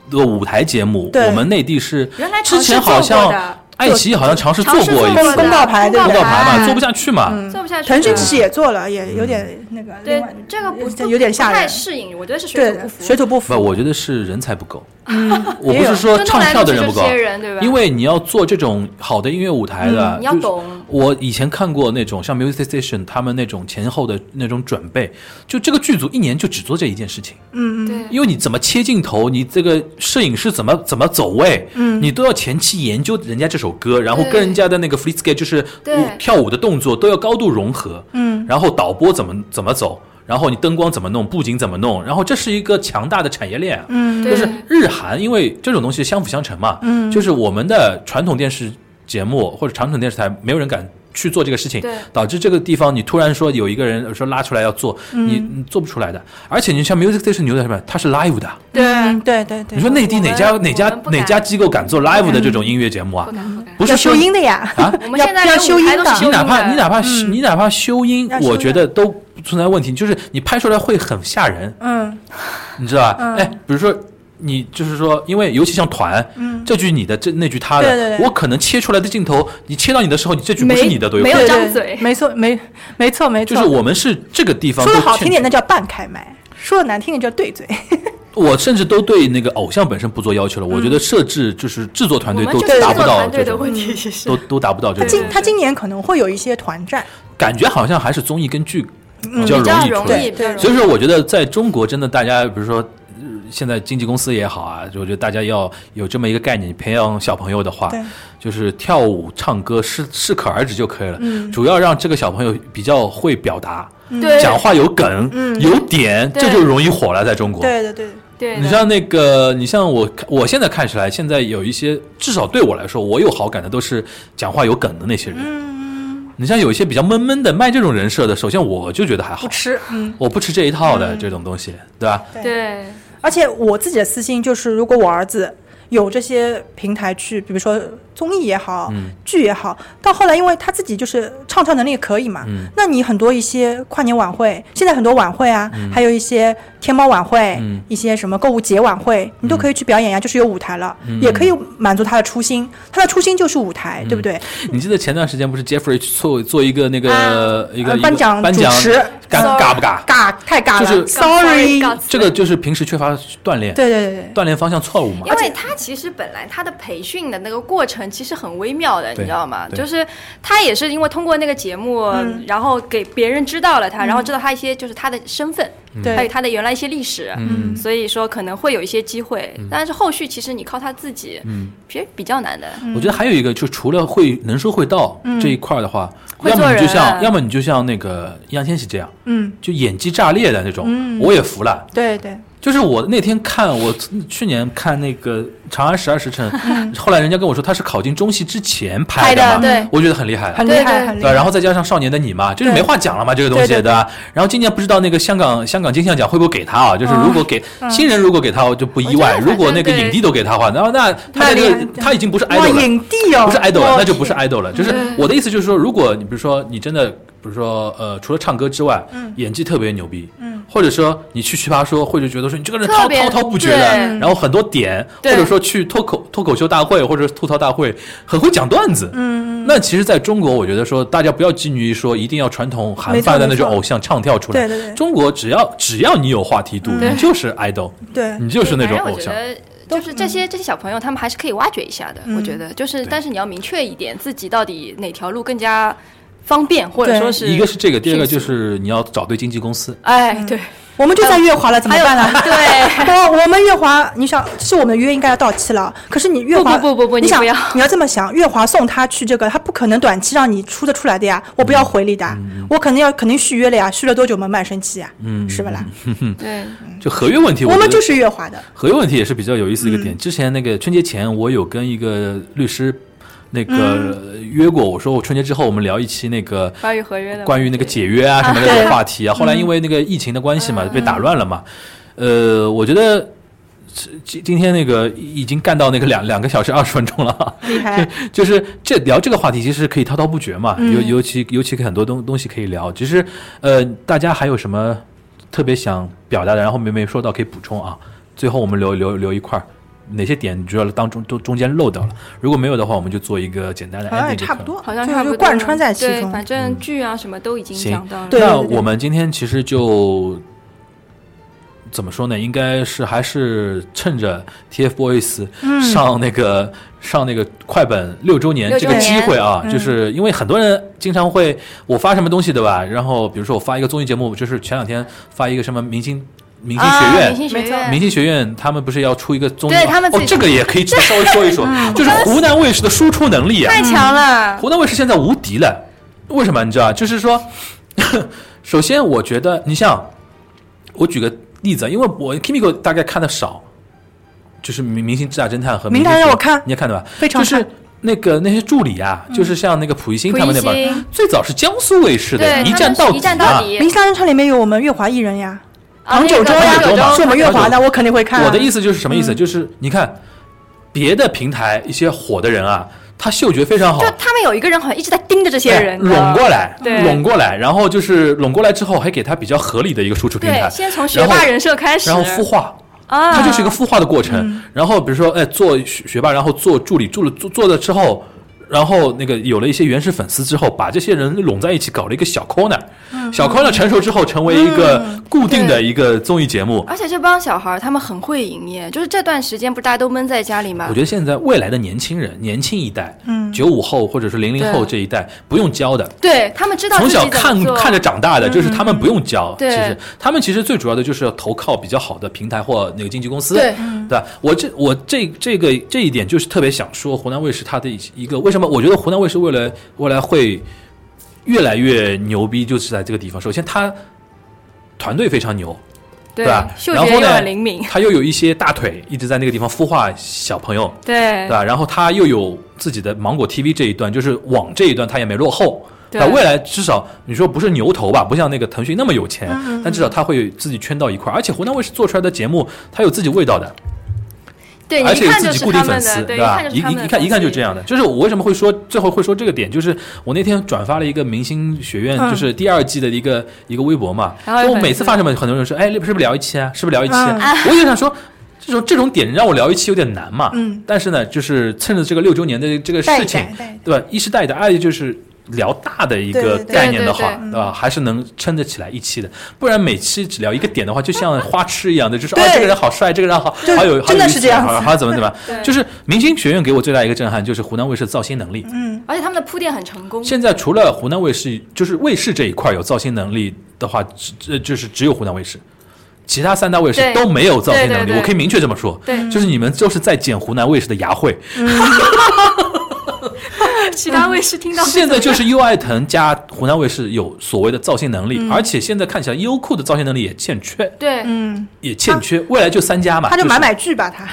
Speaker 4: 的舞台节目，
Speaker 3: 对
Speaker 4: 我们内地是
Speaker 2: 原来
Speaker 4: 之前
Speaker 2: 尝
Speaker 4: 好
Speaker 2: 试做过
Speaker 4: 像
Speaker 2: 的
Speaker 4: 爱奇艺好像尝试做
Speaker 2: 尝试
Speaker 4: 过一
Speaker 2: 过的嗯
Speaker 4: 次
Speaker 3: 公告牌对
Speaker 2: 公
Speaker 3: 吧
Speaker 4: 公告
Speaker 2: 牌
Speaker 4: 牌嘛，做不下去嘛。
Speaker 2: 做不下去。
Speaker 3: 腾讯其实也做了，也有点那个，
Speaker 2: 嗯对
Speaker 3: 另外
Speaker 2: 这个不
Speaker 3: 有点吓
Speaker 2: 不太
Speaker 3: 人，
Speaker 2: 适应，我觉得是水
Speaker 3: 对
Speaker 2: 土不，服。
Speaker 3: 水土不服
Speaker 4: 不，。我觉得是人才不够。 我
Speaker 3: 也
Speaker 4: 不
Speaker 3: 有
Speaker 4: 是说唱跳的人
Speaker 2: 嗯
Speaker 4: 不
Speaker 2: 就弄来弄去
Speaker 4: 够
Speaker 2: 就这些人对吧，
Speaker 4: 因为你要做这种好的音乐舞台的，
Speaker 2: 嗯你要
Speaker 4: 啊就是
Speaker 2: 懂
Speaker 4: 我以前看过那种像 Music Station 他们那种前后的那种准备，就这个剧组一年就只做这一件事情，
Speaker 3: 嗯
Speaker 2: 对，
Speaker 4: 因为你怎么切镜头，你这个摄影师怎么怎么走位，嗯，你都要前期研究人家这首歌，然后
Speaker 2: 对
Speaker 4: 跟人家的那个 free skate 就是
Speaker 2: 对
Speaker 4: 舞跳舞的动作都要高度融合，嗯，然后导播怎么怎么走。然后你灯光怎么弄，布景怎么弄，然后这是一个强大的产业链啊，嗯
Speaker 2: 对
Speaker 4: 就是日韩，因为这种东西相辅相成嘛，嗯，就是我们的传统电视节目或者传统电视台没有人敢去做这个事情
Speaker 2: 对，
Speaker 4: 导致这个地方你突然说有一个人说拉出来要做，
Speaker 2: 嗯
Speaker 4: 你你做不出来的。而且你像 Music Station 牛仔什么，它是 live 的，
Speaker 3: 嗯，对对对。
Speaker 4: 你说内地哪家
Speaker 2: 我们
Speaker 4: 哪家
Speaker 2: 我们不敢嗯
Speaker 4: 哪家机构敢做 live 的这种音乐节目啊
Speaker 2: 不？敢不敢。
Speaker 4: 不
Speaker 3: 要
Speaker 4: 是
Speaker 3: 修
Speaker 4: 说
Speaker 3: 音的呀，
Speaker 4: 啊
Speaker 2: 我们
Speaker 3: 要
Speaker 2: 现在
Speaker 3: 要
Speaker 2: 连
Speaker 3: 修
Speaker 2: 舞台都
Speaker 3: 音
Speaker 2: 是修
Speaker 3: 的
Speaker 2: 啊
Speaker 4: 你
Speaker 2: 音
Speaker 4: 哪怕
Speaker 2: 的嗯
Speaker 4: 你哪怕你哪怕修音
Speaker 3: 要，修
Speaker 4: 我
Speaker 3: 音
Speaker 4: 觉得都不存在问题，就是你拍出来会很吓人。
Speaker 3: 嗯，
Speaker 4: 你知道吧？哎，比如说你就是说，因为尤其像团，这句你的，这那句他的，
Speaker 3: 嗯对对对
Speaker 4: 我可能切出来的镜头，你切到你的时候，你这句不是你的都有可
Speaker 2: 没有
Speaker 4: 能。
Speaker 3: 对
Speaker 2: 张
Speaker 3: 对
Speaker 2: 嘴
Speaker 3: 没错，没没错没错。
Speaker 4: 就是我们是这个地方
Speaker 3: 说的
Speaker 4: 都
Speaker 3: 好
Speaker 4: 欠
Speaker 3: 听点，那叫半开麦；说的难听点叫对嘴。
Speaker 4: 我甚至都对那个偶像本身不做要求了。我觉
Speaker 3: 嗯
Speaker 4: 得设置就是制作团
Speaker 2: 我
Speaker 4: 队
Speaker 2: 们
Speaker 4: 都
Speaker 2: 这是
Speaker 4: 达
Speaker 2: 制
Speaker 4: 不
Speaker 2: 作
Speaker 4: 到
Speaker 2: 团队
Speaker 4: 这
Speaker 2: 的
Speaker 4: 种
Speaker 2: 问，题，其实
Speaker 4: 都都达不到这
Speaker 3: 他
Speaker 4: 种
Speaker 3: 今。他今年可能会有一些团战，
Speaker 4: 感觉好像还是综艺跟剧
Speaker 3: 嗯
Speaker 4: 比较
Speaker 2: 比较
Speaker 4: 容
Speaker 2: 容
Speaker 4: 易出来
Speaker 2: 易，。比较容易
Speaker 4: 所以说，我觉得在中国，真的大家，比如说。呃现在经纪公司也好啊，就我觉得大家要有这么一个概念，培养小朋友的话
Speaker 3: 对，
Speaker 4: 就是跳舞、唱歌适适可而止就可以了。
Speaker 3: 嗯
Speaker 4: 主要让这个小朋友比较会表达，
Speaker 2: 嗯对
Speaker 4: 讲话有梗、有点，
Speaker 2: 对
Speaker 4: 这就容易火了。在中国，
Speaker 3: 嗯对对对，
Speaker 2: 对的
Speaker 4: 你像那个，你像我看，我现在看起来，现在有一些，至少对我来说，我有好感的都是讲话有梗的那些人。
Speaker 3: 嗯
Speaker 4: 你像有一些比较闷闷的卖这种人设的，首先我就觉得还好，
Speaker 3: 不吃，嗯。
Speaker 4: 我不吃这一套的这种东西，对吧？
Speaker 2: 对
Speaker 3: 而且我自己的私心就是，如果我儿子有这些平台去，比如说综艺也好，
Speaker 4: 嗯
Speaker 3: 剧也好，到后来因为他自己就是唱跳能力也可以嘛，
Speaker 4: 嗯
Speaker 3: 那你很多一些跨年晚会，现在很多晚会啊，还有一些天猫晚会，
Speaker 4: 嗯
Speaker 3: 一些什么购物节晚会，你都可以去表演呀、就是有舞台了，
Speaker 4: 嗯
Speaker 3: 也可以满足他的初心，他的初心就是舞台，对不对？
Speaker 4: 你记得前段时间不是 Jeffrey 做做一个那个、
Speaker 2: 啊
Speaker 4: 一个
Speaker 3: 呃
Speaker 4: 一个
Speaker 3: 颁奖
Speaker 4: 颁
Speaker 3: 主
Speaker 4: 奖
Speaker 3: 持
Speaker 4: 尬
Speaker 3: ，sorry
Speaker 4: 尬不尬？
Speaker 3: 尬太尬了、
Speaker 4: 就是
Speaker 3: s o r r y
Speaker 2: 尬
Speaker 4: 这个就是平时缺乏锻炼，
Speaker 3: 对对对对。
Speaker 4: 锻炼方向错误嘛
Speaker 2: 因。为他其实本来他的培训的那个过程其实很微妙的，你
Speaker 4: 对
Speaker 2: 知道吗？
Speaker 4: 对嗯
Speaker 2: 就是他也是因为通过那个节目，然后给别人知道了他，然后知道他一些就是他的身份，
Speaker 4: 嗯
Speaker 3: 对哎
Speaker 2: 还有他的原来一些历史，所以说可能会有一些机会，
Speaker 4: 嗯
Speaker 2: 但是后续其实你靠他自己，其实比较难的。
Speaker 4: 我觉得还有一个，就除了会能说会道这一块儿的话，
Speaker 2: 嗯会
Speaker 4: 要么
Speaker 2: 做
Speaker 4: 你就
Speaker 2: 人啊
Speaker 4: 像，要么你就像那个易烊千玺这样，
Speaker 3: 嗯，
Speaker 4: 就演技炸裂的那种，
Speaker 2: 嗯
Speaker 4: 我也服了。
Speaker 3: 对对，
Speaker 4: 就是我那天看，我去年看那个《长安十二时辰》，后来人家跟我说他是考进中戏之前拍
Speaker 2: 嗯拍
Speaker 4: 嘛，
Speaker 2: 的对
Speaker 4: 我觉得很厉害了。
Speaker 3: 嗯很厉
Speaker 2: 对
Speaker 3: 害，
Speaker 2: 对
Speaker 3: 很厉
Speaker 4: 对吧，
Speaker 3: 害。
Speaker 4: 然后再加上《少年的你》嘛，就是没
Speaker 3: 对
Speaker 4: 话讲了嘛，这个东西，
Speaker 3: 对对
Speaker 4: 吧？然后今年不知道那个香港香港金像奖会不会给他啊？就是如
Speaker 3: 嗯
Speaker 4: 果给、新人，如果给他，我就不意外；
Speaker 2: 我觉得
Speaker 4: 如果那个
Speaker 2: 反正
Speaker 4: 影帝都给他的话，然后那他
Speaker 3: 那
Speaker 4: 这个
Speaker 3: 厉害
Speaker 4: 他已经不是
Speaker 3: 哇，
Speaker 4: idol 了，
Speaker 3: 影帝哦，
Speaker 4: 不是 idol 了，
Speaker 3: 我
Speaker 4: 那就不
Speaker 3: 天
Speaker 4: 是 idol 了。就是我的意思就是说，如果你比如说你真的，比如说呃，除了唱歌之外，演技特别牛逼，嗯，或者说你去奇葩说，或者觉得说你这个人滔
Speaker 2: 特别
Speaker 4: 滔滔不绝的，
Speaker 2: 对
Speaker 4: 然后很多点，或
Speaker 2: 对
Speaker 4: 者说去脱口脱口秀大会或者吐槽大会，很会讲段子，嗯，那其实在中国，我觉得说大家不要拘泥于说一定要传统韩
Speaker 3: 没错
Speaker 4: 范的那种
Speaker 3: 没错
Speaker 4: 偶像唱跳出来，
Speaker 3: 对对对
Speaker 4: 中国只要只要你有话题度，
Speaker 2: 对
Speaker 4: 你就是 idol，
Speaker 3: 对
Speaker 4: 你 就是那
Speaker 2: 反
Speaker 4: 种
Speaker 2: 正
Speaker 4: 偶
Speaker 2: 我觉
Speaker 4: 像。
Speaker 2: 得。就是
Speaker 3: 嗯
Speaker 2: 这些这些小朋友，他们还是可以挖掘一下的。我觉得，就是但是你要明确一点，自己到底哪条路更加方便，或者
Speaker 3: 对
Speaker 2: 说是
Speaker 4: 一个是这个，第二个
Speaker 2: 迅
Speaker 4: 就
Speaker 2: 速
Speaker 4: 是你要找对经纪公司。
Speaker 2: 哎，对，
Speaker 3: 我们就在月华嗯了，怎么
Speaker 2: 还有
Speaker 3: 办呢？
Speaker 2: 对，
Speaker 3: 我我们月华，你想，这是我们的约应该要到期了。可是你月华
Speaker 2: 不不不不
Speaker 3: 你想
Speaker 2: 你不要
Speaker 3: 这么想，月华送他去这个，他不可能短期让你出得出来的呀。我不要回礼的，啊
Speaker 4: 嗯
Speaker 3: 我肯定要肯定续约了呀，续了多久我们卖身契呀，嗯，是不啦？
Speaker 2: 对，
Speaker 4: 就合约问题，
Speaker 3: 我
Speaker 4: 觉
Speaker 3: 们
Speaker 4: 得
Speaker 3: 就是月华的，
Speaker 4: 合约问题也是比较有意思的一个点。之前那个春节前，我有跟一个律师那个约过，我说我春节之后我们聊一期那个
Speaker 2: 关于合约的
Speaker 4: 关于那个解约啊什么
Speaker 3: 啊
Speaker 4: 的
Speaker 3: 对
Speaker 4: 话题啊。后来因为那个疫情的关系嘛，被打乱了嘛。呃，我觉得。今今天那个已经干到那个两两个小时二十分钟了啊，
Speaker 3: 厉害。
Speaker 4: 就是这聊这个话题，其实可以滔滔不绝嘛，尤、尤其尤其很多东东西可以聊。其实，呃，大家还有什么特别想表达的，然后没没说到可以补充啊？最后我们留留留一块儿，哪些点你觉得当中都中间漏掉了？如果没有的话，我们就做一个简单的
Speaker 3: 好像
Speaker 4: ending
Speaker 3: 也
Speaker 4: 就
Speaker 3: 哎差
Speaker 4: 可
Speaker 3: 不
Speaker 4: 以
Speaker 3: 多，
Speaker 4: 了。
Speaker 2: 好像
Speaker 3: 就
Speaker 2: 差不
Speaker 3: 就
Speaker 2: 多
Speaker 3: 贯穿在其
Speaker 2: 对，
Speaker 3: 中。
Speaker 2: 反正剧啊什么都已经
Speaker 4: 嗯行
Speaker 2: 讲到了。
Speaker 3: 对
Speaker 4: 那我们今天其实就怎么说呢？应该是还是趁着 TFBOYS 上那个、上那个快本六周年
Speaker 2: 嗯六
Speaker 4: 这
Speaker 2: 周
Speaker 4: 个
Speaker 2: 年嗯
Speaker 4: 机会啊，就是因为很多人经常会我发什么东西对吧？然后比如说我发一个综艺节目，就是前两天发一个什么明星明星学
Speaker 2: 啊
Speaker 4: 院。
Speaker 2: 明星学
Speaker 3: 没错
Speaker 2: 院，
Speaker 4: 明星学院他们不是要出一个综艺吗？
Speaker 2: 对他们自
Speaker 4: 哦
Speaker 2: 己，嗯
Speaker 4: 这个也可以稍微 说一说，就是湖南卫视的输出能力啊，
Speaker 2: 太强了。
Speaker 4: 湖南卫视现在无敌了，为什么？你知道？啊就是说， 首先我觉得，你像我举个例子，因为我 Kimiko 大概看的少，就是明《明星智打侦探》和
Speaker 3: 明
Speaker 4: 星
Speaker 3: 探让
Speaker 4: 学
Speaker 3: 我看
Speaker 4: 你也看对吧？
Speaker 3: 非常
Speaker 4: 就是
Speaker 3: 看
Speaker 4: 那个那些助理啊，
Speaker 2: 嗯
Speaker 4: 就是像那个溥仪星他们那
Speaker 2: 溥仪
Speaker 4: 边
Speaker 2: 星，
Speaker 4: 最早是江苏卫视的
Speaker 2: 对，
Speaker 4: 一
Speaker 2: 他
Speaker 4: 站
Speaker 2: 们是
Speaker 4: 到
Speaker 2: 一站
Speaker 4: 啊
Speaker 2: 到底。
Speaker 3: 明星大侦探里面有我们月华艺人呀，
Speaker 2: 啊
Speaker 3: 唐
Speaker 2: 那
Speaker 3: 九
Speaker 2: 个
Speaker 3: 州
Speaker 4: 唐
Speaker 3: 呀
Speaker 4: 九州嘛，
Speaker 3: 是我们月华
Speaker 4: 唐
Speaker 3: 的，我肯定会看。啊
Speaker 4: 我的意思就是什么意
Speaker 2: 嗯
Speaker 4: 思？就是你看别的平台一些火的人啊，他嗅觉非常好
Speaker 2: 就，他们有一个人好像一直在盯着这些人，
Speaker 4: 哎拢过来，
Speaker 2: 对
Speaker 4: 拢过来，然后就是拢过来之后，还给他比较合理的一个输出平台
Speaker 2: 对，，先从学霸人设开始，
Speaker 4: 然后然后孵化。
Speaker 2: 啊，嗯
Speaker 4: 它就是一个孵化的过程，然后比如说，哎，做学学霸，然后做助理，助了做做了之后，然后那个有了一些原始粉丝之后，把这些人拢在一起，搞了一个小 corner，、小
Speaker 2: 嗯
Speaker 4: corner 成熟之后，成为一个固定的一个综艺节目。
Speaker 2: 而且这帮小孩儿他们很会营业，就是这段时间不是大家都闷在家里嘛
Speaker 4: 我，觉得现在未来的年轻人，年轻一代，
Speaker 3: 嗯
Speaker 4: 九五后或者是零零后这一代，不用教的，
Speaker 2: 对他们知道
Speaker 4: 从
Speaker 2: 自己
Speaker 4: 小
Speaker 2: 怎么
Speaker 4: 看
Speaker 2: 做嗯
Speaker 4: 看着长大的，就是他们不用教。
Speaker 2: 对
Speaker 4: 其实他们其实最主要的就是要投靠比较好的平台或那个经纪公司。
Speaker 2: 对
Speaker 4: 对吧？我这我这这个这一点就是特别想说，湖南卫视它的一一个为什么？我觉得湖南卫视未来未来会越来越牛逼，就是在这个地方。首先，它团队非常牛，
Speaker 2: 对
Speaker 4: 吧？
Speaker 2: 嗅
Speaker 4: 然
Speaker 2: 觉
Speaker 4: 后
Speaker 2: 又
Speaker 4: 呢
Speaker 2: 很灵敏，，
Speaker 4: 它又有一些大腿一直在那个地方孵化小朋友。
Speaker 2: 对
Speaker 4: 对吧？然后他又有自己的芒果 TV 这一段，就是网这一段，他也没落后。
Speaker 2: 对
Speaker 4: 吧未来至少你说不是牛头吧，不像那个腾讯那么有钱，但至少他会自己圈到一块儿。而且湖南卫视做出来的节目，它有自己味道的，
Speaker 2: 对，你
Speaker 4: 而
Speaker 2: 一
Speaker 4: 且有
Speaker 2: 看
Speaker 4: 自
Speaker 2: 就
Speaker 4: 己
Speaker 2: 是
Speaker 4: 固
Speaker 2: 他
Speaker 4: 定粉
Speaker 2: 们
Speaker 4: 丝，
Speaker 2: 的，
Speaker 4: 对
Speaker 2: 对，
Speaker 4: 吧？
Speaker 2: 看就
Speaker 4: 一
Speaker 2: 是他们
Speaker 4: 一
Speaker 2: 的
Speaker 4: 一看一看就这
Speaker 2: 样。
Speaker 4: 样的。就是我为什么会说最后会说这个点，就是我那天转发了一个明星学院，
Speaker 3: 嗯
Speaker 4: 就是第二季的一个一个微博嘛。
Speaker 2: 然后有
Speaker 4: 我
Speaker 2: 粉
Speaker 4: 每次
Speaker 2: 丝
Speaker 4: 发什么，很多人说，哎，是不是聊一期啊？是不是聊一期、啊？
Speaker 3: 嗯
Speaker 4: 我就想说。这种这种点让我聊一期有点难嘛，
Speaker 3: 嗯，
Speaker 4: 但是呢，就是趁着这个六周年的这个
Speaker 3: 带一
Speaker 4: 事情
Speaker 3: 带带一带，
Speaker 4: 对吧？一是带一带，二就是聊大的一个
Speaker 3: 对对对
Speaker 4: 概念的话
Speaker 2: 对，
Speaker 4: 对吧？还是能撑得起来一期的，不然每期只聊一个点的话，就像花痴一样的，就是啊
Speaker 3: 对，
Speaker 4: 这个人好帅，这个人好
Speaker 3: 就
Speaker 4: 好有好
Speaker 3: 真
Speaker 4: 有
Speaker 3: 的
Speaker 4: 意思
Speaker 3: 是
Speaker 4: 啊
Speaker 3: 这样
Speaker 4: 好
Speaker 3: 子
Speaker 4: 好怎么 怎么
Speaker 2: 对
Speaker 4: 样，就是明星学院给我最大一个震撼就是湖南卫视的造星能力。
Speaker 3: 嗯，
Speaker 2: 而且他们的铺垫很成功，
Speaker 4: 现在除了湖南卫视，就是卫视这一块有造星能力的话，只呃就是只有湖南卫视，其他三大卫视
Speaker 2: 对
Speaker 4: 都没有造星能
Speaker 2: 对
Speaker 4: 力。
Speaker 2: 对对
Speaker 4: 我可以明确这么说，
Speaker 2: 对
Speaker 4: 就是你们就是在捡湖南卫视的牙慧。
Speaker 2: 其他卫视听到
Speaker 4: 嗯现在就是优爱腾加湖南卫视有所谓的造星能力，而且现在看起来优酷的造星能力也欠缺，
Speaker 2: 对，
Speaker 3: 嗯，
Speaker 4: 也欠缺。未来就三家嘛，
Speaker 3: 他就是买买剧吧，他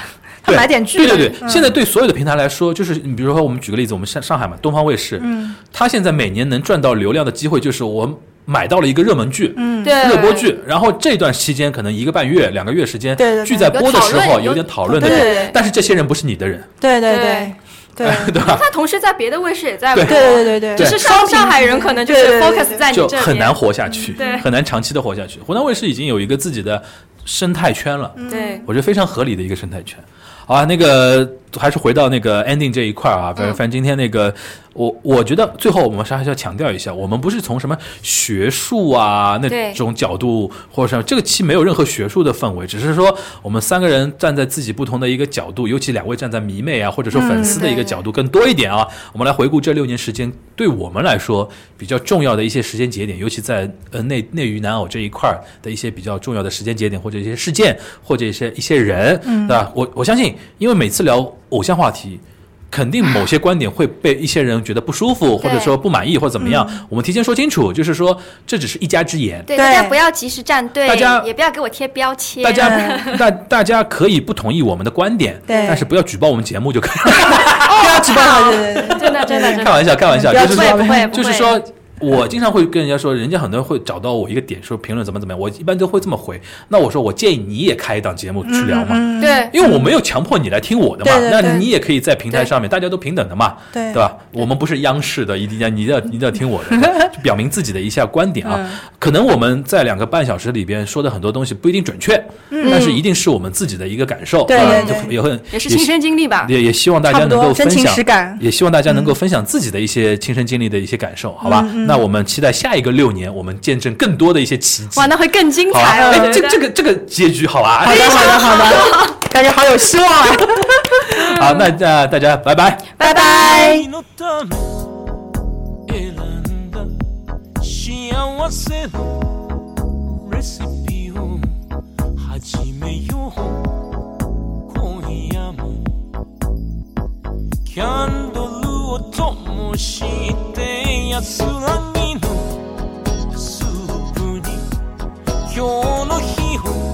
Speaker 3: 他
Speaker 4: 对
Speaker 3: 买点剧。
Speaker 4: 对对对，
Speaker 3: 嗯
Speaker 4: 现在对所有的平台来说，就是你比如说，我们举个例子，我们上上海嘛，东方卫视，
Speaker 3: 嗯
Speaker 4: 它现在每年能赚到流量的机会，就是我买到了一个热门剧。
Speaker 3: 嗯，
Speaker 2: 对
Speaker 4: 热播剧，然后这段期间可能一个半月、两个月时间，
Speaker 3: 对对对
Speaker 4: 剧在播的时候有
Speaker 2: 有讨论
Speaker 4: 点讨论的
Speaker 3: 有
Speaker 2: 对对
Speaker 4: 人
Speaker 2: 对，
Speaker 4: 但是这些人不是你的人，
Speaker 3: 对对对
Speaker 2: 对
Speaker 3: 对
Speaker 4: 对 吧？
Speaker 2: 他同时在别的卫视也在
Speaker 4: 啊对
Speaker 2: 播
Speaker 3: 对对对对，
Speaker 2: 只是上上海人可能就
Speaker 3: 对对
Speaker 2: 是
Speaker 3: 对对
Speaker 2: focus 在你这
Speaker 4: 就
Speaker 2: 边，嗯
Speaker 4: 很难活下去，
Speaker 2: 对
Speaker 4: 很难长期的活下去。湖南卫视已经有一个自己的生态圈了，
Speaker 2: 对，
Speaker 4: 我觉得非常合理的一个生态圈。好啊，那个还是回到那个 ending 这一块儿啊，反正
Speaker 2: 嗯
Speaker 4: 反正今天那个，我我觉得最后我们还是要强调一下，我们不是从什么学术啊那
Speaker 2: 对
Speaker 4: 种角度或者什么，这个期没有任何学术的氛围，只是说我们三个人站在自己不同的一个角度，尤其两位站在迷妹啊或者说
Speaker 2: 嗯
Speaker 4: 粉丝的一个角度更多一点啊，我们来回顾这六年时间对我们来说比较重要的一些时间节点，尤其在呃内内娱男偶这一块儿的一些比较重要的时间节点或者一些事件或者一些一些人，对吧？我我相信，因为每次聊偶像话题。肯定某些观点会被一些人觉得不舒服，或者说不满意，或者怎么样。我们提前说清楚，就是说这只是一家之言，
Speaker 2: 对
Speaker 3: 对
Speaker 2: 大家不要及时站队，
Speaker 4: 大家
Speaker 2: 也不要给我贴标签，
Speaker 4: 大家大大家可以不同意我们的观点，
Speaker 3: 对
Speaker 4: 但是不要举报我们节目就可以了。不要举报
Speaker 3: 对对对对对
Speaker 2: 真的真的真
Speaker 4: 开
Speaker 2: 的，
Speaker 4: 玩笑，开玩笑，
Speaker 3: 不要
Speaker 4: 就是
Speaker 3: 不会
Speaker 4: 说
Speaker 3: 不会
Speaker 2: 不
Speaker 4: 就是
Speaker 2: 会
Speaker 4: 说。我经常会跟人家说，人家很多人会找到我一个点，说评论怎么怎么样，我一般都会这么回。那我说，我建议你也开一档节目 去聊嘛，
Speaker 2: 对，
Speaker 4: 因为我没有强迫你来听我的嘛，
Speaker 3: 嗯对对对
Speaker 4: 那你也可以在平台上面，大家都平等的嘛，
Speaker 3: 对
Speaker 4: 吧？我们不是央视的，一定要你一 定要你一定要听我的，就表明自己的一下观点啊。
Speaker 3: 嗯
Speaker 4: 可能我们在两个半小时里边说的很多东西不一定准确，但是一定是我们自己的一个感受，
Speaker 3: 嗯对
Speaker 4: 啊
Speaker 3: 对对
Speaker 4: 就也很
Speaker 2: 也是亲身经历吧。
Speaker 4: 也也希望大家
Speaker 3: 差不
Speaker 4: 能
Speaker 3: 多
Speaker 4: 够分
Speaker 3: 真情
Speaker 4: 享
Speaker 3: 实感嗯
Speaker 4: 也希望大家能够分享自己的一些亲身经历的一些感受，好吧？那我们期待下一个六年，我们见证更多的一些奇迹。
Speaker 2: 哇，那会更精
Speaker 4: 好吧，
Speaker 2: 彩
Speaker 4: 哎
Speaker 2: 哦！
Speaker 4: 这这个这个结局好啊吧？
Speaker 3: 啊好的，好的，好的，感觉好有希望啊！
Speaker 4: 好，那那大家拜拜。
Speaker 2: 拜拜。
Speaker 5: 愛のため選んだ幸せのレシピを始めよう今夜もキャンドルを灯して安らぎのスープに今日の日を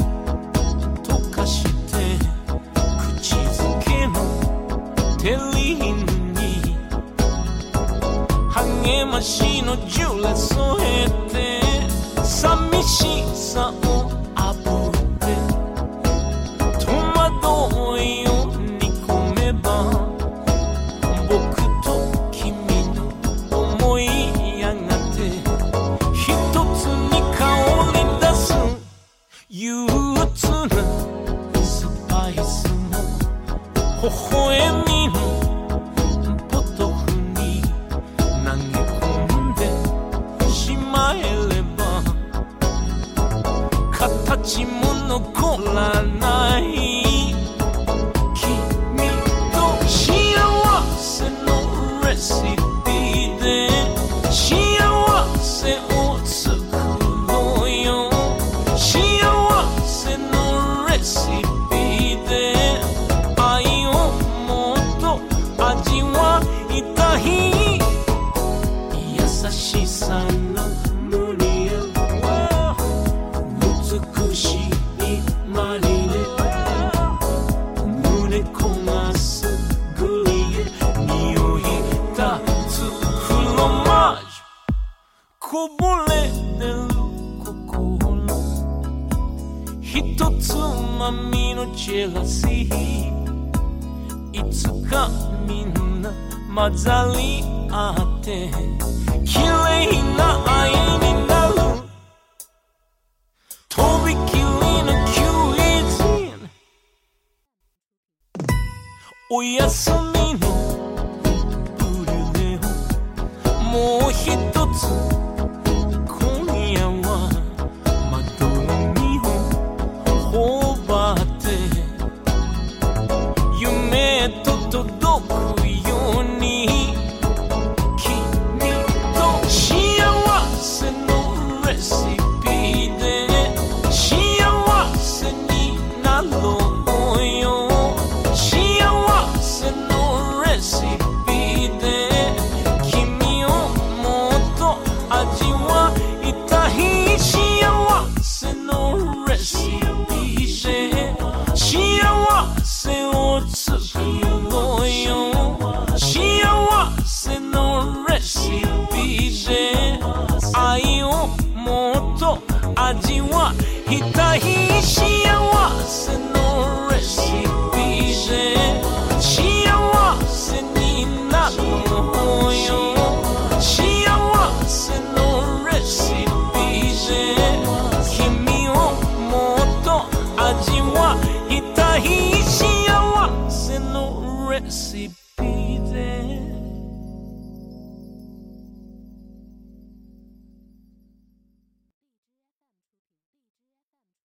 Speaker 5: 溶かして口づけの照りに励ましのジュレ添えて寂しさをあぶって戸惑いを煮込めば僕と君の思いやがて一つに香り出す憂鬱なスパイスの微笑みのポトフに投げ込んでしまえれば形も残らない君と幸せのレシピで幸せを作ろうよ幸せのレシピで愛をもっと味わいたい優しさの無理や美しいマリネ胸焦がすグリエ匂いたつフロマージュこぼれ出る心ひとつまみのジェラシーいつかみんな混ざり合って綺麗な愛になるとびきりのキュイズンおやすみのブルネをもうひとつ今夜は窓の実を頬張って夢へと届くように君と幸せのレシピで幸せになろうよ幸せのレシピで君をもっと味わいたい幸せのレシピで幸せを作ろうよ幸せのレシピで愛をもっと味わいたい幸せのレシピで幸せになろうよ幸せのレシピで君をもっと味わいたい幸せのレシピ